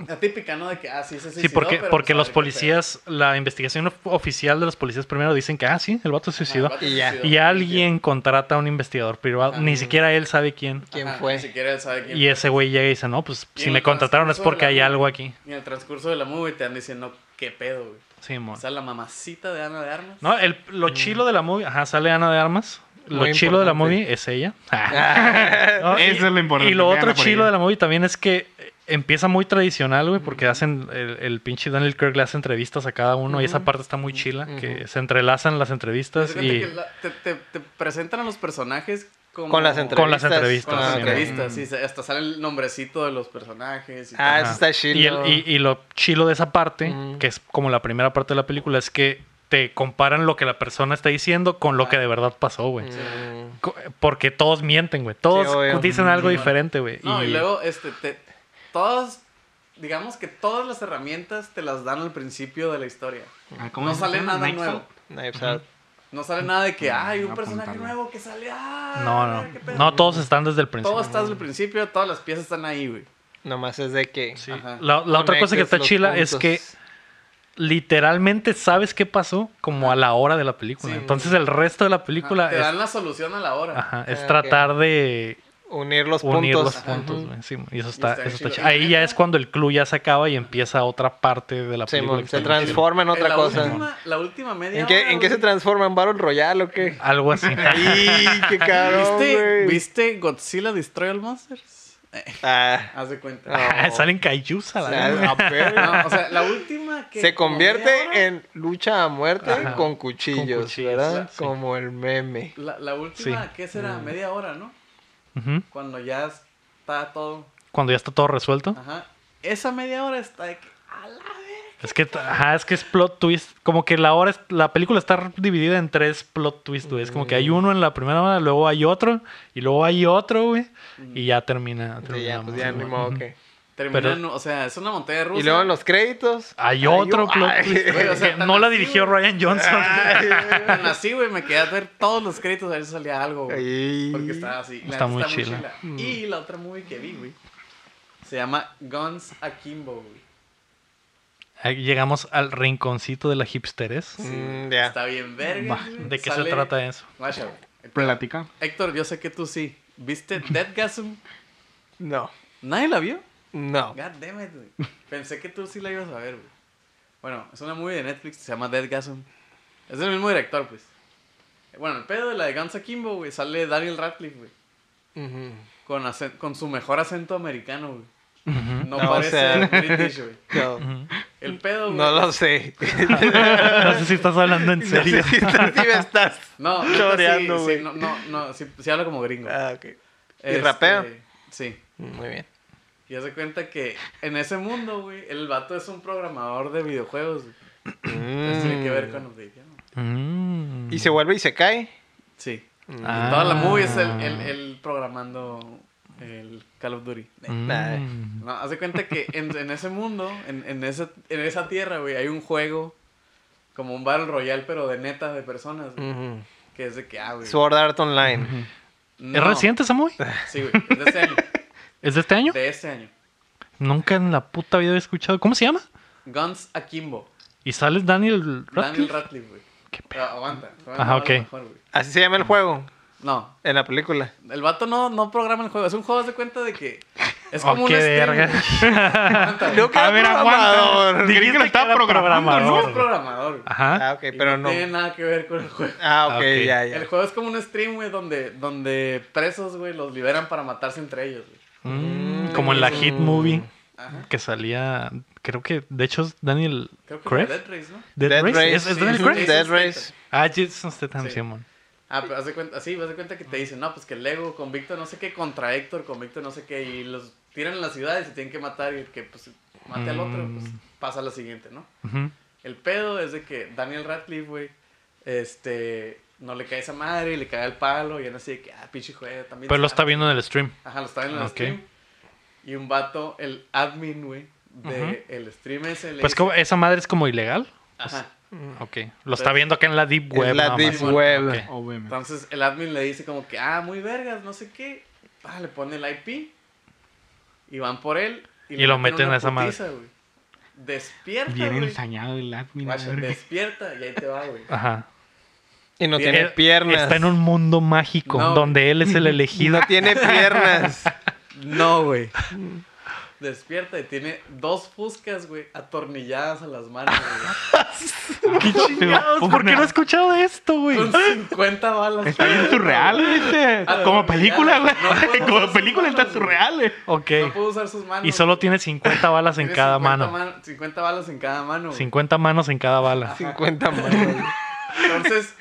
C: La típica, ¿no? De que, ah, sí, se
A: Sí,
C: suicidó,
A: porque,
C: pero,
A: porque
C: pues, a
A: los
C: ver qué pedo.
A: policías, la investigación of- oficial de los policías primero dicen que, ah, sí, el vato se suicidó.
C: vato
B: Y ya.
C: suicidó.
A: Y alguien contrata a un investigador privado,
C: Ah.
A: ni siquiera él sabe quién.
B: ¿Quién
C: Ajá,
B: fue?
C: Ni siquiera él sabe quién
A: Y ese güey llega y dice, no, pues
C: Y
A: si
C: en
A: me
C: el
A: contrataron es
C: transcurso de
A: porque
C: la
A: hay
C: vida.
A: algo aquí.
C: Y en el transcurso de la movie te van diciendo, ¿qué pedo, güey?
A: Sí, mon.
C: O sea, la mamacita de Ana de Armas.
A: No, el,
C: Mm.
A: lo chilo de la movie, ajá, sale Ana de Armas. Lo
B: Muy
A: chilo de la
B: importante.
A: movie es ella.
D: Eso
B: Ah,
A: No, y-
D: es lo importante.
A: Y lo
D: vean
A: otro
D: a por
A: chilo
D: ella.
A: de la movie también es que eh, empieza muy tradicional, güey,
C: Mm.
A: porque hacen el, el pinche Daniel Kirk le hace entrevistas a cada uno y esa parte está muy chila, que se entrelazan las entrevistas
C: Fíjate
A: y
C: que la- te, te- te presentan a los personajes como...
B: Con las entrevistas.
A: Con las entrevistas,
C: Con las
B: Ah, ok.
C: entrevistas,
A: Mm.
C: sí, se- hasta sale el nombrecito de los personajes. Y
B: Ah,
C: todo.
B: eso está
A: y, el-
B: chilo.
A: y- y lo chilo de esa parte,
B: Ujú.
A: que es como la primera parte de la película, es que te comparan lo que la persona está diciendo con lo que de verdad pasó, güey.
B: Mm.
A: Co- Porque todos mienten, güey. Todos
B: obvio.
A: dicen algo
C: Ujú.
A: diferente, güey.
C: No, y luego, este, te, todos, digamos que todas las herramientas te las dan al principio de la historia.
D: Ah, ¿cómo
C: No
D: se
C: sale
D: llama?
C: nada
D: ¿Nexo?
C: nuevo.
B: Knives Out.
C: No sale nada de que, ay, un
D: voy a
C: personaje
D: apuntarlo.
C: nuevo que sale, ah,
A: No,
C: a
A: no.
C: ver qué pedo".
A: No, todos están desde el principio.
C: Todo está desde el principio, todas las piezas están ahí, güey.
B: Nomás es de que.
A: Sí.
C: Ajá.
A: La, la otra cosa que está chila es que literalmente sabes qué pasó como a la hora de la película.
C: Sí.
A: Entonces el resto de la película
C: Te
A: es,
C: dan la solución a la hora.
A: ajá, es
B: Ah, ok.
A: tratar de
B: Unir los
A: unir
B: puntos.
A: los puntos.
B: Ujú.
A: güey. Sí, y eso está,
C: está
A: eso está
C: chido.
A: chido. Ahí
C: Y
A: ya
C: neta-
A: es cuando el club ya se acaba y empieza otra parte de la
B: Se,
A: película. que
B: se
A: está muy chida.
B: transforma en otra
C: Eh, la
B: cosa.
C: Última, la última media
B: ¿En qué,
C: hora,
B: ¿En qué se
C: güey.
B: transforma? ¿En Battle Royale o qué?
A: Algo así.
B: ¡Y qué cabrón,
C: ¿Viste,
B: güey!
C: ¿Viste Godzilla Destroy All Monsters? Eh,
B: Ah,
C: haz de cuenta.
B: Ah,
A: Salen kaijus a la
B: o sea,
A: verga.
B: a ver.
C: No, o sea, la última que...
B: se
C: como media hora,
B: convierte en lucha a muerte
A: Ajá.
B: con cuchillos,
A: Con cuchillos,
B: ¿verdad?
A: sí.
B: Como el meme.
C: La, la última,
A: Sí.
C: ¿qué será?
B: Mm.
C: Media hora, ¿no?
A: Ujú.
C: Cuando ya está todo...
A: Cuando ya está todo resuelto.
B: Ah.
C: Ajá. Esa media hora está de que... A la verga.
A: Es que, ajá, es que es plot twist. Como que la hora, es- la película está dividida en tres plot twists, güey. Es como que
B: Mm.
A: hay uno en la primera hora, luego hay otro, y luego hay otro, güey. Y ya termina.
B: Y
A: termina
B: Mm. ya, pues
A: muy
B: ya, ni
A: bueno.
B: modo
A: Ujú.
B: que.
C: Termina
A: Pero-
C: en- O sea, es una montaña rusa.
B: Y luego en los créditos.
A: Hay
B: Ay,
A: otro
B: yo-
A: plot
B: ay,
A: twist.
C: güey, o sea,
A: que
C: tan
A: no la
C: así,
A: dirigió
C: güey.
A: Ryan Johnson.
C: Tan así, güey, me quedé a ver todos los créditos a ver si salía algo, güey.
B: ay.
C: Porque está así.
A: Está
C: neta
A: muy chila.
B: Mm.
C: Y la otra movie que vi, güey, se llama Guns Akimbo, güey.
A: Ahí Llegamos al rinconcito de la hipsteres.
B: Mm, ya.
C: Está bien verga.
D: Va,
C: güey.
A: ¿De qué
C: Sale-
A: se trata eso?
C: Guacha, güey.
D: Platica.
C: Héctor, yo sé que tú sí. ¿Viste Deadgasm?
B: No.
C: ¿Nadie la vio?
B: No.
C: God damn it, güey. Pensé que tú sí la ibas a ver, güey. Bueno, es una movie de Netflix, se llama Deadgasm. Es del mismo director, pues. Bueno, el pedo de la de Guns Akimbo, güey, sale Daniel Radcliffe, güey.
B: Ujú.
C: Con, acen- con su mejor acento americano, güey.
A: ¿Mm?
B: No,
C: No,
B: o
C: parece
B: sea-
C: british, güey.
B: No.
C: El pedo, güey.
B: No lo sé.
A: No sé si estás hablando en
B: No
A: serio.
B: sé si estás- si me estás.
C: No, neta, sí,
B: Choreando,
C: sí,
B: güey.
C: no, no, no, sí, sí habla como gringo.
B: Ah, ok. ¿Y
C: Este,
B: rapea?
C: Sí.
B: Muy bien.
C: Y hace cuenta que en ese mundo, güey, el vato es un programador de videojuegos. güey. Entonces tiene que ver con los videojuegos.
A: Mm.
B: Y se vuelve y se cae.
C: Sí.
A: Ah.
C: Toda la movie es el, el, el programando el Call of Duty.
A: Mm.
B: Ay.
C: No, hace cuenta que en, en ese mundo, en, en, ese, en esa tierra, güey, hay un juego como un Battle Royale, pero de neta, de personas, güey,
B: Ujú.
C: que es de que, ah, güey.
B: Sword Art Online.
A: ¿Es
C: no.
A: reciente esa movie?
C: Sí, güey, es de este año.
A: ¿Es de este año?
C: De este año.
A: Nunca en la puta vida había escuchado. ¿Cómo se llama?
C: Guns Akimbo.
A: Y sales Daniel Radcliffe.
C: Daniel Radcliffe, güey. Pero Aguanta. todavía
A: Ajá,
C: no hablo
A: ok.
C: mejor, güey.
B: Así se llama el juego
C: no,
B: en la película.
C: el vato no, no programa el juego. Es un juego, haz de cuenta de que Es
A: Oh,
C: como un
A: qué
C: stream,
A: verga.
C: güey.
B: Creo que
D: A
B: era
D: ver, aguanta.
B: programador.
D: Creí que
A: Dijiste
D: lo
A: que
D: estaba
A: era
D: programando,
C: No es
A: programador.
D: ¿no?
C: programador. güey.
A: Ajá.
B: Ah, ok,
C: Y
B: pero
C: no
B: no.
C: tiene nada que ver con el juego.
B: Ah,
A: Ah,
B: ok,
A: ok.
B: ya, ya.
C: El juego es como un stream, güey, donde, donde presos, güey, los liberan para matarse entre ellos, güey.
A: Mm, como en la Hit Movie que salía, creo que, de hecho, es Daniel
C: Creo que fue
A: Craig.
C: Dead Race, ¿no?
A: Dead, Race. ¿Es, es
B: sí,
A: Daniel
B: sí,
A: Craig?
B: sí,
C: Jason
B: Dead
C: Statham.
B: Race.
A: Ah, Jason Statham,
C: Sí.
A: Simón.
C: Ah, pero haz de cuenta, así, vas de cuenta que
A: Ah.
C: te dicen, no, pues que el Lego con Víctor no sé qué, contra Héctor con Víctor no sé qué, y los tiran a la ciudad y se tienen que matar, y el que pues mate al otro, pues
A: Mm.
C: pasa a la siguiente, ¿no?
A: Ujú.
C: El pedo es de que Daniel Radcliffe, güey, este, no le cae esa madre, le cae el palo, y él así de que, ah, pinche juega, también.
A: Pero lo
C: sabe".
A: está viendo en el stream.
C: Ajá, lo está viendo en el
A: Ok.
C: stream. Y un vato, el admin, güey, del stream ese, le
A: Pues
C: dice-
A: como, esa madre es como ilegal.
C: Ajá.
A: Ok. Lo está viendo acá en la Deep Web.
B: Es la
A: nada más.
B: Deep Web.
A: Ok.
D: Obviamente.
C: Entonces el admin le dice como que, ah, muy vergas, no sé qué. Ah, le pone el IP y van por él.
A: Y
C: le
A: lo meten
C: una
A: a esa madre.
C: putiza, güey. Despierta,
D: Bien
C: güey.
D: ensañado el admin. la
C: Guacha,
D: verga.
C: despierta y ahí te va, güey.
A: Ajá.
B: Y no tiene
A: Él
B: piernas.
A: Está en un mundo mágico
C: No.
A: donde él es el
B: Y
A: elegido.
B: no tiene piernas.
C: No, güey. Despierta y tiene dos fuscas, güey, atornilladas a las manos, güey.
A: ¿Qué chingados? ¿Por qué no he escuchado esto, güey?
C: Con 50 balas.
D: Está bien surreal, ¿viste?
C: Ah,
D: Como
C: no,
D: película,
C: ya,
D: güey.
C: no puedo
D: Como
C: hacer
D: película está
C: manos, güey.
D: surreal, güey.
A: Ok.
C: No pudo usar sus manos.
A: Y solo
C: güey.
A: tiene 50 balas en
C: Tiene
A: cada
C: 50
A: mano.
C: man- 50 balas en cada mano, güey.
A: 50 manos en cada bala.
B: 50 manos.
C: Entonces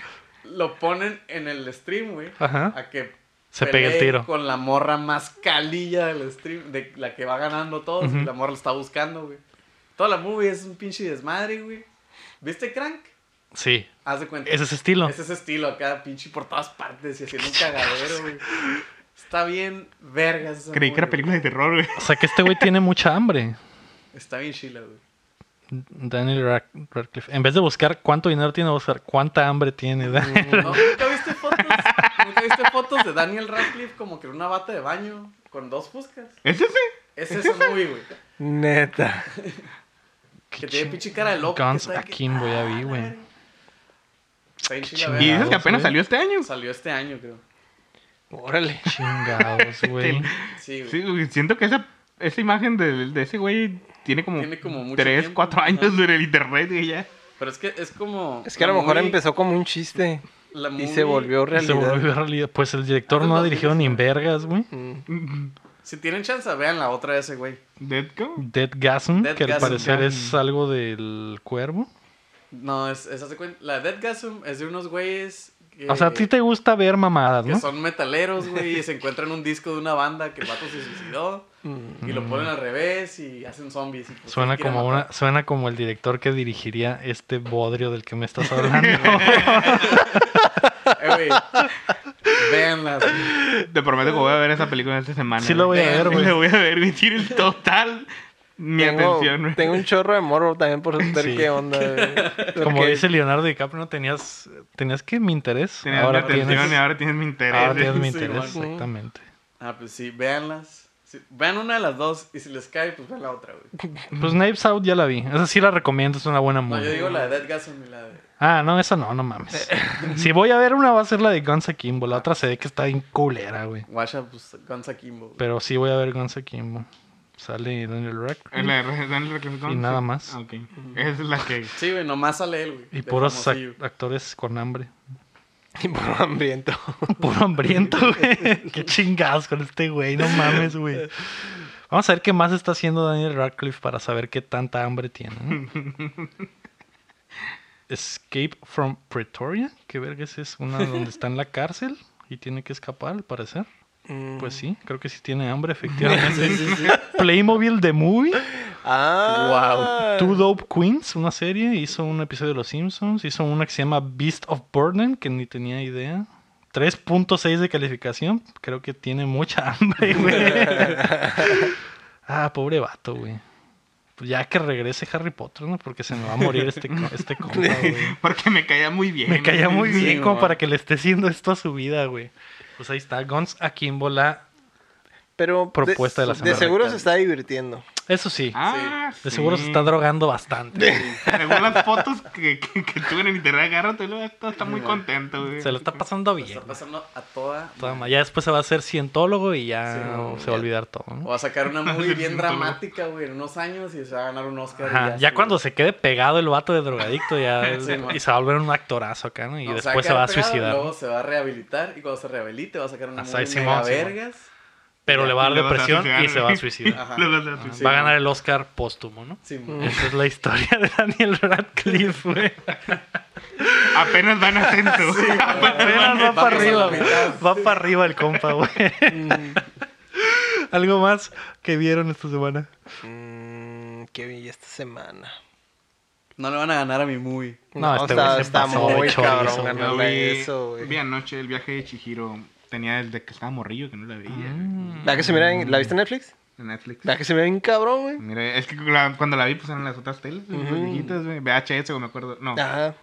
C: lo ponen en el stream, güey.
A: Ajá.
C: A que
A: Se pegue el
C: pelee
A: tiro.
C: Con la morra más calilla del stream, de la que va ganando todo.
A: Ujú.
C: La morra lo está buscando, güey. Toda la movie es un pinche desmadre, güey. ¿Viste Crank?
A: Sí.
C: Haz de cuenta.
A: Es ese estilo.
C: Es ese estilo acá, pinche por todas partes y haciendo un cagadero, güey. Está bien vergas. esa
D: Creí que era
C: movie,
D: película de terror, güey.
A: O sea que este güey tiene mucha hambre.
C: güey. Está bien chila, güey.
A: Daniel Rac- Radcliffe. En vez de buscar cuánto dinero tiene, va a buscar cuánta hambre tiene. Daniel.
C: ¿No? ¿Nunca viste fotos? ¿Nunca viste fotos de Daniel Radcliffe como que en una bata de baño con dos fuscas?
D: ¿Es ese?
C: Es esa movie, güey.
B: Neta.
C: Que tiene pinche cara de loco. Ah,
A: Guns Akimbo, ya vi, güey.
C: Pinche la
D: Y
A: Chingados,
D: dices que
C: verga.
A: güey.
D: apenas salió este año.
C: Salió este año, creo.
B: Órale.
A: Chingados, güey.
C: Sí, güey.
D: Sí, güey, siento que esa, esa imagen de, de ese güey tiene como,
C: Tiene como mucho
D: 3,
C: tiempo,
D: 4
C: ajá.
D: años en el internet, güey, ya.
C: Pero es que es como.
B: Es que a lo
C: la
B: mejor
C: movie-
B: empezó como un chiste
C: la
B: y
C: movie-
B: se volvió
A: Se
B: realidad.
A: volvió realidad. Pues el director no ha dirigido ni en vergas, güey.
B: Mm.
C: Si tienen chance, vean la otra de ese güey.
D: Deadco.
A: Dead Gasm,
C: Dead
A: que al
C: Gasm.
A: parecer es algo del cuervo.
C: No, es, es haz de cuenta- La Dead Gasm es de unos güeyes. Que,
A: O sea, a ti te gusta ver mamadas,
C: Eh, que
A: ¿no?
C: son metaleros, güey, y se encuentran un disco de una banda que el vato se suicidó y lo ponen al revés y hacen zombies. y pues
A: Mm. Suena
C: se quieren
A: como
C: matar.
A: una, suena como el director que dirigiría este bodrio del que me estás hablando.
C: Eh, güey. Véanlas. güey.
D: Te prometo que voy a ver esa película esta semana.
A: Sí lo voy a ver,
D: güey.
A: güey.
D: La voy a ver, güey. Tiene el total mi
B: Tengo,
D: atención, güey.
B: tengo un chorro de morro también por ver
A: Sí.
B: qué onda. güey.
A: Como
B: Porque-
A: dice Leonardo DiCaprio, no tenías, tenías que mi interés.
D: Tenías
A: ahora,
D: mi atención
A: tienes,
D: y ahora tienes mi interés.
A: ahora tienes
D: güey.
A: mi
C: Sí,
A: interés,
B: bueno.
A: exactamente.
C: Ah, pues sí, véanlas. Sí, vean una de las dos y si les cae, pues vean la otra, güey.
A: Pues Knives Out ya la vi. Esa sí la recomiendo, es una buena
C: No,
A: movie.
C: yo digo la de Dead Gasm y la de.
A: Ah, no, esa no, no mames. si voy a ver una, va a ser la de Guns Akimbo. La otra se ve que está bien culera, güey.
C: Guasha, pues Guns Akimbo. güey.
A: Pero sí voy a ver Guns Akimbo. Sale Daniel Radcliffe
D: Es la de Resident Evil Clone,
A: Y nada
D: sí.
A: más.
D: Ah, ok. Esa es la que.
C: Sí, güey, nomás sale él, güey.
A: y
C: de
A: puros ac-
C: famosillo.
A: actores con hambre.
B: Y por hambriento.
A: Puro hambriento, güey. Qué chingados con este güey, no mames, güey. Vamos a ver qué más está haciendo Daniel Radcliffe para saber qué tanta hambre tiene. ¿no? Escape from Pretoria. ¿Qué verga es? Es una donde está en la cárcel y tiene que escapar, al parecer.
B: Mm.
A: Pues sí, creo que sí tiene hambre, efectivamente. Playmobil The Movie.
B: Ah.
A: Two Dope Queens, una serie. Hizo un episodio de Los Simpsons. Hizo una que se llama Beast of Burden, que ni tenía idea. 3.6 de calificación. Creo que tiene mucha hambre, güey. ah, pobre vato, güey. Pues ya que regrese Harry Potter, ¿no? Porque se me va a morir este, co- este compa, güey.
D: Porque me caía muy bien.
A: Me caía muy
C: Sí,
A: bien como
C: mamá.
A: para que le esté haciendo esto a su vida, güey. Pues ahí está, Guns Akimbo, la
B: Pero
A: Propuesta de la semana.
B: seguro se está divirtiendo.
A: Eso sí.
D: Ah, sí.
A: De seguro se está drogando bastante.
D: Según las fotos que, que, que tuve en internet, agárrate, lo- está, está muy contento, güey.
A: Se Pues, lo está pasando bien.
E: Está pasando a toda.
A: Toda ma- Ya después se va a hacer cientólogo y ya
E: Sí,
A: se va a olvidar todo. ¿no?
E: O a sacar una
D: Sí,
E: movie bien
D: sí,
E: dramática, güey, en unos años y se va a ganar un Oscar. y
A: Ajá, ya
E: sí,
A: cuando se quede pegado el vato de drogadicto ya
E: Sí, man.
A: y se va a volver un actorazo acá, ¿no? Y
E: No, se
A: después se
E: quedar
A: va a
E: pegado,
A: suicidar. ¿no?
E: Luego se va a rehabilitar y cuando se rehabilite va a sacar una
A: Ah,
E: movie
A: sí,
E: mega
A: Simón, Simón.
E: vergas.
A: Pero le va a dar
D: Le va a
A: depresión
D: suicidar,
A: y se va a
D: güey.
A: suicidar.
E: Ajá.
D: Luego se suicida.
A: Va a ganar el Oscar póstumo, ¿no?
E: Simón.
A: Esa es la historia de Daniel Radcliffe, güey.
D: Apenas van acento.
A: Apenas va
E: vamos
A: para
E: a la
A: arriba, güey.
E: mitad.
A: Va para arriba el compa, güey. Mm. ¿Algo más que vieron esta semana?
B: Mm, ¿Qué vi esta semana?
E: No le van a ganar a mi movie.
A: No, este güey se pasó de
B: muy
A: chorizo,
B: cabrón
A: güey.
B: ganarle
D: Yo vi,
B: eso, güey.
D: vi anoche el viaje de Chihiro. Tenía desde que estaba morrillo que no la veía.
A: Ah.
B: ¿La que se mira en, ¿La viste en Netflix?
D: En Netflix.
B: La que se mira bien cabrón, güey.
D: Mira, es que la- cuando la vi, pues eran las otras teles, las viejitas, güey. VHS, o me acuerdo. No,
B: Ajá.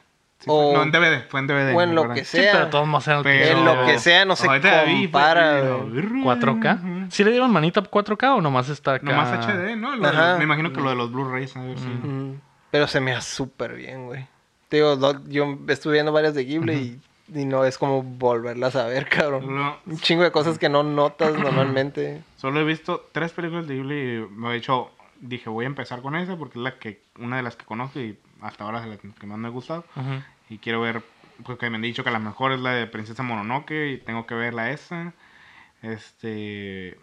D: sí,
B: o,
D: fue- no, en DVD, fue en DVD.
B: o en
D: me
B: lo
D: acuerdo.
B: que
A: Sí, ah. pero
B: sea.
A: todos más eran
D: Pero-
B: En lo que sea, no se
D: Ahorita la vi, fue-
B: compara,
D: pero-
A: 4K. ¿Sí le dieron manita 4K o nomás está acá?
D: Mm, Nomás HD, ¿no? Lo de-
B: Ajá.
D: me imagino que lo de los Blu-rays, a ver si.
B: Mm, pero se mira súper bien, güey. Te digo, lo- yo estuve viendo varias de Ghibli y, y no es como volverlas a ver, cabrón.
D: Solo,
B: Un chingo de cosas que no notas normalmente.
D: solo he visto tres películas de Ghibli. y, De hecho, dije, voy a empezar con esa porque es la que, una de las que conozco y hasta ahora es la que más me ha gustado.
A: Ujú.
D: Y quiero ver, porque me han dicho que la mejor es la de Princesa Mononoke y tengo que verla esa. Este,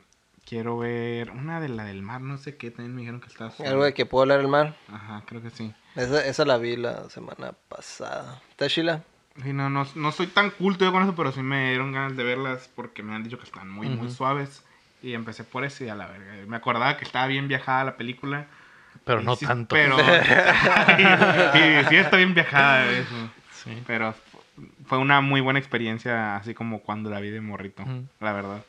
D: quiero ver una de la del mar, no sé qué, también me dijeron que estaba...
B: Algo de que puedo hablar el mar.
D: Ajá, creo que sí.
B: Esa, esa la vi la semana pasada. ¿Está chila?
D: Sí, no, no, no soy tan culto yo con eso, pero sí me dieron ganas de verlas porque me han dicho que están muy, muy suaves. Y empecé por esa y a la verga. Me acordaba que estaba bien viajada la película.
A: Pero
D: Y
A: no
D: sí-
A: tanto.
D: Pero. sí, sí, está bien viajada eso.
A: Sí.
D: Pero fu- fue una muy buena experiencia, así como cuando la vi de morrito,
A: Ujú.
D: la verdad.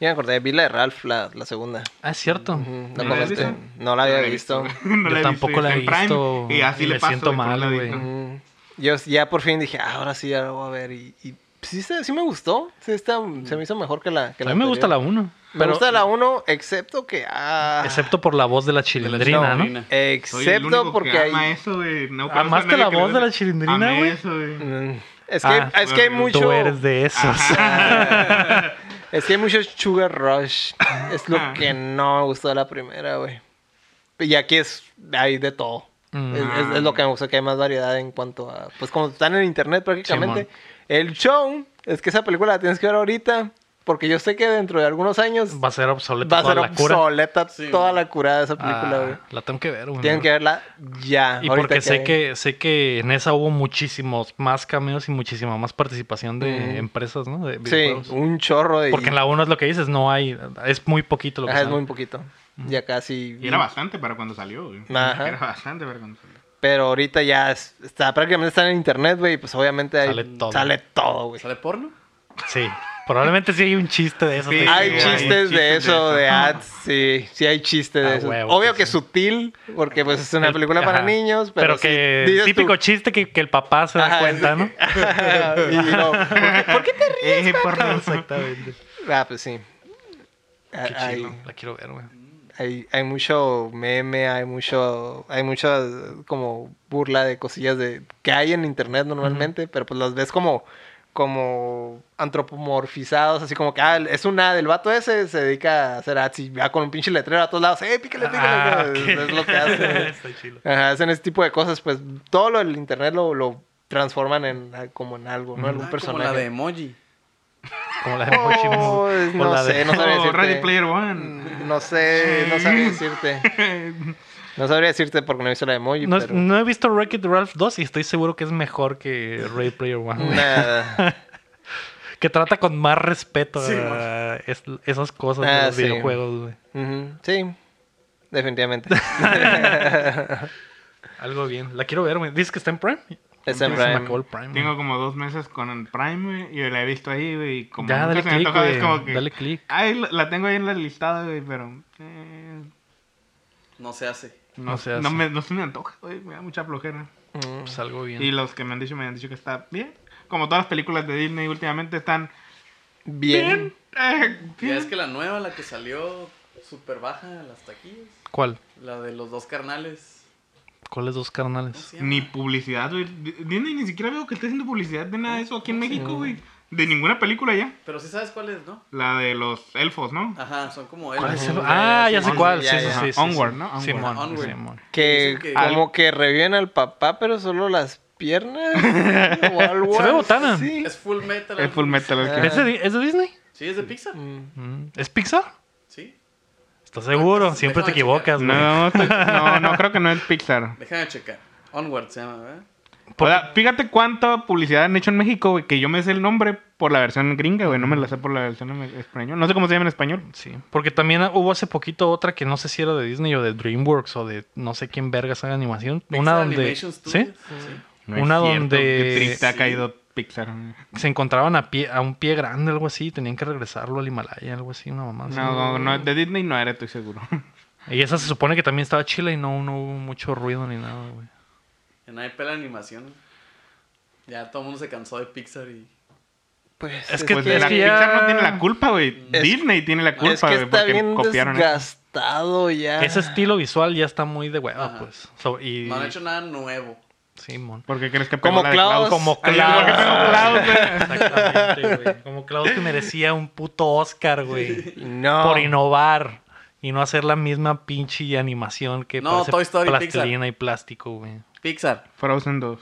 B: Ya me acordé, vi la de Ralph, la, la segunda.
A: Ah, es cierto.
B: Ujú,
D: ¿No
B: la
D: la has
B: comentaste.
D: visto?
B: No Ah, la había
D: he
B: visto.
D: No
A: Yo
D: la he
A: tampoco
D: visto,
A: la he
D: está en
A: visto
D: Y así
A: y
D: le
A: me
D: paso,
A: siento
D: de que no
A: mal,
D: la he
A: güey.
D: visto.
B: Ujú. Yo ya por fin dije, "Ah, ahora sí, ya lo voy a ver. Y, y pues sí, está- sí me gustó. Sí está- se me hizo mejor que la que
A: A
B: la
A: mí me gusta la
B: anterior.
A: 1.
B: Me gusta la 1, excepto que... ah,
A: Excepto por la voz de la chilindrina, ¿no?
E: Sabrina.
D: Soy el único
B: Excepto
D: que
B: porque
D: ama
B: hay...
D: eso, güey. No conozco a
A: ¿Amaste
D: nadie
A: Ah, la
D: que le
A: voz de
D: guste.
A: la chilindrina,
D: Amé
A: güey?
D: eso, güey.
B: Mm, Es que,
A: Ah,
B: es que hay
D: tú
B: mucho...
A: Tú eres de esos.
B: Es que hay mucho sugar rush. Es
D: Ah.
B: lo que no me gustó de la primera, güey. Y aquí es... Hay de todo.
A: Mm.
B: Es, es- es lo que me gusta, que hay más variedad en cuanto a... Pues como están en internet prácticamente. El show es que esa película la tienes que ver ahorita. Porque yo sé que dentro de algunos años...
A: Va a ser obsoleta
B: Va a
A: toda
B: ser
A: la cura.
B: obsoleta
E: Sí,
B: toda
E: güey.
B: la curada de esa película,
A: Ah,
B: güey.
A: la tengo que ver, güey.
B: Tienen que verla ya.
A: Y
B: ahorita
A: porque sé
B: ven.
A: que, sé que en esa hubo muchísimos más cameos y muchísima más participación de
B: Ujú.
A: empresas, ¿no? De videojuegos.
B: Sí, un chorro de...
A: Porque en la 1 es lo que dices, no hay. Es muy poquito lo que
B: Ajá, es
A: sale.
B: muy poquito. Ya casi...
D: Y era bastante para cuando salió, güey.
B: Ajá.
D: Era bastante para cuando salió.
B: Pero ahorita ya es- está... Prácticamente está en internet, güey. y Pues obviamente hay-
A: Sale todo.
B: Sale todo, güey.
E: ¿Sale porno? Ah,
A: Sí. Probablemente sí hay un chiste de eso.
D: Sí,
A: te digo,
B: Hay
A: güey.
B: chistes de
D: chistes de
B: eso,
D: eso.
B: de ads, sí, sí hay chistes de
A: Ah,
B: eso.
A: huevo
B: Obvio
A: que
B: que
A: sí.
B: sutil, porque pues es una
A: El-
B: película para
A: ajá.
B: niños, pero, sí,
A: que
B: dices tú,
A: típico chiste que, que el papá se da
B: Ajá,
A: cuenta,
B: sí.
A: ¿no?
B: y no, ¿por, qué, por qué te
D: Eh, por Dios.
A: Exactamente.
B: ríes? Ah, pues sí.
A: Qué
B: Hay,
A: chido. La quiero ver, güey.
B: hay, hay mucho meme, hay mucho, hay mucha eh, como burla de cosillas de que hay en internet normalmente, pero pues las ves como como antropomorfizados, así como que ah, es una del vato ese, se dedica a hacer ads y va con un pinche letrero a todos lados, eh, pícale, pícale,
A: Ah,
B: es-
A: ok.
B: es lo que hace.
A: Está chido.
B: Ajá, hacen ese tipo de cosas, pues todo lo del internet lo, lo transforman en ah, como en algo, ¿no? Algún
E: Ah,
B: personaje.
E: Como la de emoji.
A: Como la de Mochi
B: Oh,
A: Mochi. O
B: no
A: la de-
B: sé, no sabría
D: Oh, Ready
B: decirte.
D: Player One.
B: No sé, no sabría decirte.
A: Mm.
B: No sabría decirte porque no he visto la de emoji,
A: No,
B: pero...
A: no he visto Wreck-It Ralph 2 y estoy seguro que es mejor que Ray Player One. güey.
B: Nada.
A: Que trata con más respeto
E: Sí,
A: a es- esas cosas
B: Ah,
A: de los
B: sí.
A: videojuegos, güey.
B: Ujú, Sí, definitivamente.
A: Algo bien. La quiero ver, güey. ¿Dices que está en Prime?
B: Está en
A: Se me
B: Prime.
A: acabó el Prime.
D: Tengo
A: güey.
D: como dos meses con el Prime, güey, y la he visto ahí, güey. y Como
A: Ya,
D: nunca
A: dale
D: se me
A: click,
D: antoja, es
A: güey,
D: como que,
A: dale click.
D: Ay, la- la tengo ahí en la listada, güey, pero... eh,
E: No se hace.
D: no,
A: No se hace.
D: no me, no se me antoja, güey. Me da mucha flojera.
B: Mm.
A: Pues algo bien.
D: Y los que me han dicho, me han dicho que está bien. Como todas las películas de Disney últimamente están
B: Bien.
D: bien. eh,
E: Ya
D: bien.
E: es que la nueva, la que salió, súper baja en las taquillas.
A: ¿Cuál?
E: La de los dos carnales.
A: ¿Cuáles dos carnales?
D: Ni publicidad, güey. Disney ni siquiera veo que esté haciendo publicidad de nada de eso aquí en México, güey. De ninguna película ya.
E: Pero sí sabes cuál es, ¿no?
D: La de los elfos, ¿no?
E: Ajá, son como
A: ¿Cuál es el-
E: elfos.
A: Ah, ya sé
B: sí,
A: cuál. Sí,
B: ya,
A: sí,
B: ya.
A: sí, sí, sí.
D: Onward, ¿no? Onward.
A: Simón,
E: Onward.
A: Simón.
B: Que,
E: Dicen que-
B: como que reviven al papá, pero solo las piernas. o algo
A: Se ve botana.
B: así.
E: Es Full Metal.
D: El Full
A: Ah,
D: Metal. el que-
A: ¿Es de, Di- es de Disney?
E: Sí, es de Pixar.
B: Mm.
A: Mm. ¿Es Pixar?
E: Sí.
A: ¿Estás seguro?
E: Entonces,
A: Siempre te
E: déjame checar.
A: equivocas, güey.
D: No, estoy- no, no, creo que no es Pixar.
E: Déjame checar. Onward se llama, ¿verdad?
A: Por-
D: O sea, fíjate cuánta publicidad han hecho en México, güey, que yo me sé el nombre por la versión gringa, güey, no me la sé por la versión en español. No sé cómo se llama en español.
A: Sí, porque también hubo hace poquito otra que no sé si era de Disney o de DreamWorks o de no sé quién vergas haga animación. una
E: Pixar
A: donde
E: Animation
A: ¿sí?
E: Studios.
D: No es
A: Una
D: cierto,
A: donde-
D: Qué triste ha
E: Sí.
D: caído Pixar. güey.
A: se encontraban a, pie, a un pie grande, algo así, y tenían que regresarlo al Himalaya, algo así, una mamá. así.
D: No, no, de Disney no era, estoy seguro.
A: Y esa se supone que también estaba chila y no, no hubo mucho ruido ni nada, güey.
E: En nadie pela animación. Ya todo el mundo se cansó de Pixar y.
B: Pues,
A: Es que-
D: Pues
A: es
D: era-
A: que ya-
D: Pixar no tiene la culpa, güey.
B: Es-
D: Disney tiene la culpa,
B: es que
D: güey,
B: está
D: porque
B: bien
D: copiaron
A: ¿eh?
D: eso.
B: desgastado ya.
A: Ese estilo visual ya está muy de hueva,
E: Ah. Ajá.
A: pues. So- y,
E: No han hecho nada nuevo.
A: Simón.
D: ¿Por qué crees que
B: Como
D: pegó la de
B: Klaus.
A: Como
D: Ay, ¿por qué pegó Klaus,
A: Klaus.
D: güey?
A: Exactamente, güey. Como Klaus que merecía un puto Oscar, güey.
B: No.
A: por innovar y no hacer la misma pinche animación que
E: No, Toy Story,
A: plastilina y plástico, güey.
E: Pixar.
D: Frozen 2.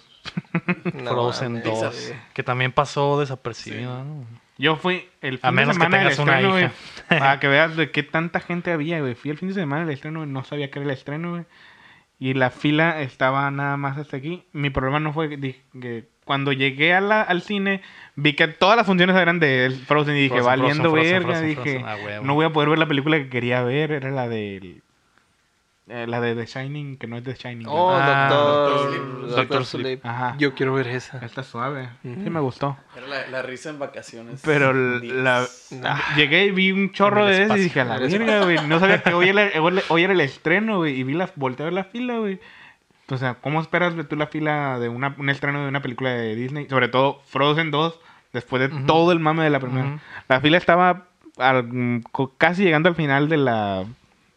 B: No
A: Frozen
B: mames.
A: 2,
E: Pixar.
A: que también pasó desapercibido. ¿no?
D: Yo fui el fin
A: A menos
D: de
A: que
D: semana del
A: tengas una
D: estreno, güey.
A: hija.
D: Para que veas de qué tanta gente había, güey. Fui el fin de semana del estreno, güey, No sabía que era el estreno, güey. Y la fila estaba nada más hasta aquí. Mi problema no fue que, di- que cuando llegué a la- al cine, vi que todas las funciones eran de Frozen y dije,
A: Frozen,
D: valiendo
A: Frozen, Frozen,
D: verga.
A: Frozen,
D: dije,
A: Frozen, a huevo.
D: no voy a poder ver la película que quería ver. Era la del. eh, la de The Shining, que no es The Shining.
B: Oh,
A: Ah,
B: doctor.
E: Doctor-
B: Doctor,
A: Doctor
B: Sleep.
A: Sleep.
D: Ajá.
B: Yo quiero ver esa.
D: Está suave. Sí, me gustó.
E: Era la, la risa en vacaciones.
D: Pero la-
B: Nah.
D: Llegué y vi un chorro
A: En el
D: de eso y
A: espacio.
D: dije, a la
B: En el
D: verga, güey. No sabía que hoy era, hoy era el estreno, güey. Y vi la, volteé a ver la fila, güey. O sea, ¿cómo esperas ver tú la fila de una, un estreno de una película de Disney? Sobre todo Frozen 2, después de
A: Ujú.
D: todo el mame de la primera.
A: Ujú.
D: La fila estaba al- mm, co- casi llegando al final de la...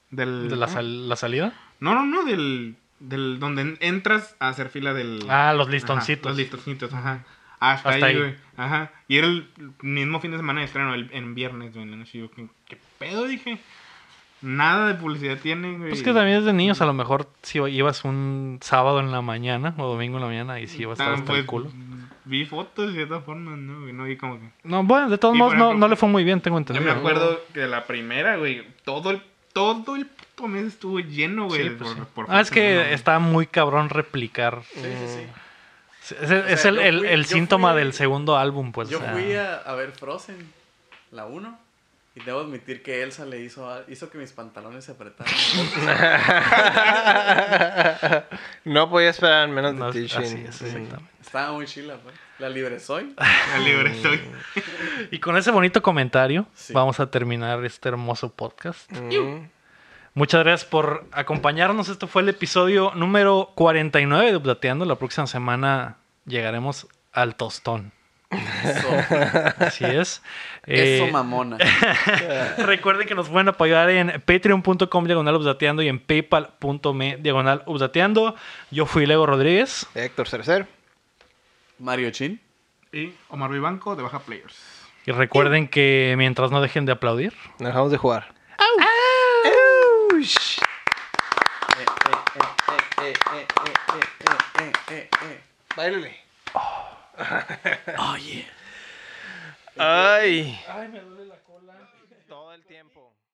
D: Del,
A: ¿De la,
D: ¿no?
A: sal- la salida?
D: No, no, no, del... del donde en- entras a hacer fila del...
A: Ah, los
D: Ajá,
A: listoncitos.
D: los listoncitos, ajá. Hasta,
A: Hasta
D: ahí,
A: ahí.
D: güey. Ajá. Y era el mismo fin de semana de estreno, el- en viernes, güey. en la noche. Y yo, ¿qué, qué pedo? Dije. Nada de publicidad tiene, güey.
A: Pues que también desde niños, a lo mejor si ibas un sábado en la mañana o domingo en la mañana y si ibas a estar
D: Tan,
A: hasta el
D: pues,
A: culo.
D: Vi fotos de cierta forma, ¿no? güey? No vi como que.
A: No, bueno, de todos
D: Y,
A: modos
D: por
A: no,
D: ejemplo,
A: no le fue muy bien, tengo
D: Yo
A: entendido.
D: me acuerdo que la primera, güey, todo el, todo el puto mes estuvo lleno, güey.
A: Sí, pues,
D: por-
A: sí.
D: por
A: ah, es
D: fotos, ¿no?
A: que está muy cabrón replicar.
E: Sí, sí,
A: eh,
E: sí.
A: Es, es- es
E: sea,
A: el,
E: yo
A: el-
E: fui-
A: el
E: yo
A: síntoma
E: fui-
A: del segundo álbum, pues. o
E: Yo
A: sea.
E: fui a, a ver Frozen, la 1, y debo admitir que Elsa le hizo, a- hizo que mis pantalones se apretaran.
B: no podía esperar menos
A: No,
B: de ti,
A: así
B: Shin.
A: es,
B: Mm.
A: exactamente.
E: Estaba muy chila, pues. La libre soy.
D: Ya libre estoy.
A: Y con ese bonito comentario
E: Sí.
A: vamos a terminar este hermoso podcast.
B: Mm.
A: Muchas gracias por acompañarnos. Esto fue el episodio número 49 de Updateando. La próxima semana llegaremos al tostón.
E: Eso,
A: Así es.
E: eso
A: Eh,
E: mamona.
A: Recuerden que nos pueden apoyar en patreon.com diagonal updateando y en paypal.me diagonal updateando. Yo fui Lego Rodríguez.
B: Héctor Cercer.
E: Mario Chin.
D: Y Omar Vivanco de Baja Players.
A: Y recuerden que mientras no dejen de aplaudir,
B: Nos dejamos de jugar. Ouch.
E: Eh, eh, eh, eh, eh, eh, eh, eh, eh, eh, eh.
B: Báilale.
E: Oh, yeah.
B: Ay. Ay, me duele la cola. Todo el tiempo.